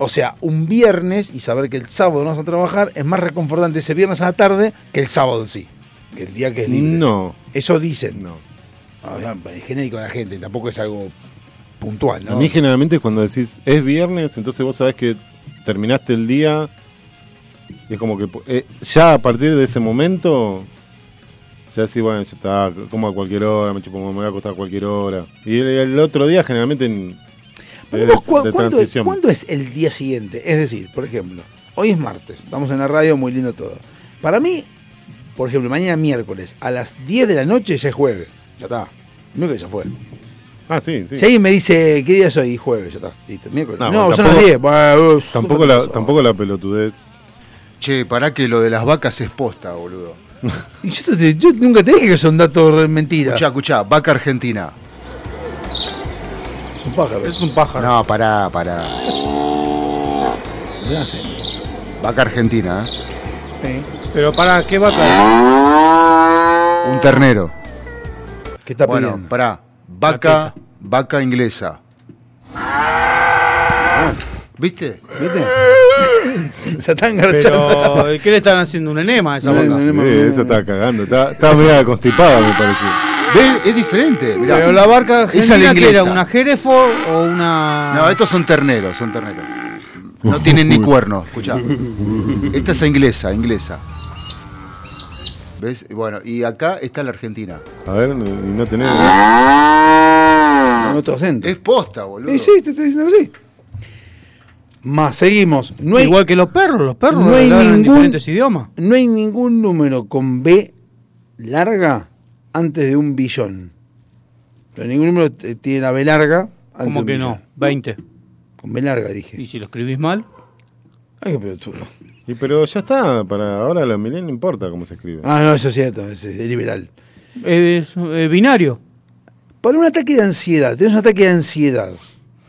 O sea, un viernes y saber que el sábado no vas a trabajar es más reconfortante ese viernes a la tarde que el sábado en sí. Que el día que es libre. no. Eso dicen. Ah, No. es genérico de la gente, tampoco es algo puntual, ¿no? A mí generalmente es cuando decís es viernes, entonces vos sabés que terminaste el día. Y es como que eh, ya a partir de ese momento, ya decís, bueno, ya está, como a cualquier hora, me, chupo, me voy a acostar a cualquier hora. Y el, el otro día generalmente en, Pero es de- vos, ¿cu- de cuándo, es, transición. cuándo es el día siguiente? Es decir, por ejemplo, hoy es martes, estamos en la radio, muy lindo todo. Para mí, por ejemplo, mañana miércoles, a las 10 de la noche ya es jueves, ya está. Miércoles ya fue. Ah, sí, sí. Si alguien me dice, ¿qué día es hoy? Jueves, ya está. Listo, miércoles. No, No, bueno, son tampoco- las 10. Bueno, uf, Tampoco súper la, pasado. tampoco la pelotudez. Che, pará que lo de las vacas es posta, boludo. Y yo, te- yo nunca te dije que son datos re- mentira. Escuchá, escuchá, vaca argentina. Es un pájaro. Es un pájaro. No, pará, pará. Ya sé. Vaca argentina, ¿eh? Pero para qué vaca Un ternero. ¿Qué está bueno, pidiendo? Ah. pará. Vaca, vaca inglesa. ¿Viste? ¿Viste? Se están garchando. Pero, ¿qué le están haciendo? ¿Un enema a esa Sí, boca? esa estaba cagando. Estaba, estaba media constipada, me pareció. ¿Ves? Es diferente. mirá. Pero la barca Esa es la argentina, ¿qué era? inglesa. ¿Una jerefo o una...? No, estos son terneros, son terneros. No tienen ni cuernos, escuchá. Esta es inglesa, inglesa. ¿Ves? Bueno, y acá está la Argentina. A ver, no- y no tenés. Con otro acento. Es posta, boludo. Y sí, te estoy diciendo que sí. Más seguimos. No hay, Igual que los perros, los perros no hay hablan en ningún- diferentes idiomas. No hay ningún número con B larga antes de un billón. Pero ningún número t- tiene la B larga antes ¿Cómo que no? 20. Con B larga dije. ¿Y si lo escribís mal? Ay, qué pelotudo. Y pero ya está, para ahora la milenial no importa cómo se escribe. Ah, no, eso es cierto, es, es liberal. Es eh, binario. Para un ataque de ansiedad, tenés un ataque de ansiedad.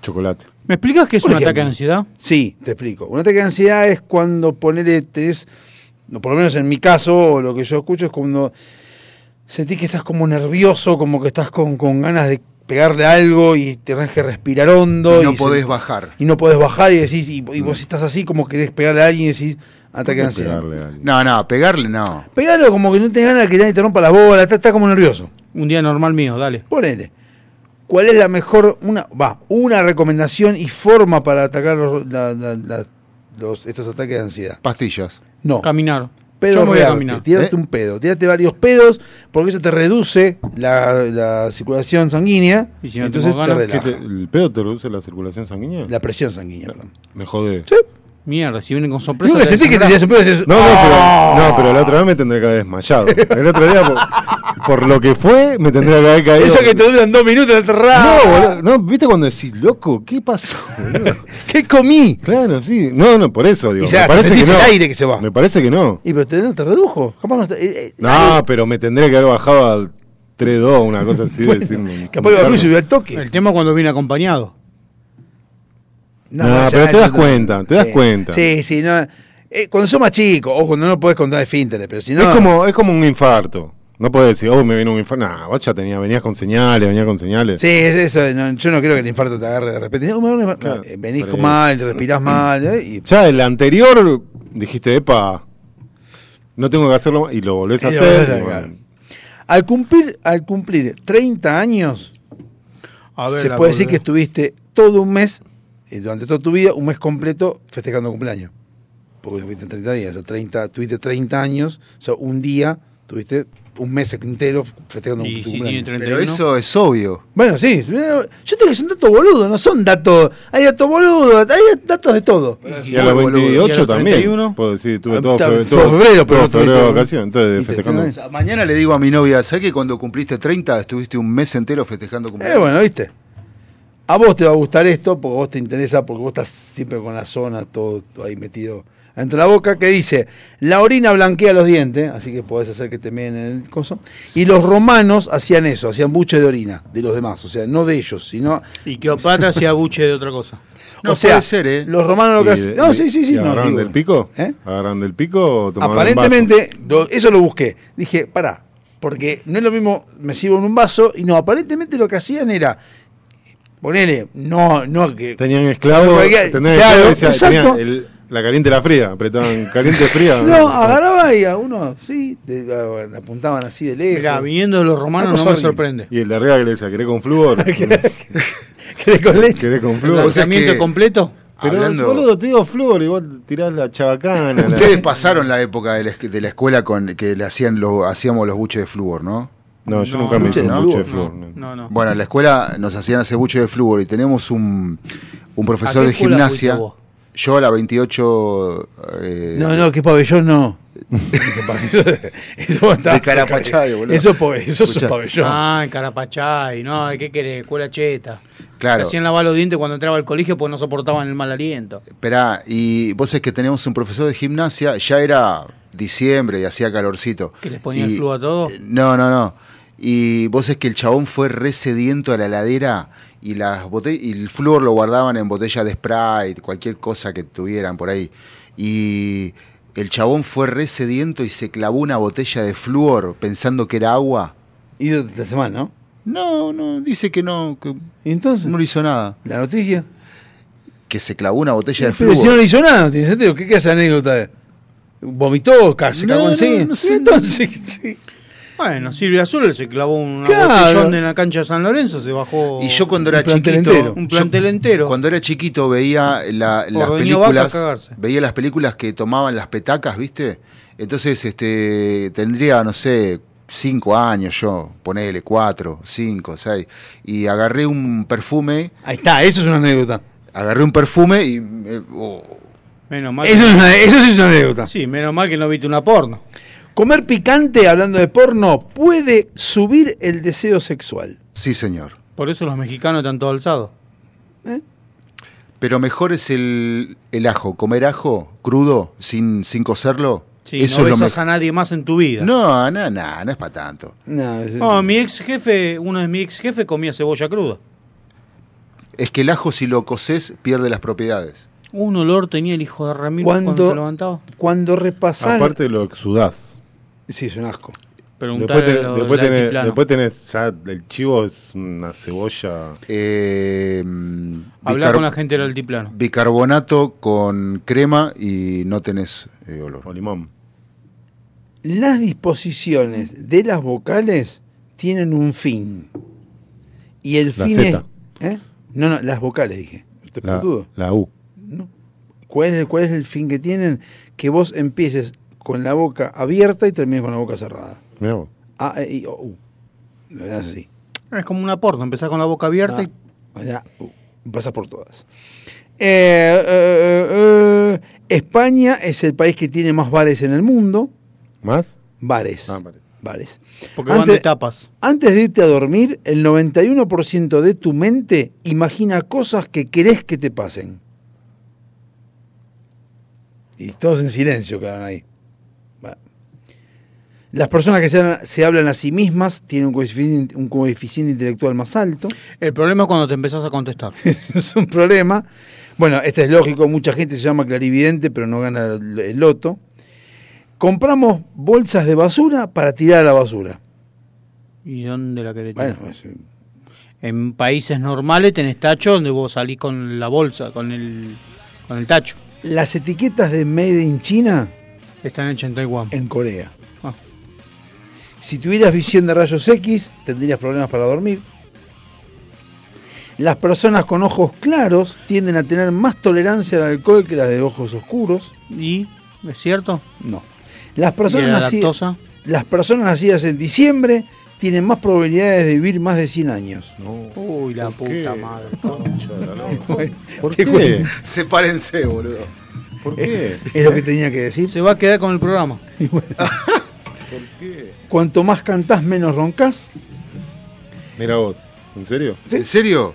Chocolate. ¿Me explicas qué es Por un ejemplo. ataque de ansiedad? Sí, te explico. Un ataque de ansiedad es cuando ponele, tenés, o por lo menos en mi caso, o lo que yo escucho es cuando sentís que estás como nervioso, como que estás con, con ganas de pegarle algo y tenés que respirar hondo. Y no se- podés bajar. Mm. Y no podés bajar y decís, y, y vos estás así como querés pegarle a alguien y decís, ataque de ¿Cómo ansiedad. No, no, pegarle no. Pegalo como que no tenés ganas de que nadie te rompa la bola, estás, estás como nervioso. Un día normal mío, dale. Ponele. ¿Cuál es la mejor, una, va, una recomendación y forma para atacar los, la- la- la- los- estos ataques de ansiedad? Pastillas. No. Caminar. Yo Pedo me voy a rearte, caminar. tirarte ¿Eh? un pedo, tirarte varios pedos, porque eso te reduce la, la circulación sanguínea. ¿Y si no entonces tengo ganas? te relaja. ¿Qué ¿El pedo te reduce la circulación sanguínea? La presión sanguínea, perdón. Me jode. Mierda, si vienen con sorpresa... "Oh". Nunca te sentí que te desangrás. tirás un pedo y decís, No, no, ¡Ah! pero, no, pero la otra vez me tendré que haber desmayado. El otro día, por, por lo que fue, me tendría que haber caído. Eso que te duran dos minutos de aterrar. No, boludo, no, viste cuando decís, loco, ¿qué pasó? boludo? ¿Qué comí? Claro, sí. No, no, por eso, digo. Y ya, me parece sentís que no. el aire que se va. Me parece que no. Y pero te, no, te redujo. Capaz no, te- eh, eh, No, pero me tendría que haber bajado al 3-2, una cosa así. de decirme, capaz iba a y subió al toque. El tema cuando viene acompañado. No, pero te das cuenta, te das Sí. cuenta. Sí, sí, no. eh, cuando sos más chico, o cuando no podés contar el finteres, pero si no. Es, como, es como un infarto. No podés decir, oh, me vino un infarto. Nah, vos ya tenía, venías con señales, venías con señales. Sí, es eso. no, yo no creo que el infarto te agarre de repente. No, me da un infarto. No, eh, venís pero- mal, respirás mal. eh, y- Ya el anterior dijiste, epa, no tengo que hacerlo más", y lo volvés a Y lo hacer. volvés a y sacar. bueno. al, cumplir, al cumplir 30 años, A ver, se la puede decir volvés. que estuviste todo un mes, eh, durante toda tu vida, un mes completo festejando cumpleaños. Porque estuviste 30 días, o sea, 30, tuviste 30 años, o sea, un día, tuviste un mes entero festejando Y tu si cumpleaños. tiene 31. Pero eso es obvio. Bueno, sí. Yo te digo que son datos boludos, no son datos. Hay datos boludos, hay datos de todo. Y a los Boludo. 28 ¿Y a los también. 31? Puedo decir, Ah, tuve todo está- febrero, fue todo- febrero, pero todo no tuviste- febrero de vacaciones. Entonces, festejando. O sea, mañana le digo a mi novia, ¿sabes que cuando cumpliste 30 estuviste un mes entero festejando Eh, cumpleaños? bueno, viste. A vos te va a gustar esto porque vos te interesa, porque vos estás siempre con la zona, todo, todo ahí metido. Entre la boca que dice, la orina blanquea los dientes, así que podés hacer que te meen en el coso. Y los romanos hacían eso, hacían buche de orina de los demás, o sea, no de ellos, sino... Y que Opatra se abuche de otra cosa. No, o sea, puede ser, ¿eh? los romanos lo que Y- hacían... No, y- sí, sí, sí. y no, ¿Agarraron digo, del pico? ¿Eh? ¿Agarraron del pico o tomaron un vaso? Aparentemente, lo- eso lo busqué. Dije, pará, porque no es lo mismo, me sirvo en un vaso, y no, aparentemente lo que hacían era, ponele, no, no que... Tenían esclavos. Cualquier- Tenían claro, esclavos, decía, exacto. tenían el- la caliente y la fría. Apretaban caliente y fría. No, agarraba y a uno, sí, de- a- bueno, apuntaban así de lejos. Mira, viniendo de los Una romanos cosa no me horrible. sorprende. Y el de arriba que le decía, ¿querés con flúor? ¿Querés con leche? ¿Querés con ¿El flúor? sea que- lanzamiento completo? Pero Hablando- boludo, te digo flúor, igual tirás la chabacana. la- Ustedes pasaron la época de la, es- de la escuela con que le hacían lo, hacíamos los buches de flúor, ¿no? No, yo nunca me hice no, un buche de No, flúor. no. no, no. Bueno, en la escuela nos hacían hacer buches de flúor y tenemos un, un profesor ¿A qué de escuela gimnasia. fuiste vos? Yo a la 28 eh, No, no, que pabellón no. Que pabellón- eso está- de Carapachay, boludo. Eso, es pabe- eso es un Escuchá. pabellón. Ah, en Carapachay, no, ¿qué querés? Escuela cheta. Claro. Hacían lavar los dientes cuando entraba al colegio porque no soportaban el mal aliento. Esperá, y vos es que teníamos un profesor de gimnasia, ya era diciembre y hacía calorcito. ¿Que les ponía Y- el flu a todos? No, no, no. Y vos es que el chabón fue resediento a la heladera y las bote- y el flúor lo guardaban en botella de Sprite, cualquier cosa que tuvieran por ahí. Y el chabón fue resediento y se clavó una botella de flúor pensando que era agua. Y de esta semana, ¿no? No, no, dice que no, que Y entonces, no le hizo nada. la noticia. que se clavó una botella de Pero flúor. si no le hizo nada, ¿tiene sentido? ¿Qué, qué es anécdota? ¿Vomitó? ca- ¿Se No, cagó no, encima? no Y Entonces, Bueno, Silvia Azul se clavó un Claro. botellón en la cancha de San Lorenzo, se bajó. Y yo cuando era un plantel chiquito, entero. un plantel entero. Cuando era chiquito veía la- las Ordeñó películas, vaca a cagarse. veía las películas que tomaban las petacas, ¿viste? Entonces, este, tendría no sé cinco años yo, ponele cuatro, cinco, seis, y agarré un perfume. Ahí está, eso es una anécdota. Agarré un perfume y eh, oh, Menos mal Eso que- es una- eso sí es una anécdota. Sí, menos mal que no viste una porno. comer picante, hablando de porno, puede subir el deseo sexual. sí señor. Por eso los mexicanos están todos alzados. Pero mejor es el, el ajo, comer ajo crudo sin, sin cocerlo. Sí, no es lo besas mejor. a nadie más en tu vida. No, no, no, no es para tanto. No, No, mi ex jefe, uno de mis ex jefes comía cebolla cruda. Es que el ajo si lo coces pierde las propiedades. Un olor tenía el hijo de Ramiro Cuando- cuando, te levantaba. Cuando repasás. Aparte lo exudás. Sí, es un asco. Después, tenés, lo después, del tenés, altiplano. después tenés ya el chivo es una cebolla. Eh, Hablá bicar- con la gente del altiplano. Bicarbonato con crema y no tenés eh, olor. O limón. Las disposiciones de las vocales tienen un fin. Y el La fin Z. es. ¿Eh? No, no, las vocales dije. ¿Te La, pelotudo? la U. ¿Cuál es, el, ¿Cuál es el fin que tienen? Que vos empieces con la boca abierta y termines con la boca cerrada. Mirá vos. A, E, I, O, U. Lo das así. Es como una porno, empezás con la boca abierta Ah, y o sea, uh, pasa por todas. Eh, eh, eh, España es el país que tiene más bares en el mundo. ¿Más? Bares. Ah, vale. Bares. porque van de tapas. Antes de irte a dormir, el 91% de tu mente imagina cosas que querés que te pasen. Y todos en silencio quedaron ahí. Bueno. Las personas que se, hablan- se hablan a sí mismas tienen un coeficiente, un coeficiente intelectual más alto. El problema es cuando te empezás a contestar. es un problema. Bueno, este es lógico, mucha gente se llama clarividente, pero no gana el el loto. Compramos bolsas de basura para tirar a la basura. ¿Y dónde la querés Bueno, pues, tirar? es- En países normales tenés tacho donde vos salís con la bolsa, con el, con el tacho. las etiquetas de Made in China Están hechas en Taiwán. en Corea. Ah. Si tuvieras visión de rayos X, tendrías problemas para dormir. Las personas con ojos claros tienden a tener más tolerancia al alcohol que las de ojos oscuros. ¿Y es cierto? No. Las ¿Y personas la nacidas- lactosa? las personas nacidas en diciembre tienen más probabilidades de vivir más de 100 años. Uy, la puta madre. ¿Por Te qué? cuento. Sepárense, boludo. ¿Por qué? Es lo que tenía que decir. Se va a quedar con el programa. ¿Por qué? Cuanto más cantás, menos roncas. Mira vos. ¿En serio? ¿En serio?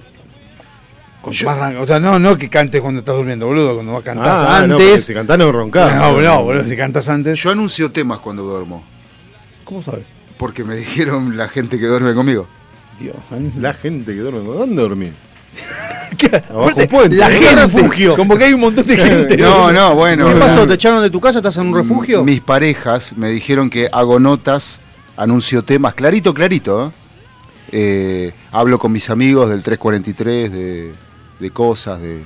o sea, no, no que cantes cuando estás durmiendo, boludo. Cuando vas cantás Ah, ah, no, porque antes. si cantás no roncás. No, no, boludo, si cantas antes. Yo anuncio temas cuando duermo. ¿Cómo sabes? Porque me dijeron la gente que duerme conmigo. Dios. ¿eh? La gente que duerme. ¿Dónde dormí? Abajo Aparte, un puente. la ¿no? gente, Como que hay un montón de gente. No, no, bueno. ¿Qué pasó? ¿Te echaron de tu casa? ¿Estás en un refugio? Mis parejas me dijeron que hago notas, anuncio temas, clarito, clarito. ¿eh? Eh, hablo con mis amigos del 343, de, de cosas, de...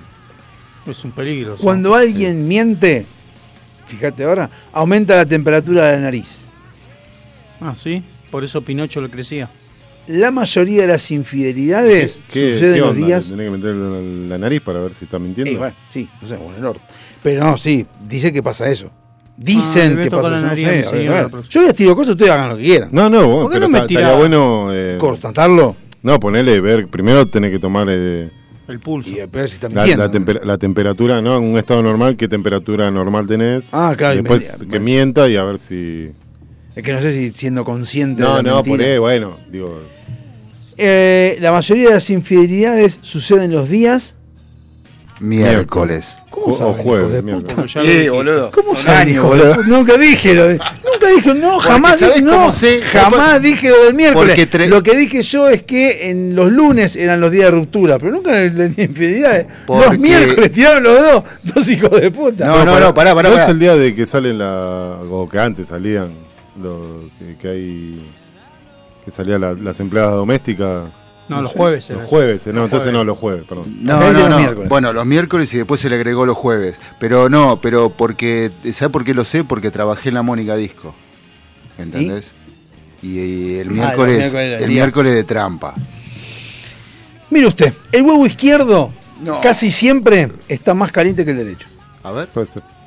Es un peligro. eso. Cuando alguien miente, fíjate ahora, aumenta la temperatura de la nariz. Ah, sí. Por eso Pinocho le crecía. La mayoría de las infidelidades ¿Qué, suceden qué los onda? días. ¿Le Tenés que meterle la, la nariz para ver si está mintiendo. Eh, bueno, sí, no sé, bueno, el orto. Pero no, sí, dice que pasa eso. Dicen Ah, le que toca pasa la eso. No nariz sé, a mi a ver, señora a ver. la próxima. Yo les tiro cosas, ustedes hagan lo que quieran. No, no, bueno, qué pero no me está- tirás? estaría bueno. eh, Constatarlo No, ponele, ver. Primero tenés que tomar eh, El pulso. y ver si están la, mintiendo. la temper- la temperatura, ¿no? En un estado normal, ¿qué temperatura normal tenés? Ah, claro, y Después media, que bueno. mienta y a ver si. Es que no sé si siendo consciente No, de la no, mentira. por ahí, bueno. Digo, Eh, la mayoría de las infidelidades suceden los días. Miércoles. ju- o saben, hijos de jueves. puta? miércoles. Ya lo dije. ¿Cómo saben, hijo de- Nunca dije lo de- Nunca dije, no, Porque jamás ¿sabés dije, no, cómo sé? jamás dije lo del Porque miércoles. tre- Lo que dije yo es que en los lunes eran los días de ruptura, pero nunca el de infidelidades. Porque- Los miércoles tiraron los dos, dos hijos de puta. No, no, no, pará, pará, ¿No pará. es el día de que salen la. o que antes salían. los que- que hay. que salían la- las empleadas domésticas No, los jueves Los era. jueves, no, Los entonces jueves. no, los jueves, perdón. No, no, no. Bueno, los miércoles y después se le agregó los jueves. Pero no, pero porque. ¿Sabes por qué lo sé? Porque trabajé en la Mónica Disco. ¿Entendés? Y, y el Ah, miércoles. los miércoles del el día. miércoles de trampa. Mire usted, el huevo izquierdo casi siempre está más caliente que el derecho. A ver.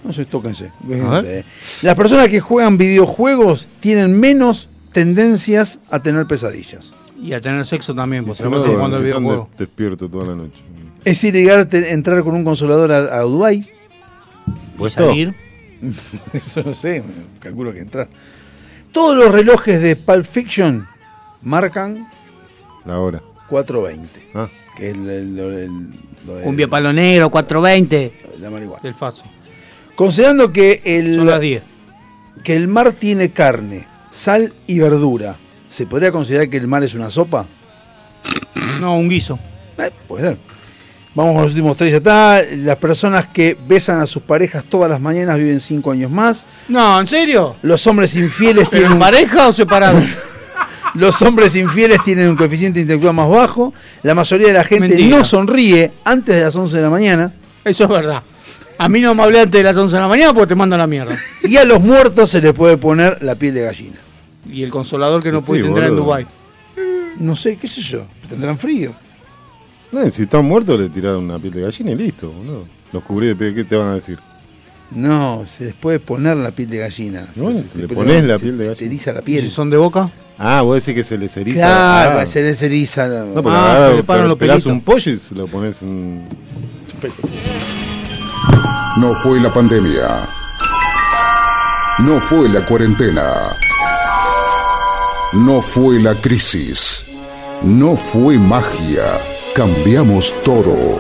No sé, tóquense. A ver. Las personas que juegan videojuegos tienen menos tendencias a tener pesadillas. Y a tener sexo también, porque Si no, estamos jugando al si están videojuego. de- despierto toda la noche. Es ilegal te- entrar con un consolador a, a Dubái. ¿Puesto? salir? Eso no sé, calculo que entrar. Todos los relojes de Pulp Fiction marcan La hora. 4.20. Que es el, el- el- lo de- Cumbia Palo Negro, 420. la marihuana. El faso. Considerando que el. Que el mar tiene carne, sal y verdura, ¿se podría considerar que el mar es una sopa? Eh, No, un guiso. Puede ser. Vamos con los últimos tres, ya está. Las personas que besan a sus parejas todas las mañanas viven cinco años más. No, ¿en serio? Los hombres infieles ¿Pero tienen. en pareja o separados? Los hombres infieles tienen un coeficiente intelectual más bajo. La mayoría de la gente Mentira. no sonríe antes de las 11 de la mañana. Eso es verdad. A mí no me hablé antes de las 11 de la mañana porque te mando a la mierda. Y a los muertos se les puede poner la piel de gallina. Y el consolador que no Sí, pudiste entrar en boludo. Dubái. No sé, qué sé yo. Tendrán frío. No, y si están muertos le tiraron una piel de gallina y listo, boludo. Los cubrí de piel, ¿qué te van a decir? No, se les puede poner la piel de gallina. Bueno, se, se le pones la piel de Se te eriza la piel. de boca? Ah, vos decís que se les eriza. Claro, Ah. se les eriza. la- No, porque Ah, agarrás- se le paran pe- los pegás pelitos. un pollo y se lo pones en. No fue la pandemia. No fue la cuarentena. No fue la crisis. No fue magia. Cambiamos todo.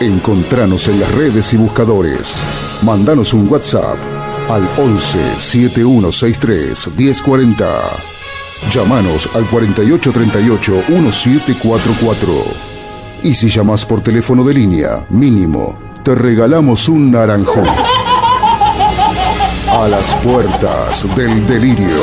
Encontranos en las redes y buscadores. Mandanos un WhatsApp al 11 7163 1040. Llámanos al 4838 1744. Y si llamas por teléfono de línea, mínimo, te regalamos un naranjón. A las puertas del delirio.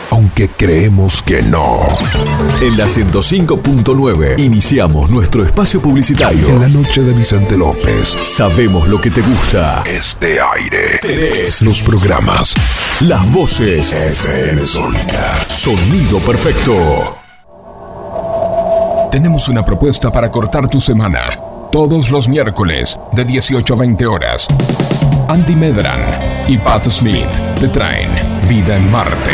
Aunque creemos que no. En la 105.9 iniciamos nuestro espacio publicitario. En la noche de Vicente López. Sabemos lo que te gusta. Este aire. Tenés los programas. Las voces. FM Sónica. Sonido perfecto. Tenemos una propuesta para cortar tu semana. Todos los miércoles, de 18 a 20 horas. Andy Medran y Pat Smith te traen Vida en Marte.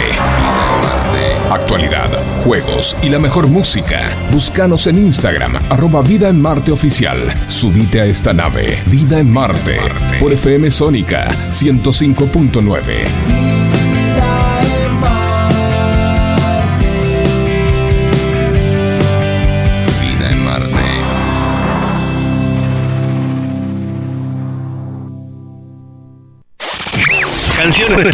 Actualidad, juegos y la mejor música. Búscanos en Instagram, arroba Vida en Marte Oficial. Subite a esta nave, Vida en Marte, por FM Sónica 105.9. Vida en Marte. Canciones.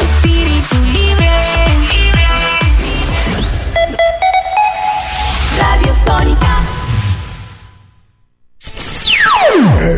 Espíritu libre. Radio Sónica.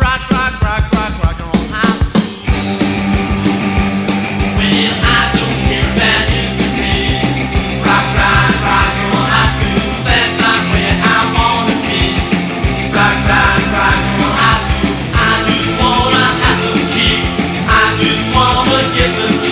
Rock, rock, rock, rock, rock on. Well, I don't care about this again. Rock, rock, rock on high school. That's not where I wanna be. Rock, rock, rock on high school. I just wanna have some kicks. I just wanna get some.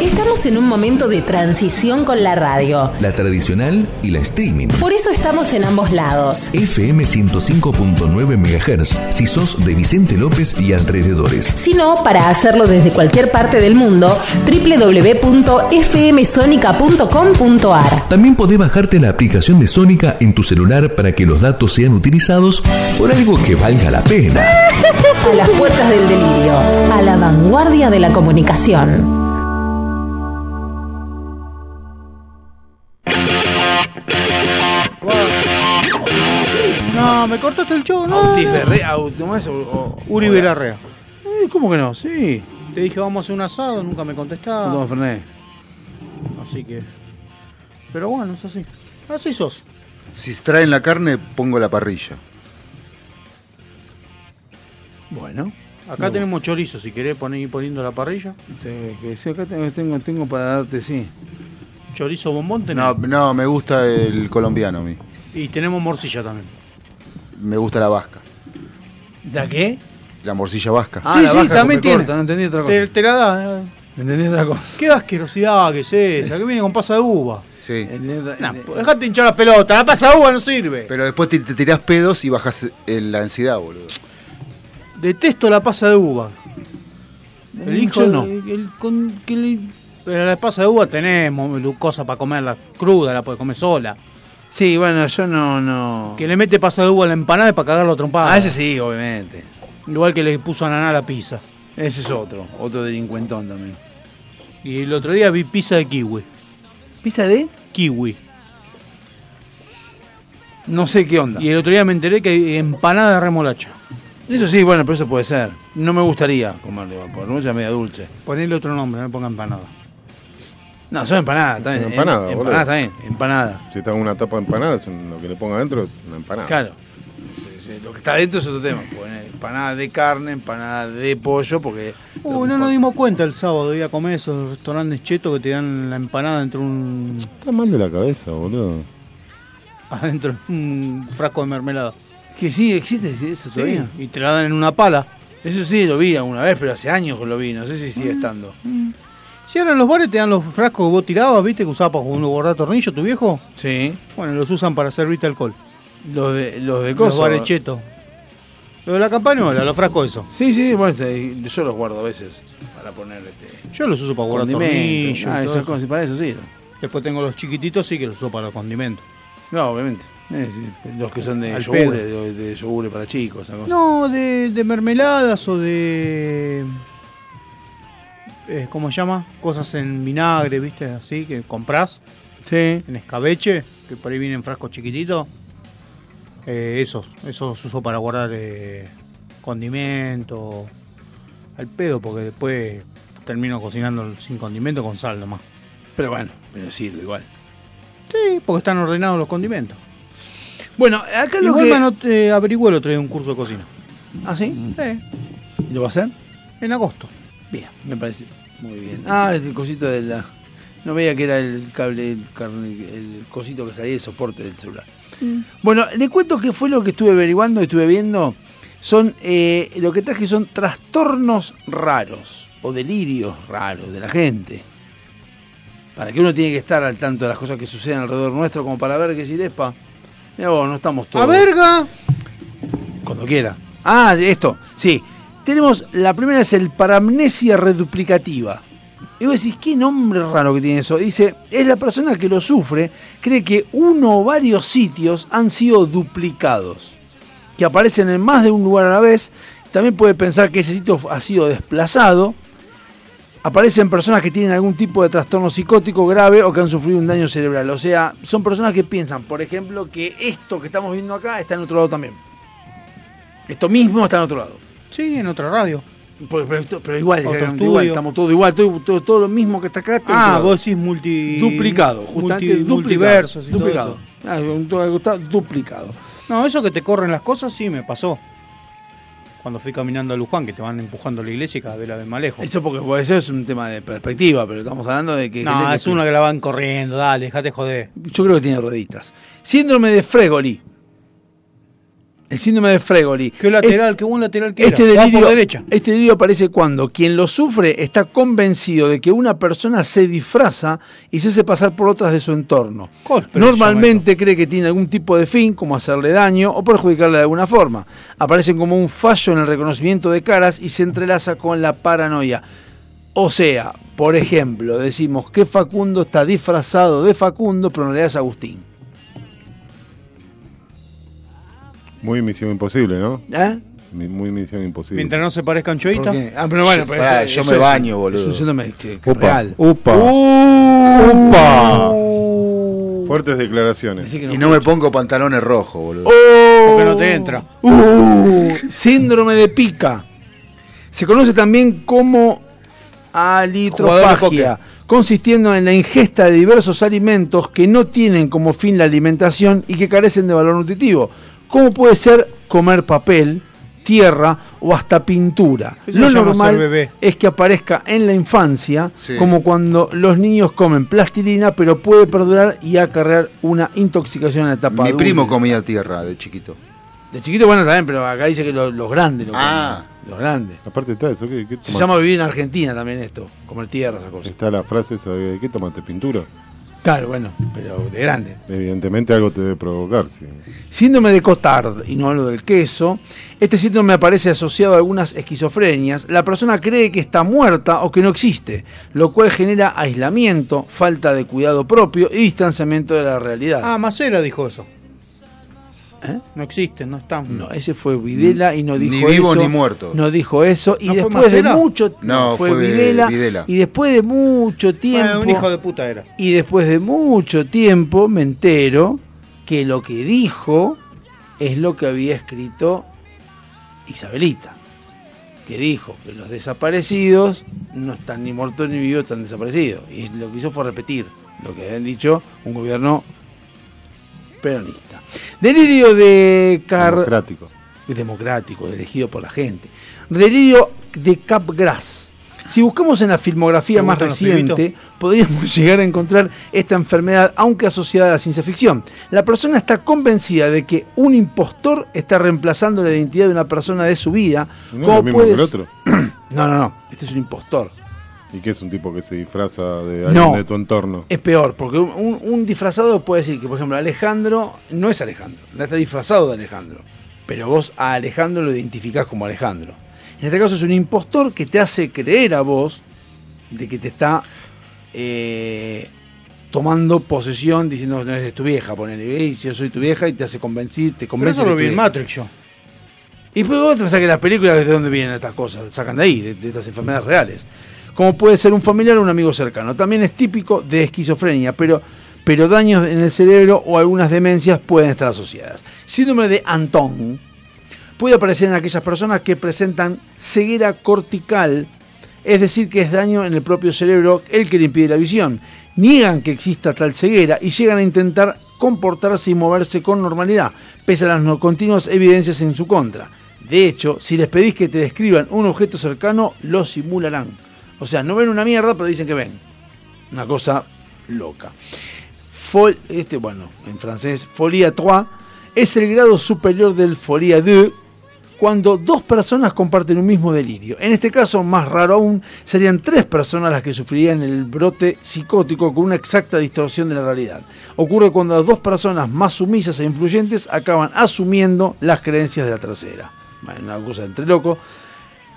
Estamos en un momento de transición con la radio. La tradicional y la streaming. Por eso estamos en ambos lados. FM 105.9 MHz si sos de Vicente López y alrededores. Sino para hacerlo desde cualquier parte del mundo, www.fmsonica.com.ar. También podés bajarte la aplicación de Sónica en tu celular para que los datos sean utilizados por algo que valga la pena. A las puertas del delirio. A la vanguardia de la comunicación. No, me cortaste el show, no. Ortiz Berrea, Uribe Larrea. Eh, ¿Cómo que no? Sí. Le dije, vamos a hacer un asado, nunca me contestaba. Don Fernández. Así que. Pero bueno, es así. Así sos. Si traen la carne, pongo la parrilla. Bueno. Acá tenemos chorizo, si querés poner, ir poniendo la parrilla. Te- que sí, acá tengo, tengo, tengo para darte, sí. Chorizo bombón tenemos. No, no, me gusta el colombiano a mí. Y tenemos morcilla también. Me gusta la vasca. ¿De qué? La morcilla vasca. Ah, la vasca también que me tiene. corta, no entendí otra Te, te la da. eh. Entendí otra cosa. Qué asquerosidad que es esa, que viene con pasa de uva. Sí. Nah, Pues dejate hinchar las pelotas, la pasa de uva no sirve. Pero después te, te tirás pedos y bajas eh, la ansiedad, boludo. Detesto la pasa de uva. El hijo Yo no. Pero la pasa de uva tenemos cosa para comerla cruda, la puede comer sola. Sí, bueno, yo no. no... Que le mete pasa de uva a la empanada para cagarlo trompada. Ah, ese sí, obviamente. Igual que le puso ananá a la pizza. Ese es otro, otro delincuentón también. Y el otro día vi pizza de kiwi. ¿Pizza de? Kiwi. No sé qué onda. Y el otro día me enteré que hay empanada de remolacha. Eso sí, bueno, pero eso puede ser. No me gustaría comerle vapor, no ya media dulce. Ponele otro nombre, no me ponga empanada. No, son empanadas también. Es una empanada, Em- boludo. empanadas también, empanada. Si está una tapa de empanada, es un- lo que le ponga adentro es una empanada. Claro. Sí, sí, Lo que está dentro es otro tema. Poner empanada de carne, empanada de pollo, porque. Uh, no nos dimos cuenta el sábado, iba a comer esos restaurantes chetos que te dan la empanada dentro de un, Está mal de la cabeza, boludo. adentro de un frasco de mermelada. Que sí, existe sí, eso todavía. y te la dan en una pala. Eso sí, lo vi alguna vez, pero hace años que lo vi, no sé si Mm. sigue estando. Si ahora en los bares te dan los frascos que vos tirabas, viste, que usabas para uno guardar tornillo, tu viejo. Sí. Bueno, los usan para servirte alcohol. Los de, los de Los coso. bares chetos. Lo de la campañola, los frascos esos. Sí, sí, bueno, este, yo los guardo a veces para poner este. Yo los uso para guardar Condimento, tornillos. ah, y todo esas eso. cosas, para eso sí. Después tengo los chiquititos, sí que los uso para condimentos. No, obviamente. Eh, sí, los que son de Al yogures, pedo. de, de yogures para chicos, esas cosas. No, de, de mermeladas o de. eh, ¿Cómo se llama? Cosas en vinagre, ¿viste? Así que comprás. Sí. En escabeche, que por ahí vienen frascos chiquititos. Eh, esos, esos uso para guardar eh, condimento. Al pedo, porque después termino cocinando sin condimento con sal nomás. Pero bueno, pero sirve igual. Sí, porque están ordenados los condimentos. Bueno, acá lo Igual que. mano, eh, averigüé el otro día un curso de cocina. ¿Ah, sí? Sí, ¿Lo va a hacer? en agosto. Bien, me parece muy bien. Ah, el cosito de la. No veía que era el cable, el, carne- el cosito que salía del soporte del celular. Bueno, le cuento qué fue lo que estuve averiguando, estuve viendo. Son eh, lo que traje son trastornos raros o delirios raros de la gente. Para que uno tiene que estar al tanto de las cosas que suceden alrededor nuestro, como para ver que si despa. Mira vos, no estamos todos. ¡A verga! Cuando quiera. Ah, esto, sí. Tenemos, la primera es el paramnesia reduplicativa. Y vos decís, qué nombre raro que tiene eso. Dice, es la persona que lo sufre, cree que uno o varios sitios han sido duplicados, que aparecen en más de un lugar a la vez. También puede pensar que ese sitio ha sido desplazado. Aparecen personas que tienen algún tipo de trastorno psicótico grave o que han sufrido un daño cerebral. O sea, son personas que piensan, por ejemplo, que esto que estamos viendo acá está en otro lado también. Esto mismo está en otro lado. Sí, en otra radio. Pero, pero esto- pero igual, Otro exactamente estudio. igual, estamos todos igual, todo, todo- todo lo mismo que está acá. está en otro Ah, lado. vos decís multi... duplicado, justamente multi- duplicado. multiversos y todo duplicado. eso. Ah, un- algo está duplicado. No, eso que te corren las cosas sí me pasó. Cuando fui caminando a Luján, que te van empujando a la iglesia y cada vez la ves más lejos. Eso porque puede ser es un tema de perspectiva, pero estamos hablando de que. no, gente es que- una que la van corriendo, dale, dejate joder. Yo creo que tiene rueditas. Síndrome de Fregoli. El síndrome de Fregoli. Qué lateral, qué buen lateral que Este era. Jugaba por delirio, derecha. este delirio aparece cuando quien lo sufre está convencido de que una persona se disfraza y se hace pasar por otras de su entorno. pero Normalmente cree que tiene algún tipo de fin, como hacerle daño o perjudicarle de alguna forma. Aparecen como un fallo en el reconocimiento de caras y se entrelaza con la paranoia. O sea, por ejemplo, decimos que Facundo está disfrazado de Facundo, pero en realidad es Agustín. Muy misión imposible, ¿no? ¿Eh? Mi- Muy misión imposible. Mientras no se parezca un ¿Por choita. qué? Ah, pero bueno, pero eso- eso es- Es un síndrome este, real. Uh, Upa. Upa. Fuertes declaraciones. y no me pongo pantalones rojos, boludo. Oh, Porque no te entra. Oh. Uh, síndrome de pica. Se conoce también como Jugador de alitrofagia, consistiendo en la ingesta de diversos alimentos que no tienen como fin la alimentación y que carecen de valor nutritivo, como puede ser comer papel, tierra o hasta pintura. Eso Lo se llama ser normal bebé. es que aparezca en la infancia, Sí. como cuando los niños comen plastilina, pero puede perdurar y acarrear una intoxicación en la etapa Mi adulta. primo comía tierra de chiquito. De chiquito, bueno, también, pero acá dice que lo- los grandes lo Ah. Los grandes. Aparte está eso, ¿qué, qué Se tomaste? llama vivir en Argentina también esto, comer tierra, esa cosa. Está la frase esa de ¿qué tomaste? ¿Pintura? Claro, bueno, pero de grande. Evidentemente algo te debe provocar. sí. Síndrome de Cotard, y no hablo del queso. Este síndrome aparece asociado a algunas esquizofrenias. La persona cree que está muerta o que no existe, lo cual genera aislamiento, falta de cuidado propio y distanciamiento de la realidad. Ah, Macera dijo eso. ¿Eh? No existen, no están. No, ese fue Videla y no Ni dijo vivo eso. ni muerto. No dijo eso. Y ¿No fue después de Macera? mucho No, fue, fue Videla, Videla. Y después de mucho tiempo. Bueno, un hijo de puta era. Y después de mucho tiempo me entero que lo que dijo es lo que había escrito Isabelita. Que dijo que los desaparecidos no están ni muertos ni vivos, están desaparecidos. Y lo que hizo fue repetir lo que habían dicho un gobierno peronista. Delirio de car... Democrático. Democrático, elegido por la gente. Delirio de Capgras. Si buscamos en la filmografía ¿Te más gustan los reciente, pibitos? podríamos llegar a encontrar esta enfermedad, aunque asociada a la ciencia ficción. La persona está convencida de que un impostor está reemplazando la identidad de una persona de su vida. ¿No es lo mismo que el otro? No, no, no. Este es un impostor. ¿Y qué es un tipo que se disfraza de alguien No. de tu entorno? Es peor, porque un, un- un disfrazado puede decir que, por ejemplo, Alejandro no es Alejandro, no está disfrazado de Alejandro, pero vos a Alejandro lo identificás como Alejandro. En este caso es un impostor que te hace creer a vos de que te está eh, tomando posesión diciendo no eres tu vieja, ponele, y si yo soy tu vieja y te hace convencer, te Pero convence. eso que lo es tu vi en vieja. Matrix yo. Y pues vos te pensás que las películas de dónde vienen estas cosas, sacan de ahí, de, de estas enfermedades reales. Como puede ser un familiar o un amigo cercano. También es típico de esquizofrenia, pero, pero daños en el cerebro o algunas demencias pueden estar asociadas. Síndrome de Antón puede aparecer en aquellas personas que presentan ceguera cortical, es decir, que es daño en el propio cerebro el que le impide la visión. Niegan que exista tal ceguera y llegan a intentar comportarse y moverse con normalidad, pese a las no continuas evidencias en su contra. De hecho, si les pedís que te describan un objeto cercano, lo simularán. O sea, no ven una mierda, pero dicen que ven. Una cosa loca. Fol- este, bueno, en francés, folie à trois, es el grado superior del folie à deux, cuando dos personas comparten un mismo delirio. En este caso, más raro aún, serían tres personas las que sufrirían el brote psicótico con una exacta distorsión de la realidad. Ocurre cuando las dos personas más sumisas e influyentes acaban asumiendo las creencias de la tercera. Bueno, una cosa entre loco.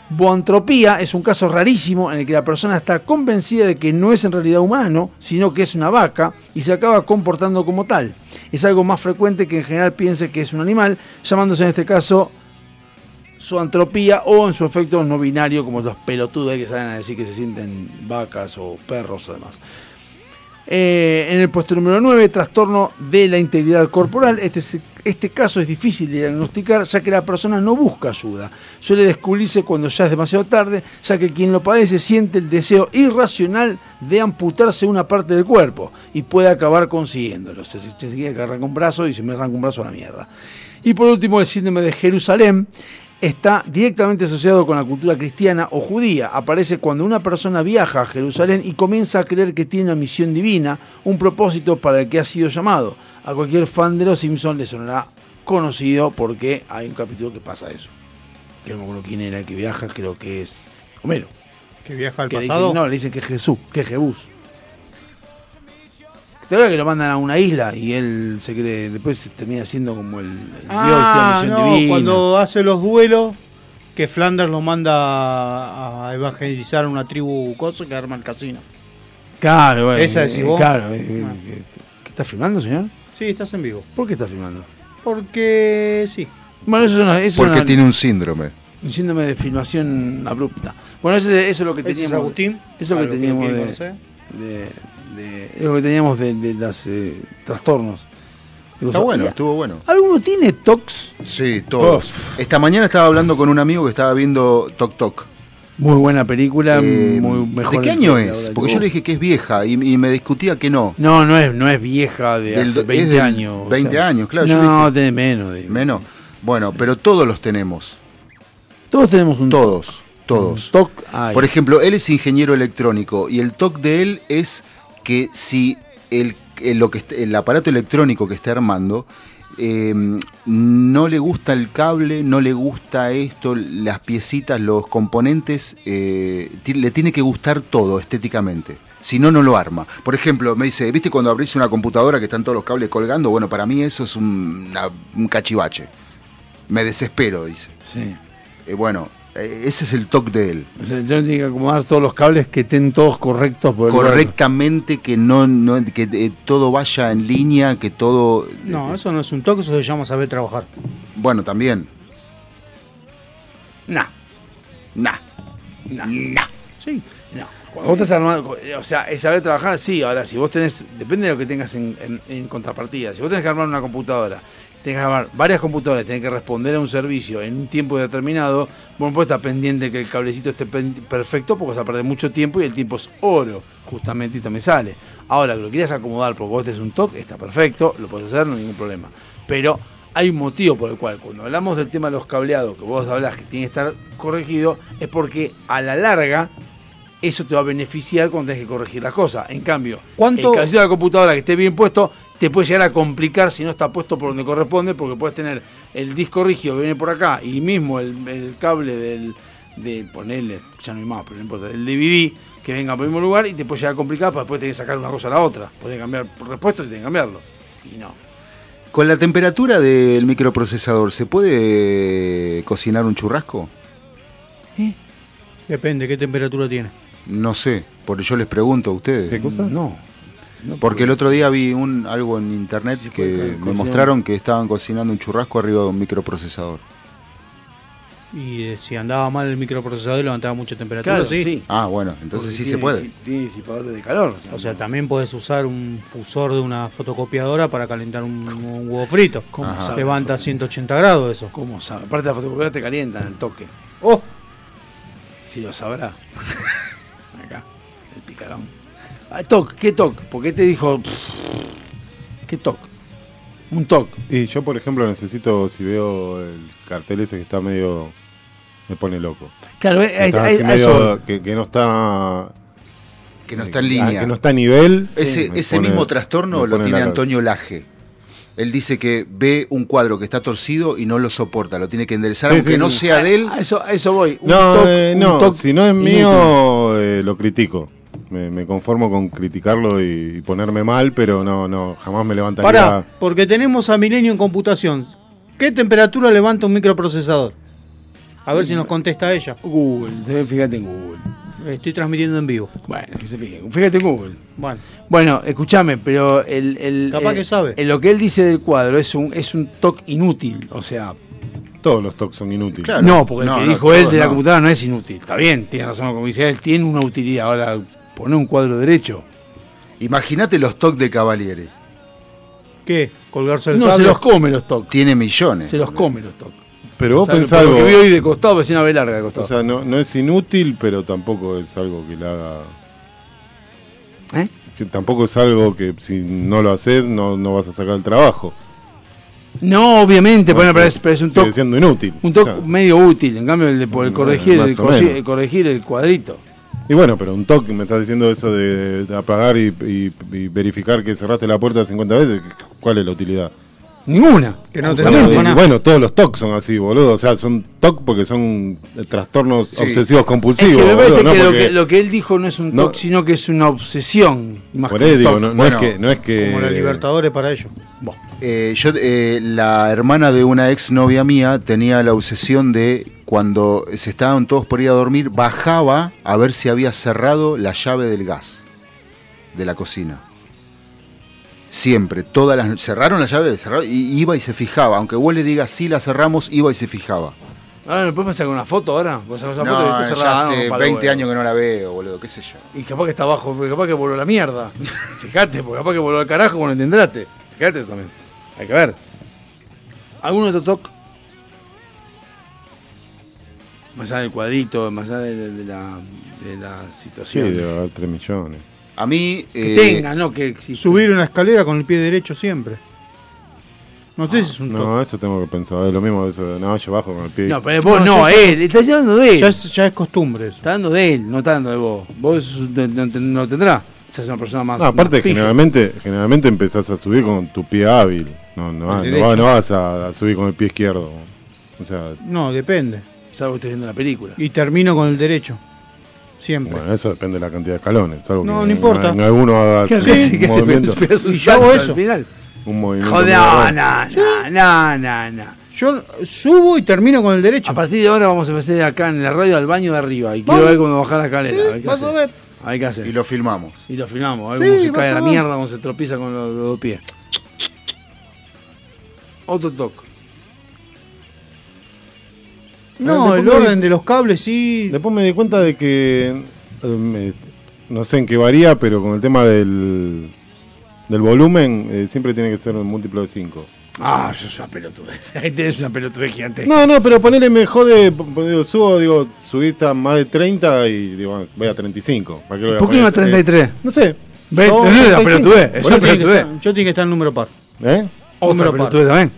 Boantropía es un caso rarísimo en el que la persona está convencida de que no es en realidad humano, sino que es una vaca y se acaba comportando como tal. Es algo más frecuente que en general piense que es un animal, llamándose en este caso zoantropía o en su efecto no binario, como los pelotudos que salen a decir que se sienten vacas o perros o demás. Eh, en el puesto número 9, trastorno de la integridad corporal. Este, es- este caso es difícil de diagnosticar ya que la persona no busca ayuda. Suele descubrirse cuando ya es demasiado tarde, ya que quien lo padece siente el deseo irracional de amputarse una parte del cuerpo y puede acabar consiguiéndolo. Se, se, se quiere arranca un brazo y se me arranca un brazo a la mierda. Y por último, el síndrome de Jerusalén está directamente asociado con la cultura cristiana o judía. Aparece cuando una persona viaja a Jerusalén y comienza a creer que tiene una misión divina, un propósito para el que ha sido llamado. A cualquier fan de los Simpsons le sonará conocido porque hay un capítulo que pasa eso. Que no me acuerdo quién era el que viaja, creo que es Homero. Que viaja al Que le dicen- pasado. no, le dicen que es Jesús, que es Jebús. Te acuerdas que lo mandan a una isla y él se cree, después termina siendo como el, el dios de la Ah, misión no, divina. cuando hace los duelos, que Flanders los manda a evangelizar a una tribu cosa que arma el casino. Claro, bueno, Esa decís eh, vos. Ah. Claro, eh, eh, eh, ¿qué estás filmando, señor? Sí, estás en vivo. ¿Por qué estás filmando? Porque sí. Bueno, eso es una- eso es Porque una- tiene un síndrome. un síndrome de filmación abrupta. Bueno, ese- eso es lo que Ese es teníamos. Agustín, Eso es a lo lo que que teníamos quieren de, conocer. de- de- es lo que teníamos de, de las eh, trastornos. Digo, Está so- bueno, ya. estuvo bueno. ¿Alguno tiene tox? Sí, Oh, todos. Esta mañana estaba hablando con un amigo que estaba viendo Tok Tok. Muy buena película, Eh, muy mejor. ¿De qué año que la es? que Porque yo vos. le dije que es vieja y, y me discutía que no. No, no es, no es vieja de Del- hace es 20 del años. o 20 sea. años, claro. yo No, dije- de menos. de- menos. Bueno, pero todos los tenemos. Todos tenemos un Todos, todos. Por ejemplo, él es ingeniero electrónico y el TOC de él es que si el, el- lo que, est- el aparato electrónico que está armando eh, no le gusta el cable, no le gusta esto, las piecitas, los componentes, eh, ti- le tiene que gustar todo estéticamente. Si no, no lo arma. Por ejemplo, me dice, ¿viste cuando abrís una computadora que están todos los cables colgando? Bueno, para mí eso es un, una- un cachivache. Me desespero, dice. Sí. Eh, bueno, eh, ese es el TOC de él O sea, yo tengo que acomodar todos los cables que estén todos correctos. por el lugar. correctamente que no, no- que eh, todo vaya en línea, que todo No, eso no es un toque, eso se llama saber trabajar. bueno también. Nah. Nah. Nah. Sí. No. Cuando vos estás armando, o sea, es saber trabajar, sí. Ahora, si vos tenés, depende de lo que tengas en, en- en contrapartida. Si vos tenés que armar una computadora, tenés que armar varias computadoras, tenés que responder a un servicio en un tiempo determinado, vos no podés estar pendiente que el cablecito esté pen- perfecto porque vas a perder mucho tiempo y el tiempo es oro, justamente, y también sale. Ahora, que lo quieras acomodar porque vos tenés un toque, está perfecto, lo podés hacer, no hay ningún problema. Pero hay un motivo por el cual, cuando hablamos del tema de los cableados, que vos hablás que tiene que estar corregido, es porque a la larga eso te va a beneficiar cuando tenés que corregir las cosas. En cambio, ¿Cuánto- el cabecito de la computadora que esté bien puesto te puede llegar a complicar si no está puesto por donde corresponde, porque puedes tener el disco rígido que viene por acá y mismo el, el cable del, de ponerle, ya no hay más, pero no importa, el DVD que venga por el mismo lugar y te puede llegar a complicar para después tener que sacar una cosa a la otra. Puedes cambiar por repuesto y tenés que cambiarlo. Y no. Con la temperatura del microprocesador se puede eh, cocinar un churrasco? Depende qué temperatura tiene. No sé, porque yo les pregunto a ustedes. ¿Qué cosa? No. Porque el otro día vi un algo en internet que me eh, cocinar. mostraron que estaban cocinando un churrasco arriba de un microprocesador. Y eh, si andaba mal el microprocesador y levantaba mucha temperatura, Claro, sí. sí. Ah, bueno, entonces sí se puede. Tiene disipadores de calor. O sea, O sea, también podés usar un fusor de una fotocopiadora para calentar un, un huevo frito. ¿Cómo Ajá. sabe Levanta 180 grados eso. ¿Cómo sabe? Aparte de la fotocopiadora te calientan al toque. ¡Oh! Si lo sabrá. Acá, el picarón. Ah, toc, ¿qué este toc? ¿Por qué te dijo? ¿Qué toc? Un toc. Y yo, por ejemplo, necesito, si veo el cartel ese que está medio. me pone loco. Claro, eh, Que está eh, así eh, medio- eso- que, que no está. Ah, Que no está en línea. Que no está a nivel. Ese, me ese pone- mismo me trastorno lo pone tiene la cabeza. Antonio Laje. Él dice que ve un cuadro que está torcido y no lo soporta, lo tiene que enderezar, Sí, aunque sí, no sí. sea de él. A eso, a eso voy. Un No, toc, eh, un no, toc si no es inútil. mío, eh, lo critico. Me, me conformo con criticarlo y, y ponerme mal, pero no, no, jamás me levantaría. Pará, porque tenemos a Milenio en computación. ¿Qué temperatura levanta un microprocesador? A ver si nos contesta ella. Google, eh, fíjate en Google. Estoy transmitiendo en vivo. Bueno, que se fijen. Fíjate en Google. Bueno, Bueno, escúchame, pero el, el- Capaz eh, que sabe. eh, lo que él dice del cuadro es un es un toc inútil, o sea, Todos los tocs son inútiles. no, porque el que dijo él de la computadora computadora no es inútil. Está bien, tiene razón como dice él, tiene una utilidad. Ahora pone un cuadro derecho. Imagínate los toques de Cavalieri. ¿qué? Colgarse el No, se cable. los come los tocs. Tiene millones. Se los come los tocs. Pero vos O sea, pensás por lo algo. que vi hoy de costado, parecía una B larga de O costado. sea, no, no es inútil, pero tampoco es algo que le haga. ¿Eh? Que tampoco es algo que si no lo haces no, no vas a sacar el trabajo. no, obviamente, No, bueno, sí, pero, es, pero es un sigue toc. siendo inútil. Un toc O sea. medio útil, en cambio el de por el Bueno, corregir, más el, o cosi- menos. el corregir el cuadrito. Y bueno, pero un toque, me estás diciendo eso de, de apagar y, y- y verificar que cerraste la puerta 50 veces. ¿Cuál es la utilidad? Ninguna. Justamente. Y bueno, todos los TOC son así, boludo. O sea, son TOC porque son eh, trastornos Sí. obsesivos Es compulsivos. que me boludo, parece ¿no? que, lo Porque- que lo que él dijo no es un No. TOC, sino que es una obsesión. más Por que ahí un digo, TOC. no, no Bueno, es que, no es que. como la libertad. Libertadores para ellos. Eh, yo, eh, la hermana de una ex novia mía tenía la obsesión de cuando se estaban todos por ir a dormir, bajaba a ver si había cerrado la llave del gas de la cocina. Siempre, todas las. Cerraron la llave, cerraron, y iba y se fijaba. Aunque vos le digas sí la cerramos, iba y se fijaba. Ahora Ah, me puedes sacar una foto ahora. ¿Puedes sacar una No, foto y está ya cerrada? hace no, para, 20 bueno. años que no la veo, boludo, qué sé yo. Y capaz que está abajo, porque capaz que voló la mierda. Fijate, porque capaz que voló al carajo, bueno, entendraste. Fijate eso también. Hay que ver. ¿Alguno de TOC? Más allá del cuadrito, más allá de, de- de la, de la Sí, eh, situación. debe haber 3 millones. A mí. que tenga, no que exista. Subir una escalera con el pie derecho siempre. No sé si es un TOC. No, eso tengo que pensar. Es lo mismo. Eso, no, yo bajo con el pie. No, pero Eh, vos no, ya es- él. Estás hablando de él. Ya es, ya es costumbre eso. Está hablando de él, no está hablando de vos. Vos sos un- no, no- no tendrás. Esa es una persona más. No, aparte, más fija. generalmente, generalmente empezás a subir con tu pie hábil. No, no, vas- El no vas- derecho. no vas a, a subir con el pie izquierdo. O sea, No, depende. Salvo que estés viendo la película. Y termino con el derecho. Siempre. bueno, eso depende de la cantidad de escalones. Salvo No, que no importa. en alguno haga ¿Qué un haces? ¿Qué haces? movimiento. Esperás un Y yo hago salto al eso. final. Un movimiento. Joder, muy no, raro. no, no, no, no, no. Yo subo y termino con el derecho. A partir de ahora vamos a empezar acá en la radio al baño de arriba. Y Vamos. quiero ver cómo bajar la escalera. a ver qué vas hace. a ver. Hay que hacer. Y lo filmamos. Y lo filmamos. A Sí, ver cómo se vas cae a a la ver. mierda, cómo se tropieza con los, los dos pies. Otro toque. No, Después el me di- orden de los cables sí. Después me di cuenta de que. eh, me- no sé en qué varía, pero con el tema del. Del volumen, eh, siempre tiene que ser un múltiplo de 5. Ah, eso es una pelotudez. Ahí tenés una pelotudez Este. gigante. No, no, pero ponele mejor de. Digo, subo, digo, subí hasta más de 30 y digo, voy a 35. ¿Para qué lo voy a ¿Por qué poner? no a 33? Eh, no sé. Ve, No, tenés la 35. pelotudez. Es Por una eso tiene que pelotudez. Yo tengo que estar en número par. ¿Eh? Otra Número par. pelotudez también.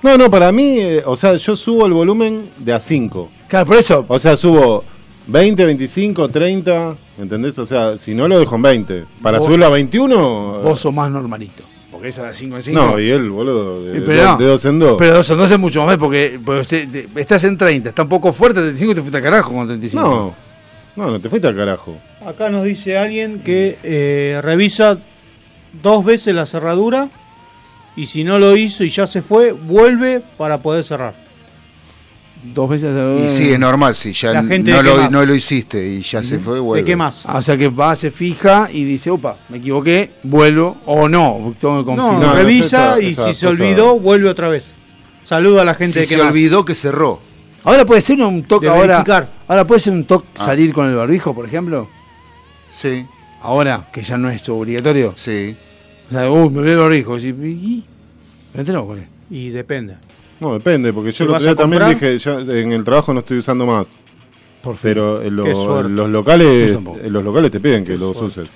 No, no, para mí, eh, o sea, yo subo el volumen de a 5. Claro, por eso. O sea, subo 20, 25, 30, ¿entendés? O sea, si no lo dejo en 20. Para Vos- subirlo a 21... Vos sos más normalito. Porque esa de 5 en 5. No, y él, boludo, de, Y pero do- no. de dos en dos. Pero eso no hace mucho más, porque, porque se- te- estás en 30, está un poco fuerte, 35 te fuiste al carajo con 35. No, no, no te fuiste al carajo. Acá nos dice alguien que eh, revisa dos veces la cerradura y si no lo hizo y ya se fue, vuelve para poder cerrar. Dos veces. Y sí, es normal, si ya Mm. La gente no de lo, quemás. no lo hiciste y ya se fue, vuelve. más? O sea que va, se fija y dice, opa, me equivoqué, vuelvo, o no, tengo que No, confirmar. revisa y si se olvidó, vuelve otra vez. Saludo a la gente Si de se Quemás. olvidó que cerró. Ahora puede ser un toque De ahora. verificar. Ahora puede ser un toque Ah. salir con el barbijo, por ejemplo. Sí, Ahora, que ya no es obligatorio. sí. O sea, uy, me olvidé el barbijo. Y, y- me entero con él. Y depende. No, depende, porque yo ¿Y el vas otro día a también comprar? dije, yo en el trabajo no estoy usando más. Pero en lo- Qué suerte. los Yo locales tampoco. en los locales te piden que Qué los suerte. uses.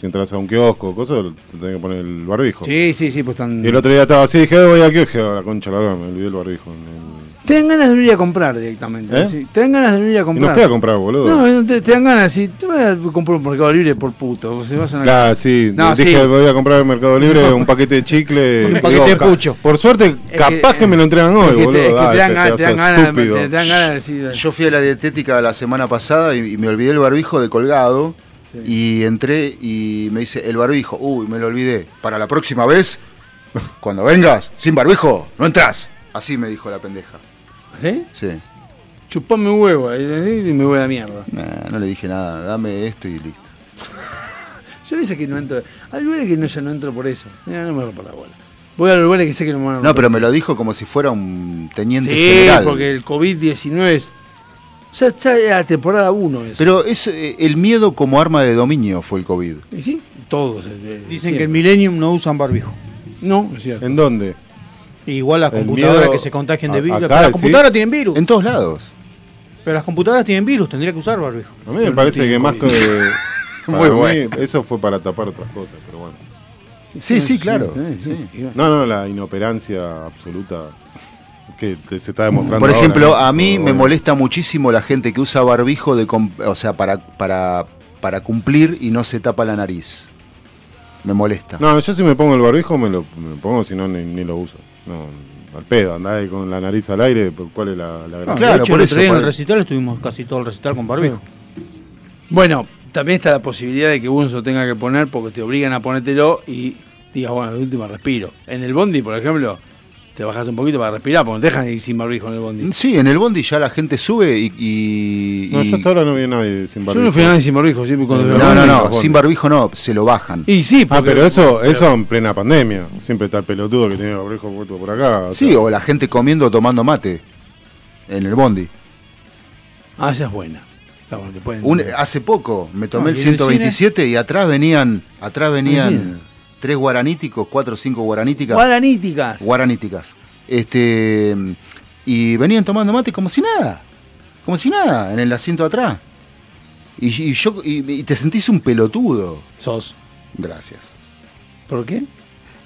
Si entras a un kiosco o cosas, te tenés que poner el barbijo. Sí, sí, sí, pues están. Y el otro día estaba así, dije, "Eh, voy a kiosco, a la concha, la verdad, me olvidé el barbijo. Y Te dan ganas de ir a comprar directamente. ¿Eh? sí. Te dan ganas de ir a comprar. no fui a comprar, boludo. No, no te, te dan ganas. Si tú vas a comprar un mercado libre por puto, o si vas a una- Claro, sí. No, dije, sí. voy a comprar en Mercado Libre un paquete de chicle. Un Digo, paquete de ca- pucho. Por suerte, Es capaz que, que- me lo entregan Es hoy, que te- Ah, boludo. es que te Dale, dan te ganas- te dan haces ganas de- estúpido. te dan ganas de decir. eh. Yo fui a la dietética la semana pasada y, y me olvidé el barbijo de colgado. Y entré y me dice, el barbijo, uy, me lo olvidé. Para la próxima vez, cuando vengas, sin barbijo, no entras. Así me dijo la pendeja. ¿Sí? Sí. Chupame un huevo eh, y me voy a la mierda. Nah, no le dije nada, dame esto y listo. Yo a veces que no entro. Hay lugares que no, ya no entro por eso. Mira, no me rompa la bola. Voy a los lugares que sé que no me van a No, romper. pero me lo dijo como si fuera un teniente Sí, general. porque el COVID-19 es. Ya, ya era temporada 1 eso. Pero es, eh, el miedo como arma de dominio fue el COVID. ¿Y sí? Todos. eh, eh, Dicen que siempre. en Millennium no usan barbijo. No, es cierto. ¿En dónde? Igual las El computadoras miedo- que se contagian de a- virus. acá Pero las decís- computadoras tienen virus. En todos lados. Pero las computadoras tienen virus, tendría que usar barbijo. A mí me parece que más que. para Muy mí, eh, bueno. Eso fue para tapar otras cosas, pero bueno. Sí, sí, claro. sí. No, no, la inoperancia absoluta que te- se está demostrando. Por ahora, ejemplo, ¿no? a mí Pero me bueno. molesta muchísimo la gente que usa barbijo de com- o sea, para, para, para cumplir y no se tapa la nariz. me molesta. No, yo si me pongo el barbijo me lo, me lo pongo, si no ni, ni lo uso. No, al pedo, andá ahí con la nariz al aire, pues, ¿cuál es la, la Ah, gracia? claro, por eso. En el recital estuvimos casi todo el recital con barbijo. Bueno, también está la posibilidad de que uno se lo tenga que poner porque te obligan a ponértelo y digas, bueno, de última respiro. En el bondi, por ejemplo, te bajas un poquito para respirar porque no te dejan ir sin barbijo en el bondi. Sí, en el bondi ya la gente sube y. y- No, y- yo hasta ahora no vi a nadie sin barbijo. Yo no fui a nadie sin barbijo, siempre cuando veo No, no, barbijo, no, bueno. sin barbijo no, se lo bajan. Y sí, Ah, porque- pero eso, eso en plena pandemia. Siempre está el pelotudo que tiene el barbijo vuelto por acá. o Sí, sea. o la gente comiendo o tomando mate en el bondi. Ah, esa es buena. Claro, te pueden- Un- hace poco me tomé No, el Ah, y en el 127 y atrás venían, atrás En el cine. venían tres guaraníticos, cuatro o cinco guaraníticas. Guaraníticas. Guaraníticas. Este y venían tomando mate como si nada. Como si nada, en el asiento de atrás. Y, y yo y- y te sentís un pelotudo. Sos. Gracias. ¿Por qué?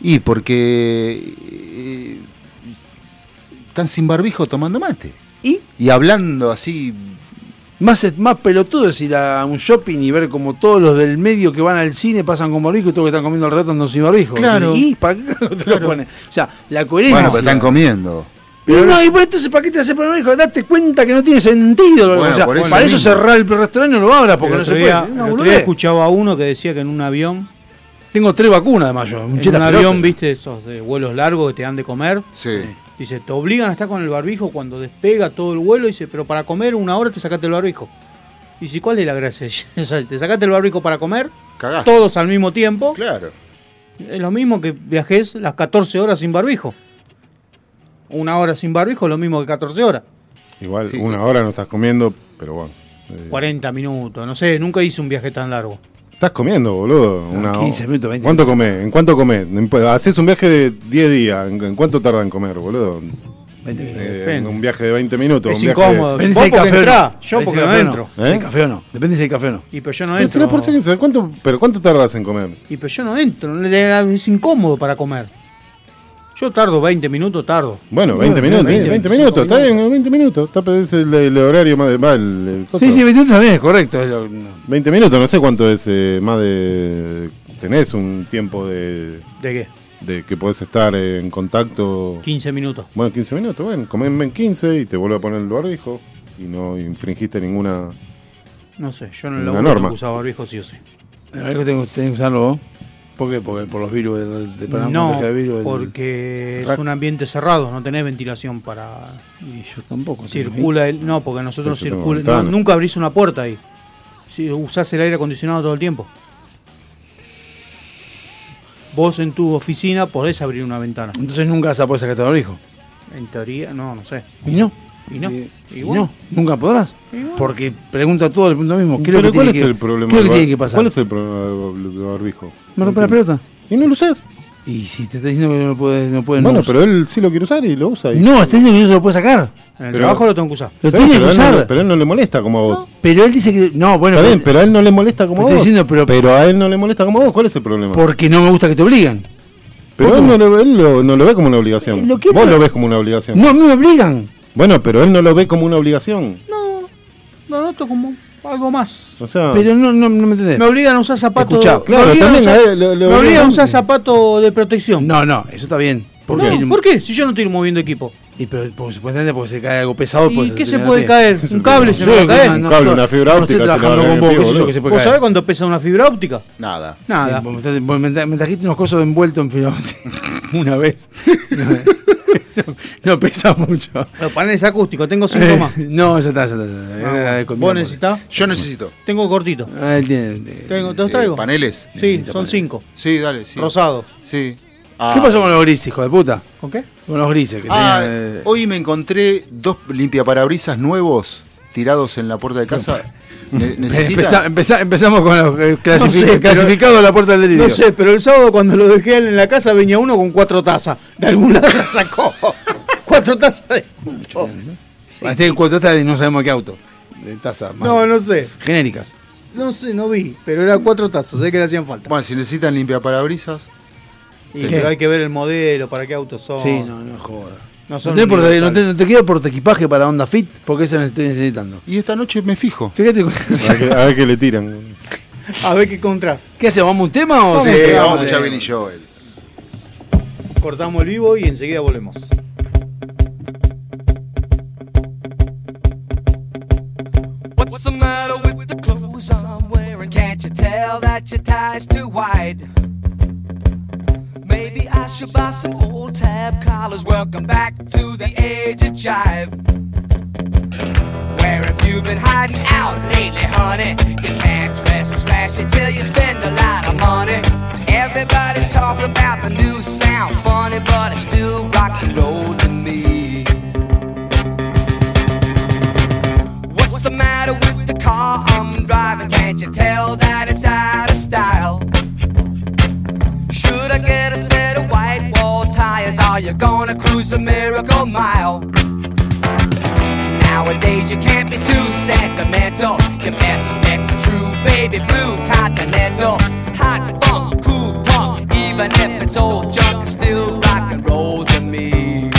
Y porque eh, están sin barbijo tomando mate. ¿Y? hablando así. Más, es- más pelotudo es ir a un shopping y ver como todos los del medio que van al cine pasan con barbijo y todos los que están comiendo al rato andan sin barbijo. Claro. ¿Y para qué carajo te lo pones? O sea, la coherencia. Bueno, pero están comiendo. Pero no, y por entonces, ¿para qué te haces poner barbijo? Date cuenta que no tiene sentido. lo que- Bueno, o sea, por eso para eso mismo. cerrar el restaurante no lo abras porque El no se otro puede. día- Es el una otro día boludez. escuchaba a uno que decía que en un avión. Tengo tres vacunas además yo. En chela un pelota. avión, viste, esos de vuelos largos que te dan de comer. Dice, te obligan a estar con el barbijo cuando despega todo el vuelo. Dice, pero para comer una hora te sacaste el barbijo. Y si ¿cuál es la gracia? O sea, te sacaste el barbijo para comer, Cagaste. todos al mismo tiempo. Claro. Es lo mismo que viajes las 14 horas sin barbijo. Una hora sin barbijo es lo mismo que 14 horas. Igual, una hora no estás comiendo, pero bueno. 40 minutos, no sé, nunca hice un viaje tan largo. Estás comiendo, boludo. Ah, Una 15 minutos, 20 ¿Cuánto comés? ¿En cuánto comés? No imp- Haces un viaje de 10 días. ¿En, en cuánto tarda en comer, boludo? Eh, depende. un viaje de 20 minutos. Es un viaje de- incómodo. Vende si hay café o no. yo Vende si hay porque no café o entro. Si hay café o no. Depende si hay café o no. Y pero yo no Pero entro. será ¿Eh? por ser- ¿cuánto- ¿Pero cuánto tardas en comer? Y pero yo no entro, no- es incómodo para comer. Yo tardo 20 minutos, tardo. Bueno, 20 minutos. 20, 20 minutos. Está bien, 20 minutos. Está, es el, el horario más de. va, el- el coso. Sí, sí, 21 también es correcto. es lo- 20 minutos, no sé cuánto es eh, más de. ¿Tenés un tiempo de. ¿De qué? de que podés estar en contacto. 15 minutos. Bueno, 15 minutos, bueno, comeme en 15 y te vuelvo a poner el barbijo y no infringiste ninguna. No sé, yo no Una lo norma. usaba barbijo sí o sí. A ver, tengo, tengo que usarlo vos. ¿Por qué? Porque por los virus. del- de- para no, proteger el virus del- porque es Rac- un ambiente cerrado, no tenés ventilación para. Y yo tampoco. Circula el. No, porque nosotros Pero yo tengo circula. no, ventana. nunca abrís una puerta ahí. Si usás el aire acondicionado todo el tiempo. Vos en tu oficina podés abrir una ventana. Entonces nunca vas a poder sacarte el barbijo. En teoría, no, no sé. Y no. Y no. Y, Y y bueno. no. Nunca podrás. Porque pregunta todo el punto mismo. ¿Qué es lo Pero que ¿cuál es tiene que- el problema? ¿Qué es lo que del tiene que bar- pasar? ¿Cuál es el problema del barbijo? ¿Me rompe la pelota? ¿Y no lo usás? Y si te está diciendo que no lo puedes no puedes bueno, no pero él sí lo quiere usar y lo usa. Y... No, está diciendo que no se lo puede sacar. En el trabajo lo tengo que usar. Lo Sí, tiene que pero él no usar. le- pero él no le molesta como a vos. Pero él dice que. No, bueno. Está bien, pero a él no le molesta como a Estoy vos. diciendo, pero- a él no le molesta como a vos. ¿Cuál es el problema? Porque no me gusta que te obligan. Pero él, no lo, él lo- no lo ve como una obligación. Eh, Lo que- vos lo ves como una obligación. No, a mí me obligan. Bueno, pero él no lo ve como una obligación. Lo noto como algo más. O sea, Pero no, no, no me entendés. Me obligan a usar zapatos. Escuchá, claro, me obligan también a a usar, él lo- lo me obligan a obligan. usar zapatos de protección. No, no, eso está bien. ¿Por No, ¿Por qué? Si yo no estoy moviendo equipo. Y pero por supuestamente porque se cae algo pesado. ¿Y pues, qué se termina puede bien. caer? Ese es ¿Un el cable se problema. me Yo va a que caer? no- no- no estoy trabajando con vos, qué sé yo que se puede ¿Vos sabés caer. cuánto pesa una fibra óptica? Nada. Nada. Sí, vos me estás- vos me, tra- me trajiste unos cosos envueltos en fibra óptica. una vez. No, no- no pesa mucho. Los paneles acústicos, tengo síntomas. Eh, no, ya está, ya está. ya está. Era de comida, ¿Vos por- necesitas? Yo necesito. Tengo cortito. Ah, él tiene- eh, Tengo, ¿Te los Eh, traigo? ¿Paneles? Sí, son cinco. Sí, dale, sí. Rosados. Sí. ¿Qué pasó con los grises, hijo de puta? ¿Con qué? Con los grises que Ah, tenían, eh, hoy me encontré dos limpiaparabrisas nuevos tirados en la puerta de casa. Ne- Empeza- ¿Necesitan? empeza- empezamos con los eh, clasific- sé, pero- clasificados a la puerta del delirio. No sé, pero el sábado cuando lo dejé en la casa venía uno con cuatro tazas. De algún lado la sacó. cuatro tazas de. Este cuatro tazas de no sabemos qué auto. De tazas más No, no sé. genéricas. No sé, no vi. Pero eran cuatro tazas, sé que le hacían falta. Bueno, si necesitan limpiaparabrisas. Y, ¿Qué? pero hay que ver el modelo, para qué autos son. Sí, no, no joda. No No, son te, porta- no, universales. te, no te queda porta equipaje para Onda Fit porque eso no estoy necesitando. Y esta noche me fijo. Fíjate. A ver, qué, a ver qué le tiran. A ver qué encontrás. ¿Qué hacemos? ¿Vamos a un tema o Sí, un tema? vamos, Chavin y Joel. Cortamos el vivo y enseguida volvemos. What's the matter with the clothes I'm wearing? Can't you tell that your tie's too wide? Maybe I should buy some old tab collars. Welcome back to the age of jive. Where have you been hiding out lately, honey? You can't dress flashy till you spend a lot of money. Everybody's talking about the new sound, funny, but it's still rock and roll to me. What's the matter with the car I'm driving? Can't you tell that it's out of style? Should I get a set of white wall tires? Are you gonna cruise the miracle mile? Nowadays you can't be too sentimental. Your best bet's true, baby blue continental. Hot funk, cool punk, even if it's old junk, it's still rock and roll to me.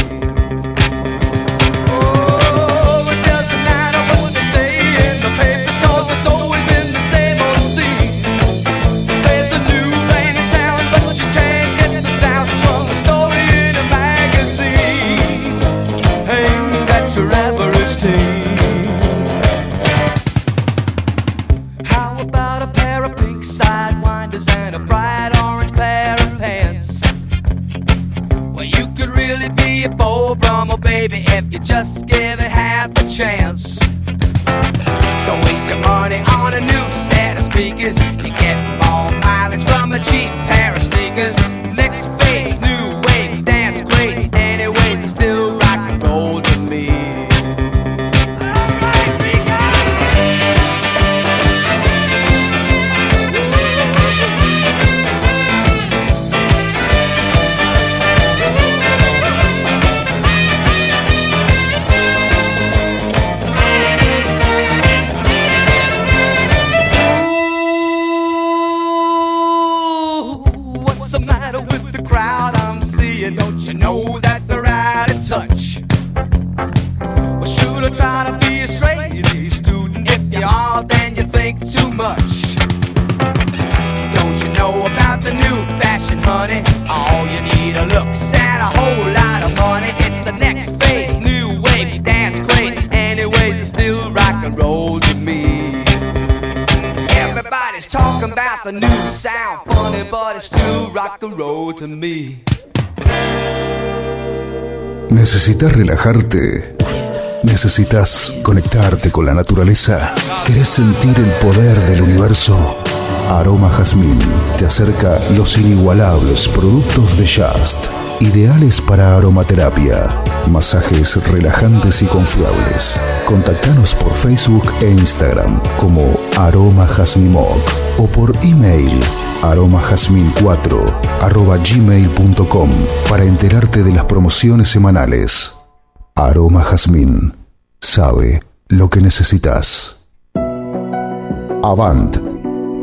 Oh, it doesn't matter what they say in the papers, 'cause it's always been the same old scene. There's a new lane in town, but you can't get the sound from a story in a magazine. Aimed at your average teen. How about a pair of pink sidewinders and a bright orange pair of pants? Well, you could really be a Bo Brummer, baby, if you just give it half a chance. Don't waste your money on a new set of speakers. You get more mileage from a cheap pair of sneakers. Next phase, new wave, dance craze. Anyways, it's still rock and roll to me. What's the matter with the crowd I'm seeing? Don't you know that they're out of touch? Well, should I try to be a straight A student? If you are, then you think too much. Don't you know about the new fashion, honey? All you need are looks and a whole lot of money. It's the next phase, new wave, dance craze. Anyways, it's still rock and roll to me. Everybody's talking about the new sound, funny, but it's still rock and roll to me. ¿Necesitas relajarte? ¿Necesitas conectarte con la naturaleza? ¿Querés sentir el poder del universo? Aroma Jazmín te acerca los inigualables productos de Just, ideales para aromaterapia, masajes relajantes y confiables. Contactanos por Facebook e Instagram como Aroma Jazmín Moc o por email aromajazmin4 arroba gmail.com para enterarte de las promociones semanales. Aroma Jazmín sabe lo que necesitas. Avant,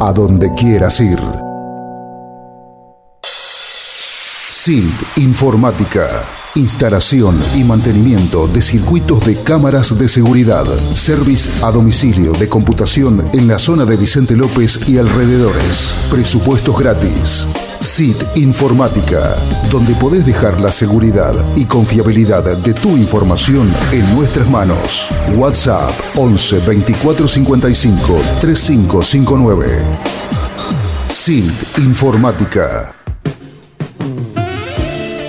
A donde quieras ir. SILT Informática. Instalación y mantenimiento de circuitos de cámaras de seguridad. Service a domicilio de computación en la zona de Vicente López y alrededores. Presupuestos gratis. SIT Informática, donde podés dejar la seguridad y confiabilidad de tu información en nuestras manos. WhatsApp 11 24 55 3559. SIT Informática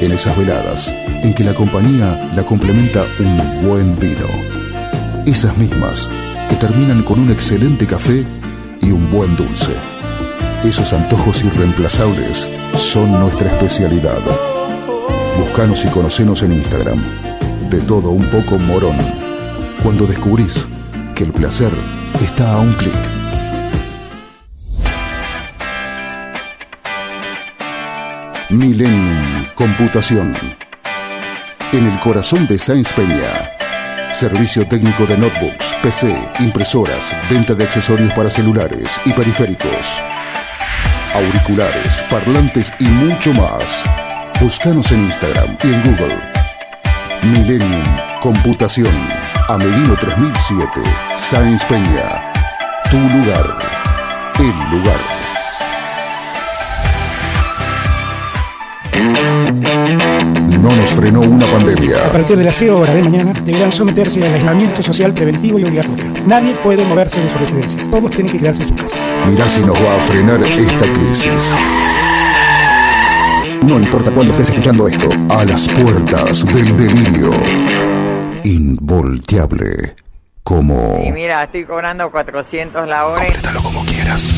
en esas veladas en que la compañía la complementa un buen vino. Esas mismas que terminan con un excelente café y un buen dulce. Esos antojos irreemplazables son nuestra especialidad. Buscanos y conocenos en Instagram. De todo un poco morón. Cuando descubrís que el placer está a un clic. Millennium Computación. En el corazón de Sáenz Peña. Servicio técnico de notebooks, PC, impresoras, venta de accesorios para celulares y periféricos. Auriculares, parlantes y mucho más. Búscanos en Instagram y en Google. Millennium Computación. Amelino 3007. Sáenz Peña. Tu lugar. El lugar. No nos frenó una pandemia. A partir de las 0 horas de mañana deberán someterse al aislamiento social preventivo y obligatorio. Nadie puede moverse de su residencia. Todos tienen que quedarse en su casa. Mirá si nos va a frenar esta crisis. No importa cuándo estés escuchando esto, a las puertas del delirio. Involteable. Como Y mira, estoy cobrando 400 la hora. Complétalo como quieras.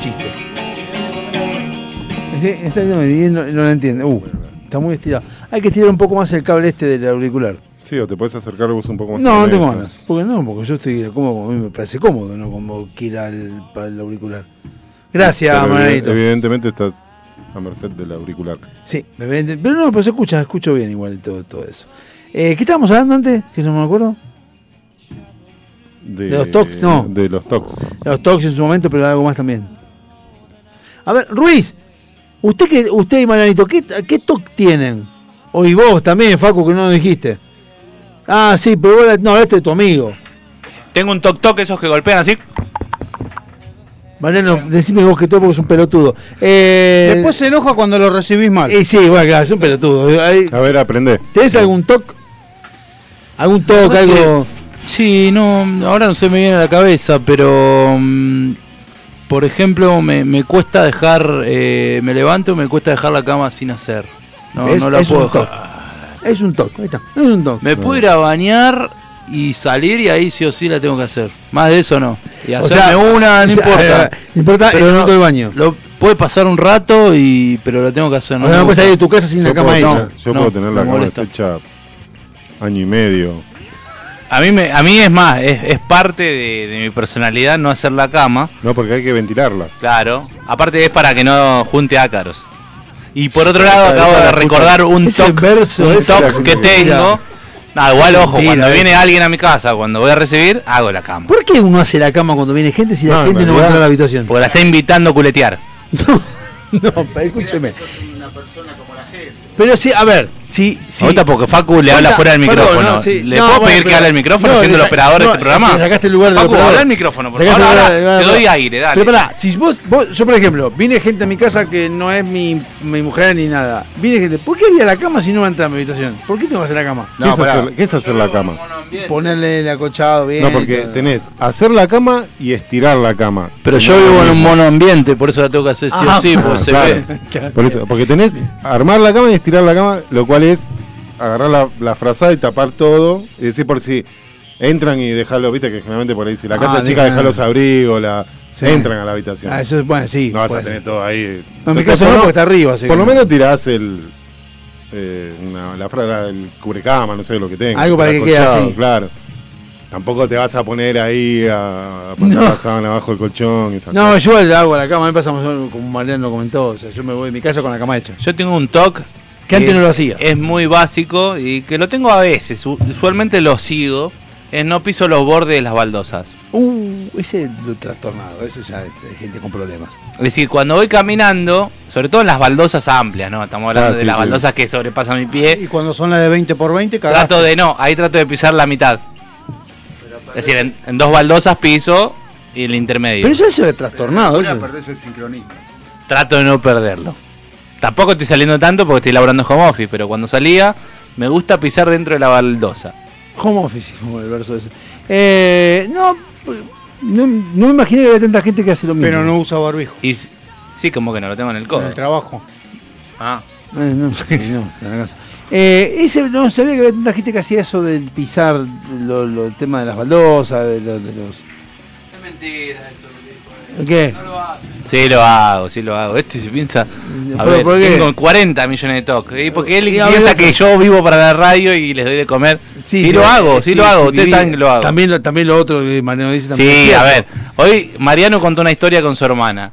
chiste. Ese, ese no, no, no lo entiende. Uh, está muy estirado. Hay que estirar un poco más el cable este del auricular. Sí, o te puedes acercar vos un poco más. a No, la no tengo mesa. ganas. Porque no, porque yo estoy cómodo, a mí me parece cómodo, ¿no? Como que ir al, para el auricular. Gracias, Pero evi- Manadito. Evidentemente estás a merced del auricular. Sí, me vende- pero no, pero se escucha, escucho bien igual y todo, todo eso. Eh, ¿Qué estábamos hablando antes? Que no me acuerdo. De, ¿De los tocs? No. De los tocs. De Los toques en su momento, pero algo más también. A ver, Ruiz, usted que usted y Marianito, ¿qué, qué toc tienen? O y vos también, Facu, que no lo dijiste. Ah, sí, pero vos, la- no, este es tu amigo. Tengo un toc toc esos que golpean así. Mariano, decime vos que todo porque es un pelotudo. Eh, Después se enoja cuando lo recibís mal. Y Eh, sí, bueno, claro, es un pelotudo. A ver, aprende. ¿Tenés algún toc? ¿Algún toc, Creo que- algo? Sí, no, ahora no se me viene a la cabeza, pero mm, por ejemplo me, me cuesta dejar, eh, me levanto, y me cuesta dejar la cama sin hacer. No, ¿Ves? no la Es puedo un toc. dejar. Es un toc, ahí está, es un toc. Me Mm. puedo ir a bañar y salir y ahí sí o sí la tengo que hacer. Más de eso no. Y O hacerme sea, una, no o sea, importa. no importa el minuto del baño. Lo, puede pasar un rato y pero lo tengo que hacer. O sea, no me puedes gusta. salir de tu casa sin Yo la cama puedo hecha. tener- Yo No, puedo tener la me cama molesta. hecha año y medio. A mí, me, a mí es más, es, es parte de, de mi personalidad no hacer la cama. No, porque hay que ventilarla. Claro. Aparte es para que no junte ácaros. Y por otro Esa- lado, esa acabo la de puse- recordar un ese toque verso, un esa la toc puse que yo. tengo. Mira. Nada, igual, ojo, Mentira, cuando eh. viene alguien a mi casa, cuando voy a recibir, hago la cama. ¿Por qué uno hace la cama cuando viene gente si la No, en gente no va a realidad- entrar a la habitación? Porque la está invitando a culetear. No, pa- escúcheme. Pero sí, a ver, sí, sí. Ahorita porque Facu le habla fuera del micrófono. ¿Le puedo pedir que hable al micrófono siendo el operador de este programa? te Sacaste el lugar del Facu, operador. habla al micrófono, por Sacaste favor. el Ahora, del te operador. doy aire, dale. Pero pará, si vos, vos- yo por ejemplo, viene gente a mi casa que no es mi, mi mujer ni nada. Viene gente, ¿por qué ir a la cama si no va a entrar a mi habitación? ¿Por qué tengo que hacer la cama? ¿Qué, es hacer, qué es hacer la cama? Ponerle el acochado bien. No, porque tenés hacer la cama y estirar la cama. Pero yo No, vivo en no, un no. mono ambiente, por eso la tengo que hacer sí Ah, o sí, porque se claro. ve. Por eso, porque tenés armar la cama y estirar la cama, lo cual es agarrar la, la frazada y tapar todo y decir por si entran y dejarlo, viste que generalmente por ahí si la casa Ah, es chica dejan- dejar los abrigos, la Sí. entran a la habitación. Ah, eso es- bueno, sí, No vas a puede tener ser. todo ahí. No, en mi Entonces, caso por no, lo- porque está arriba, así Por que lo no. menos tirás el eh, una- la fra- el cubrecama, no sé lo que tengas. Algo para el que quede acolchado, así. Claro. Tampoco te vas a poner ahí a, a poner la sábana abajo el colchón y esas No, yo le hago a la cama, a mí pasamos como Mariano lo comentó, o sea, yo me voy de mi casa con la cama hecha. Yo tengo un toque Que antes no lo hacía. Es muy básico y que lo tengo a veces, u- usualmente lo sigo, es no piso los bordes de las baldosas. Uh, ese es lo trastornado, ese ya es de gente con problemas. Es decir, cuando voy caminando, sobre todo en las baldosas amplias, ¿no? Estamos hablando Ah, de sí, las sí. baldosas que sobrepasan mi pie. Y cuando son las de 20 por 20, cagaste. Trato de no, ahí trato de pisar la mitad. Es decir, en, en dos baldosas piso y el intermedio. Pero eso es de trastornado. Ahora eso. perdés el sincronismo. Trato de no perderlo. Tampoco estoy saliendo tanto porque estoy laburando home office, pero cuando salía me gusta pisar dentro de la baldosa. Home office, como el verso ese. Eh, no, no, no me imaginé que había tanta gente que hace lo mismo. Pero no usa barbijo. Y s- sí, como que no lo tengo en el codo. En el trabajo. Ah. Eh, no, no, está en la casa. Eh, ese, no sabía que había tanta gente que hacía eso del pisar lo, lo- el tema de las baldosas, de, lo- de los... ¿Qué? Sí lo hago, sí lo hago. Este se piensa, a ¿Pero ver, por qué? tengo 40 millones de toques. ¿eh? Porque él Y a piensa ver- que yo vivo para la radio y les doy de comer. Sí, lo eh, hago, sí, lo hago. Ustedes viví- saben que lo hago. También lo, también lo otro que Mariano dice también. es Sí, cierto. a ver. Hoy Mariano contó una historia con su hermana.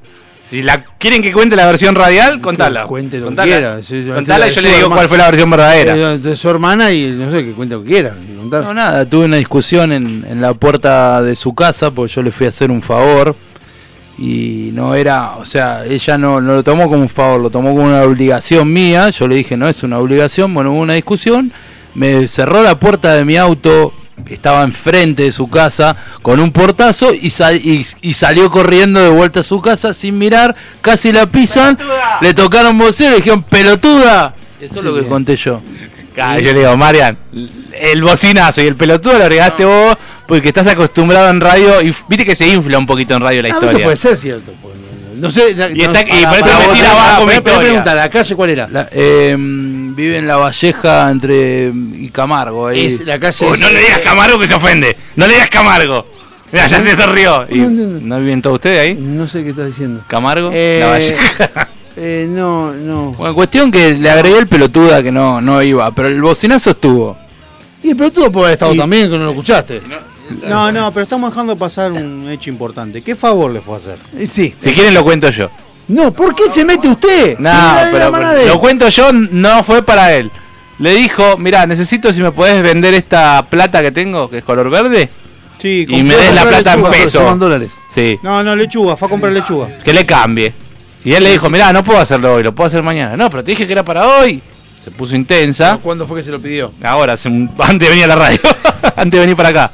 Si la quieren que cuente la versión radial, contala. Cuente lo Contala. que quiera. Sí, la Contala y historia de su yo le digo hermana. cuál fue la versión verdadera. Eh, De su hermana y no sé, que cuente lo que quiera. que contar. No, nada, tuve una discusión en, en la puerta de su casa porque yo le fui a hacer un favor y no era, o sea, ella no, no lo tomó como un favor, lo tomó como una obligación mía, yo le dije no es una obligación, bueno, hubo una discusión, me cerró la puerta de mi auto que estaba enfrente de su casa con un portazo y, sal- y, y salió corriendo de vuelta a su casa sin mirar, casi la pisan, le tocaron vocero y le dijeron pelotuda, eso es lo que conté yo. Ah, yo le digo, Marian, el bocinazo y el pelotudo lo regaste vos porque estás acostumbrado en radio. Y viste que se infla un poquito en radio la Ah, pero historia. Eso puede ser cierto. pues, No sé. Y está- y por eso me tira abajo mi historia. pregunta, ¿la calle cuál era? La- eh, vive en La Valleja entre mm, y Camargo. Ahí. Es la calle. Oh, no le digas Camargo que se ofende. No le digas Camargo. Mira, ya se sonrió. Y- No, no, no. ¿No viven todos ustedes ahí? No sé qué estás diciendo. Camargo, Eh, La Valleja. eh, no, no. Bueno, cuestión que le agregué el pelotuda que no, no iba, pero el bocinazo estuvo. Y pero tú puede haber estado también, que no lo escuchaste. eh, No, no, pero estamos dejando pasar un hecho importante. ¿Qué favor le fue a hacer? Eh, Sí. Si quieren lo cuento yo. No, ¿por qué se mete usted? No, Si era de la Ah, pero, mano pero de él. lo cuento yo, no fue para él. Le dijo, mira, necesito si me podés vender esta plata que tengo, que es color verde. Sí, y me des la plata en Ah, pesos. dólares. Sí, No, no, lechuga, fue a comprar lechuga. que le cambie. Y él le dijo, mira, no puedo hacerlo hoy, lo puedo hacer mañana. No, pero te dije que era para hoy. Se puso intensa. ¿Cuándo fue que se lo pidió? Ahora, hace un- antes de venir a la radio, antes de venir para acá.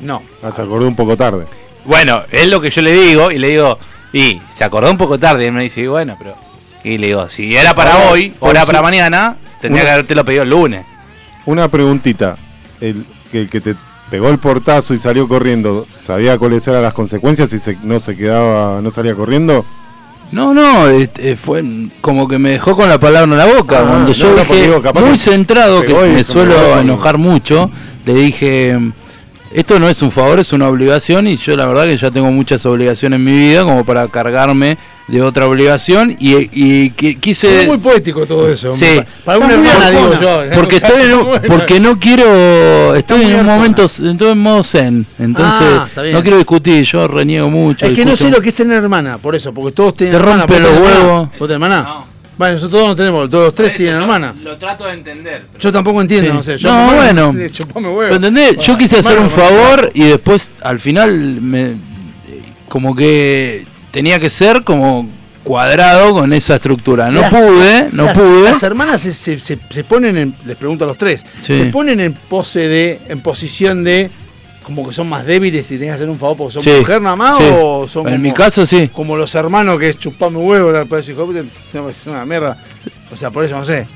No. Ah, se acordó un poco tarde. Bueno, es lo que yo le digo y le digo, y se acordó un poco tarde. Y él me dice, y bueno, pero. Y le digo, si era para Ahora, hoy, o por era su- para mañana, tendría Una- que haberte lo pedido el lunes. Una preguntita. El que, el que te pegó el portazo y salió corriendo, ¿sabía cuáles eran las consecuencias si se- no se quedaba, no salía corriendo? No, no, eh, este, fue como que me dejó con la palabra en la boca. Ah, Cuando no, yo no, porque dije, digo, capaz muy que centrado, te que voy, me te suelo voy. enojar mucho, le dije, esto no es un favor, es una obligación y yo la verdad que ya tengo muchas obligaciones en mi vida como para cargarme de otra obligación y, y qui- quise... Es muy poético todo eso. Sí. Para una Está muy hermana, digo arcona. yo. ¿eh? Porque estoy en un- porque no quiero, estoy en un momento, estoy en modo zen, entonces Ah, está bien. no quiero discutir, yo reniego mucho. Es que no discuto sé lo que es tener hermana, por eso, porque todos tienen Te hermana. rompe ¿Vos los tenés hermana? huevos. ¿Vos tenés hermana? Vale, nosotros todos no tenemos, todos los tres tienen hermana. Lo trato de entender. Yo tampoco entiendo, Sí. no sé. Yo No, me- bueno. eh, chupame huevo. ¿Lo entendés? Yo Bueno, quise hacer hermano, un hermano. favor y después al final me eh, como que tenía que ser como cuadrado con esa estructura. No Las- pude, no las- pude. Las hermanas se, se- se- se ponen en, les pregunto a los tres, Sí. se ponen en pose de, en posición de, como que son más débiles y tenés que hacer un favor porque son Sí, mujer nada más sí. o son En como- mi caso, sí. Como los hermanos que es chupame huevo, la parece hijo de puta, es una mierda. O sea, por eso no sé.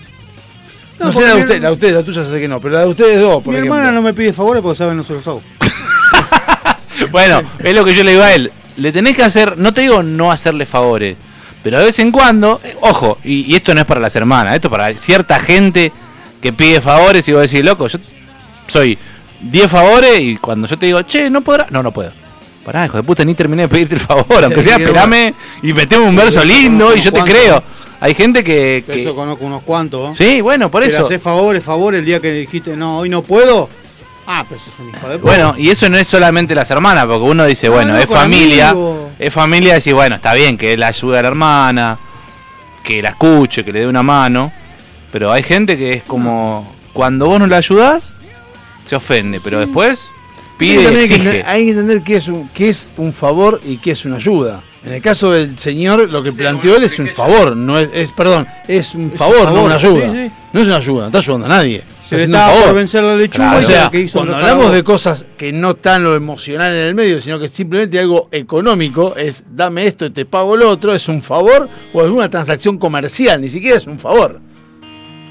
No, No, sé la de porque usted, mi- la de usted, la tuya sé que no, pero la de ustedes dos, por Mi ejemplo. hermana no me pide favores porque sabe que no se los hago. Bueno, es lo que yo le digo a él. Le tenés que hacer, no te digo no hacerle favores, pero de vez en cuando, eh, ojo, y, y esto no es para las hermanas, esto es para cierta gente que pide favores y vos decís, loco, yo soy 10 favores y cuando yo te digo, che, no podrás, no, no puedo. Pará, hijo de puta, ni terminé de pedirte el favor, aunque Sí, sea, sí, esperame y meteme un verso lindo y yo te creo. Hay gente que... que- Eso conozco unos cuantos. Sí, bueno, por Que Le eso. haces favores, favores el día que dijiste, no, hoy no puedo. Ah, pero sos un hijo de puta. Bueno, y eso no es solamente las hermanas, porque uno dice, bueno, no, es con familia, amigos. es familia, decís, bueno, está bien que la ayude a la hermana, que la escuche, que le dé una mano, pero hay gente que es como, cuando vos no la ayudás, se ofende, pero Hay después que pide, entender que exige. entender- hay que entender qué es, un, qué es un favor y qué es una ayuda. En el caso del señor, lo que planteó él es un favor, no es, es- perdón, es un un favor, no favor, una sí, ayuda. sí. No es una ayuda, no está ayudando a nadie. Se Está le haciendo un estaba por favor. vencer la lechuga Claro. y O sea, lo que hizo cuando no hablamos pagó. de cosas que no están lo emocional en el medio, sino que simplemente algo económico, es dame esto y te pago lo otro, es un favor o es una transacción comercial, ni siquiera es un favor.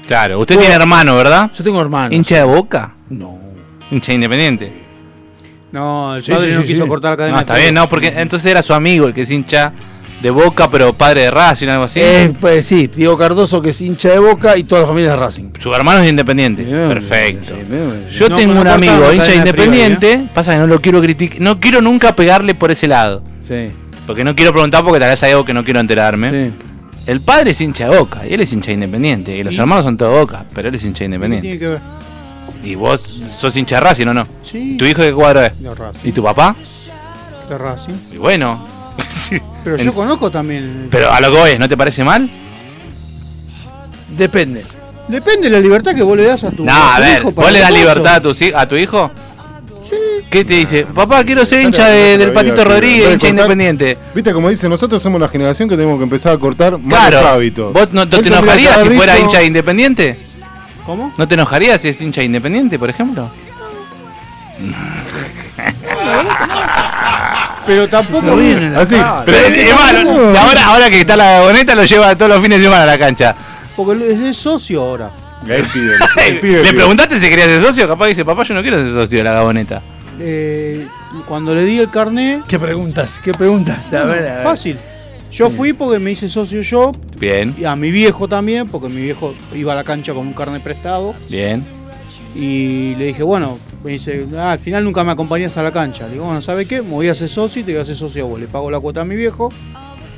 Claro, usted tiene hermano, ¿verdad? Yo tengo hermano. ¿Hincha de boca? No. ¿Hincha independiente? No, el Sí, padre sí, no sí, quiso sí. cortar la cadena. No, de está favor. bien, no, porque entonces era su amigo el que es hincha de boca, pero padre de Racing o algo así. Eh, pues sí, Diego Cardoso que es hincha de Boca y toda la familia de Racing. Su hermano es independiente. Perfecto. Yo No, tengo no un cortamos amigo la hincha cadena de frío, independiente. Pasa que no lo quiero criticar. No quiero nunca pegarle por ese lado. Sí. Porque no quiero preguntar porque tal vez hay algo que no quiero enterarme. El padre es hincha de boca y él es hincha de independiente. Y los Sí. hermanos son todos boca, pero él es hincha de ¿Qué tiene independiente. que ver? Y vos sos hincha de Racing o no? Sí. ¿Tu hijo de qué cuadro es? De Racing. ¿Y tu papá? De Racing. Y bueno. Pero yo conozco también. Pero a lo que voy, ¿no te parece mal? Depende. Depende de la libertad que vos le das a tu. No, a tu ver, hijo para ¿vos le hacer das cosas. libertad a tu, si- a tu hijo? ¿Qué te dice? Papá, quiero ser hincha Dale, de- dale del la vida, Patito pibe. Rodríguez, Dale, hincha cortar. independiente. Viste, como dice, nosotros somos la generación que tenemos que empezar a cortar malos Claro. hábitos. ¿Vos no, no Él te tendría que enojarías si haber fuera dicho- hincha de independiente? ¿Cómo? ¿No te enojarías si es hincha de independiente, por ejemplo? Pero tampoco. Así. cara. es malo. Ahora, ahora que está la boneta lo lleva todos los fines de semana a la cancha. Porque es, es socio ahora. Le preguntaste si querías ser socio, capaz dice, papá, yo no quiero ser socio de la gaboneta. Eh, cuando le di el carné. ¿Qué preguntas? ¿Qué preguntas? A ver, a ver. Fácil. Yo fui porque me hice socio yo. Bien, Y a mi viejo también, porque mi viejo iba a la cancha con un carné prestado. bien. Y le dije, bueno, me dice, "Ah, al final nunca me acompañas a la cancha. Le digo, bueno, ¿sabe qué? Me voy a hacer socio y te voy a hacer socio a vos. Le pago la cuota a mi viejo.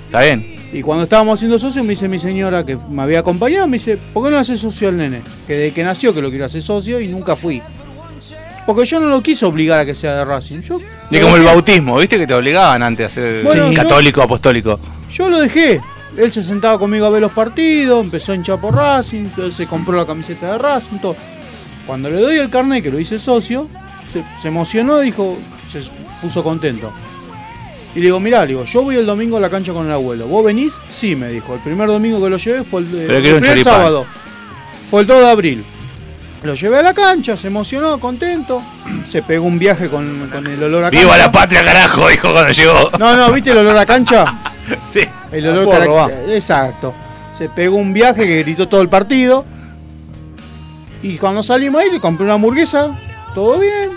Está bien. Y cuando estábamos haciendo socio, me dice mi señora que me había acompañado, me dice, ¿por qué no haces socio al nene? Que desde que nació que lo quiero hacer socio y nunca fui. Porque yo no lo quise obligar a que sea de Racing. Yo, Y como el bautismo, ¿viste que te obligaban antes a ser Bueno, Sí. yo- católico, apostólico? yo lo dejé. Él se sentaba conmigo a ver los partidos, empezó a hinchar por Racing, él se compró la camiseta de Racing, todo. Cuando le doy el carnet que lo hice socio, se, se emocionó, dijo, se puso contento. Y le digo, mirá, le digo, yo voy el domingo a la cancha con el abuelo. ¿Vos venís? Sí, me dijo. El primer domingo que lo llevé fue el, eh, Pero el que era un primer choripán. sábado. Fue el 2 de abril. Lo llevé a la cancha, se emocionó, contento. Se pegó un viaje con, con el olor a cancha. ¡Viva la patria, carajo! Dijo cuando llegó. No, no, ¿viste el olor a cancha? Sí. El olor Porro, carac- Exacto. Se pegó un viaje que gritó todo el partido. Y cuando salimos ahí le compré una hamburguesa, todo bien.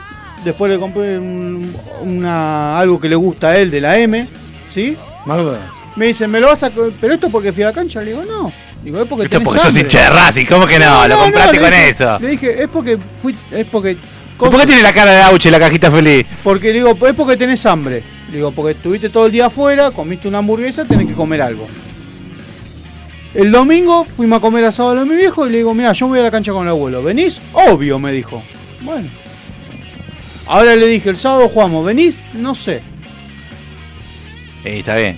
Después le compré un- una, algo que le gusta a él de la M, ¿sí? Me dicen, ¿me lo vas a.? co- ¿Pero esto porque fui a la cancha? Le digo, no. Digo, es porque Esto es tenés porque sos hambre". hincha de Racing, ¿cómo que no? Lo compraste le con dije- eso. Le dije, es porque fui. Es porque. ¿Y ¿Por qué tiene la cara de Auche la cajita feliz? Porque le digo, es porque tenés hambre. Le digo, porque estuviste todo el día afuera, comiste una hamburguesa, tenés que comer algo. El domingo fuimos a comer asado a lo de mi viejo y le digo, mira, yo voy a la cancha con el abuelo. ¿Venís? Obvio, me dijo. Bueno. Ahora le dije, el sábado jugamos, ¿venís? No sé. Eh, está bien.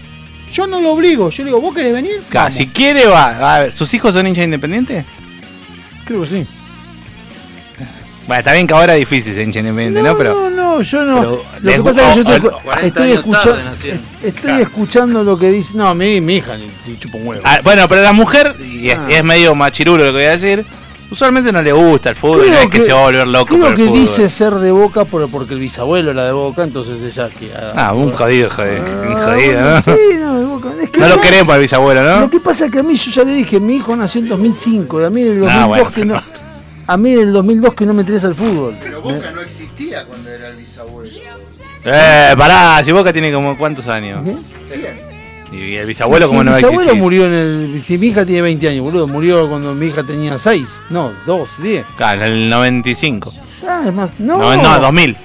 Yo no lo obligo, yo le digo, ¿vos querés venir? Ca- Ah, Si quiere, va. A ver, ¿Sus hijos son hinchas independientes? Creo que sí. Bueno, está bien que ahora es difícil ser hincha independiente, ¿no? No, Pero. no, yo no. Pero lo que les pasa es que yo gustó- estoy, o- 40 estoy años escucha- tarde nacieron. estoy escuchando lo que dice. No, mi, mi hija le le chupa un huevo. Ah, bueno, pero la mujer, y es, Ah. y es medio machirulo lo que voy a decir, usualmente no le gusta el fútbol, Creo no es que, que- se va a volver loco por Creo el que fútbol. dice ser de boca por- porque el bisabuelo era de boca, entonces ella que. Ah, un jodido, jodido, un Ah, jodido, bueno, ¿no? sí, no, de Boca. Es que No lo ya- queremos al bisabuelo, Lo ¿no? que pasa es que a mí, yo ya le dije, mi hijo nació en 2005, y a mí en el 2002 Ah, bueno. que no... A mí en el 2002 que no me interesa el fútbol. Pero Boca no existía cuando era el bisabuelo. Eh, pará, si Boca tiene como cuántos años. Y el bisabuelo, Sí, como no va a Mi abuelo existir. murió en el... Si mi hija tiene 20 años, boludo, murió cuando mi hija tenía 6. No, 2, 10. Claro, en el 95. Ah, es más, No, no. no, 2000.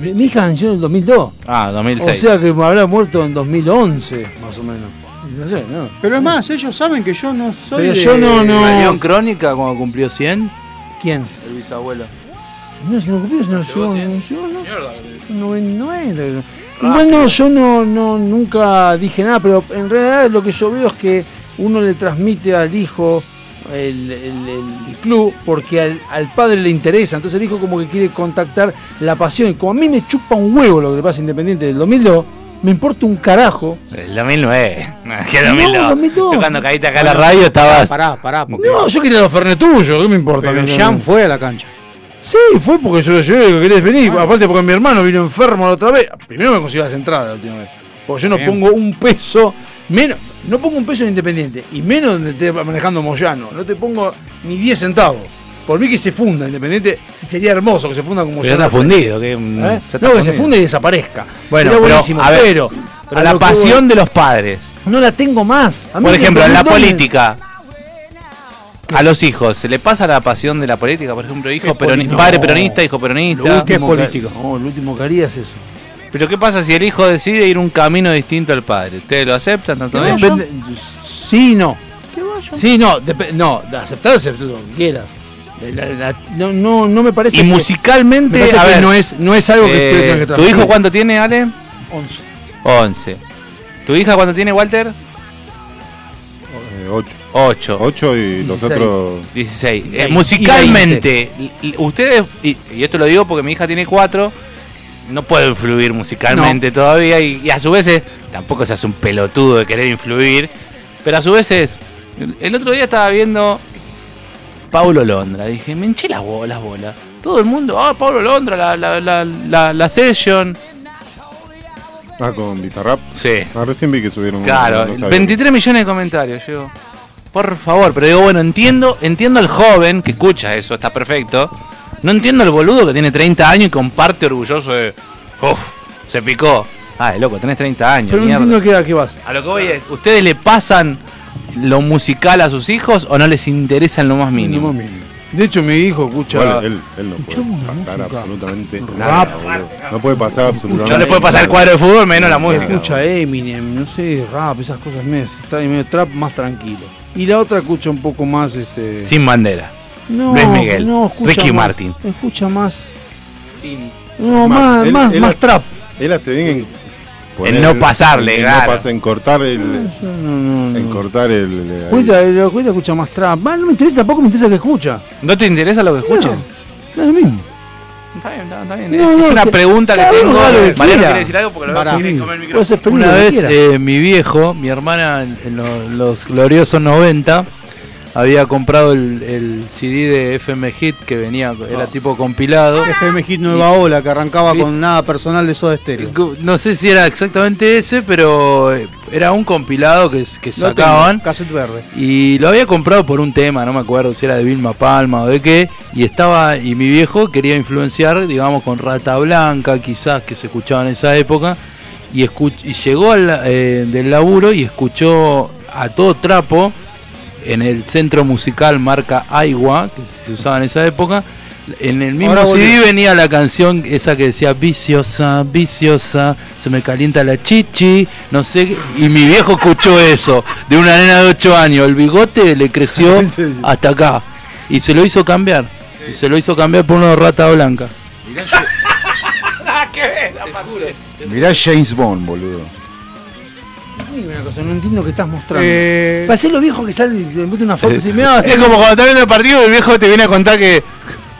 Mi mi hija nació en el 2002. Ah, 2006. O sea que me habrá muerto en 2011, más o menos. No sé, no. Pero es más, ellos saben que yo no soy. Pero de- yo no, no. ¿Salió en crónica cuando cumplió 100? ¿Quién? El bisabuelo. No, si no cumplís, no, yo, yo no. No, no es. Igual no, yo no, no, nunca dije nada, pero en realidad lo que yo veo es que uno le transmite al hijo el, el- el club porque al, al padre le interesa. Entonces el hijo como que quiere contactar la pasión. Y Como a mí me chupa un huevo lo que le pasa a Independiente del 2002, me importa un carajo. El 2009. Que No, 2002. 2002. Yo cuando caíste acá a la Bueno, radio estabas. Pará, pará, porque. No, yo quería los Fernet tuyos, ¿qué me importa? Pero No, no, Jean no. fue a la cancha. Sí, fue porque yo lo llevé, que querés venir. Aparte porque mi hermano vino enfermo la otra vez. Primero me consiguió las entradas la última vez. Porque yo no Bien. pongo un peso, menos, no pongo un peso en Independiente. Y menos donde esté manejando Moyano. No te pongo ni 10 centavos. Por mí que se funda Independiente. Y sería hermoso que se funda como Pero ya está fundido. Que, mm, ¿Eh? ya está No, que se fundido. funda y desaparezca. Bueno, Sería pero, buenísimo, a ver, pero, pero a la lo que pasión voy, de los padres. No la tengo más. A mí Por me ejemplo, en la preguntan- política. A los hijos, ¿se le pasa la pasión de la política? Por ejemplo, hijo Es peroni- político. padre peronista, hijo peronista. Lo último que- No, lo último que haría es eso. Pero ¿qué pasa si el hijo decide ir un camino distinto al padre? ¿Ustedes lo aceptan? tanto bien? Depende- sí, no. Sí, no, depe- no, de aceptar es lo que quieras. De la- la- no, no, no me parece. Y que- musicalmente, me parece a que ver, no es, no es algo que eh, usted tenga que ¿Tu trabajar. hijo cuánto tiene, Ale? 11. 11. ¿Tu hija cuánto tiene, Walter? Eh, 8. 8. 8 y los otros. 16. Eh, Veinte. musicalmente, l- ustedes, y, y esto lo digo porque mi hija tiene 4, no puede influir musicalmente todavía y, y a su vez es- tampoco se hace un pelotudo de querer influir, pero a su vez es, el, el otro día estaba viendo Paulo Londra, dije, me hinché las bolas, bolas. Todo el mundo, ah, Paulo Londra, la, la, la, la, la session. Ah, con Bizarrap. Sí. Ah, recién vi que subieron uno, Claro, no sabía. 23 millones de comentarios, yo. Por favor, pero digo, bueno, entiendo, entiendo al joven que escucha eso, está perfecto. No entiendo al boludo que tiene 30 años y comparte orgulloso de. Uf, se picó. Ay, loco, tenés 30 años. Pero no mierda. entiendo qué, a qué vas. A lo que voy es, ¿ustedes le pasan lo musical a sus hijos o no les interesa en lo más mínimo? De hecho, mi hijo escucha. Igual él, él no puede pasar absolutamente nada. boludo. No puede pasar absolutamente No le puede pasar el nada. cuadro de fútbol menos la No, música. Escucha Eminem, no sé, rap, esas cosas medio, está medio trap más tranquilo. Y la otra escucha un poco más este. Sin bandera. No, Luis Miguel. no, escucha Ricky más- Martin. Escucha más. No, más, él- más, él más hace- trap. Él hace bien en. poner- no pasarle, en claro. No pasa, en cortar el. En cortar el. el- Cuida, eh, lo cuida, escucha más trap. Ah, no me interesa, tampoco me interesa que escucha. ¿No te interesa lo que escuchan? No, es lo mismo. Está bien, está- está bien. No, es no, una que- pregunta que cada uno tengo. haga lo que Mariano quiera. quiere decir algo porque lo veo Pará. que quiere comer el micrófono. Puede ser feliz Una lo que vez quiera. eh, mi viejo, mi hermana, en, en lo- los gloriosos 90, había comprado el, el CD de FM Hit que venía, era Ah. tipo compilado. FM Hit Nueva Ola, que arrancaba con nada personal de Soda Stereo. No sé si era exactamente ese, pero eh, era un compilado que, que Lo sacaban. tengo, Cassette verde. Y lo había comprado por un tema, no me acuerdo si era de Vilma Palma o de qué. Y estaba, y mi viejo quería influenciar, digamos, con Rata Blanca, quizás que se escuchaba en esa época. Y, escuch- y llegó al, eh, del laburo y escuchó a todo trapo en el centro musical marca Aigua, que se usaba en esa época. En el mismo Ahora CD volvió. venía la canción esa que decía viciosa, viciosa, se me calienta la chichi, no sé, qué. y mi viejo escuchó eso de una nena de 8 años, el bigote le creció hasta acá y se lo hizo cambiar, y se lo hizo cambiar por una rata blanca. Mirá James Bond, boludo. Dime una cosa, no entiendo qué estás mostrando. Eh. Parece lo viejo que sale y le mete una foto y dice, mirá, eh, Es como cuando estás viendo el partido y el viejo te viene a contar que.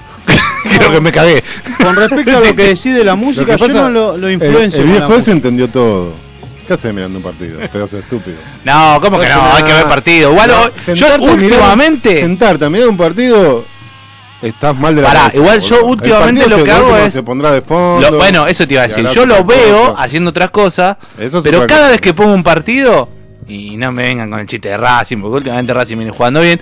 Creo que me cagué. Con respecto a lo que decide la música, yo no lo, lo el- influencio. El, con la viejo ese música. entendió todo. ¿Qué hace mirando un partido? Pedazo de estúpido. No, ¿cómo que no? Hay que ver partido. Igual, No, hoy- yo sentarte a mirar- últimamente. sentarte a mirar un partido. Estás mal de la Pará, cabeza, igual yo boludo. El últimamente partido lo se- que hago último es- Se pondrá de fondo. Lo- bueno, eso te iba a y decir. hará Yo lo otra veo cosa. haciendo otras cosas, Eso es pero otra cada cosa. vez que pongo un partido, y no me vengan con el chiste de Racing, porque últimamente Racing viene jugando bien.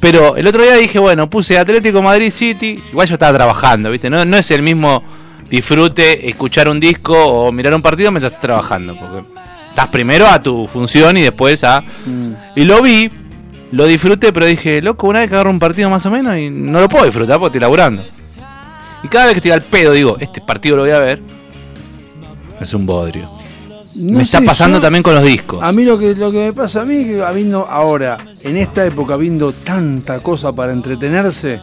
Pero el otro día dije, bueno, puse Atlético Madrid City, igual yo estaba trabajando, ¿viste? No, no es el mismo disfrute escuchar un disco o mirar un partido mientras estás trabajando, porque estás primero a tu función y después a... Y lo vi, lo disfruté, pero dije, loco, una vez que agarro un partido más o menos y no lo puedo disfrutar porque estoy laburando. Y cada vez que estoy al pedo, digo, este partido lo voy a ver. Es un bodrio. No me está sé, pasando yo- también con los discos. A mí lo que, lo que me pasa a mí es que habiendo ahora, en esta época, habiendo tanta cosa para entretenerse,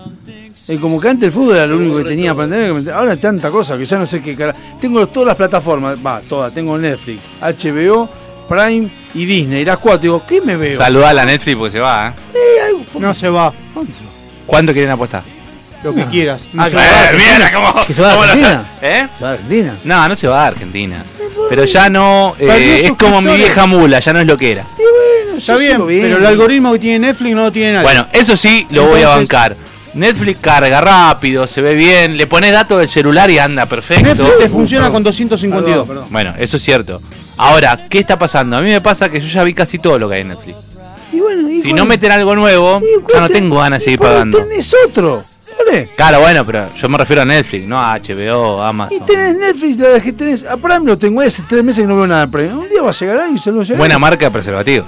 eh, como que antes el fútbol era lo único que tenía para entretener, que me entre- ahora hay tanta cosa que ya no sé qué cara. Tengo todas las plataformas, va, todas, tengo Netflix, HBO, Prime y Disney, las cuatro, digo, ¿qué me veo? Saludá a la Netflix porque se va, ¿eh? No se va. ¿Cuánto quieren apostar? Lo que quieras. No Ah, se claro, va. mira cómo- Que se va a Oh, cómo lo Argentina. hace- ¿Eh? ¿Se va a Argentina? No, no se va a Argentina. Pero ya no. eh, Perdió es como mi suscriptores. vieja mula, ya no es lo que era. Está yo bien, sigo bien. pero el algoritmo que tiene Netflix no lo tiene nadie. Bueno, eso sí lo voy a Entonces- bancar. Netflix carga rápido, se ve bien, le pones datos del celular y anda perfecto. Netflix te funciona con 252. Bueno, eso es cierto. Ahora, ¿qué está pasando? A mí me pasa que yo ya vi casi todo lo que hay en Netflix. Y bueno, y Si bueno, no meten algo nuevo, ya no tengo ganas de seguir pagando. tenés otro, ¿vale? Claro, bueno, pero yo me refiero a Netflix, no a HBO, a Y Amazon. tenés Netflix, la que tenés. A Prime lo tengo hace tres meses que no veo nada de Prime. Un día va a llegar alguien y se lo llega. Buena marca de preservativos.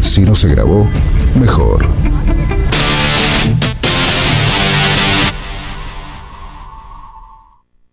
Si no se grabó, mejor.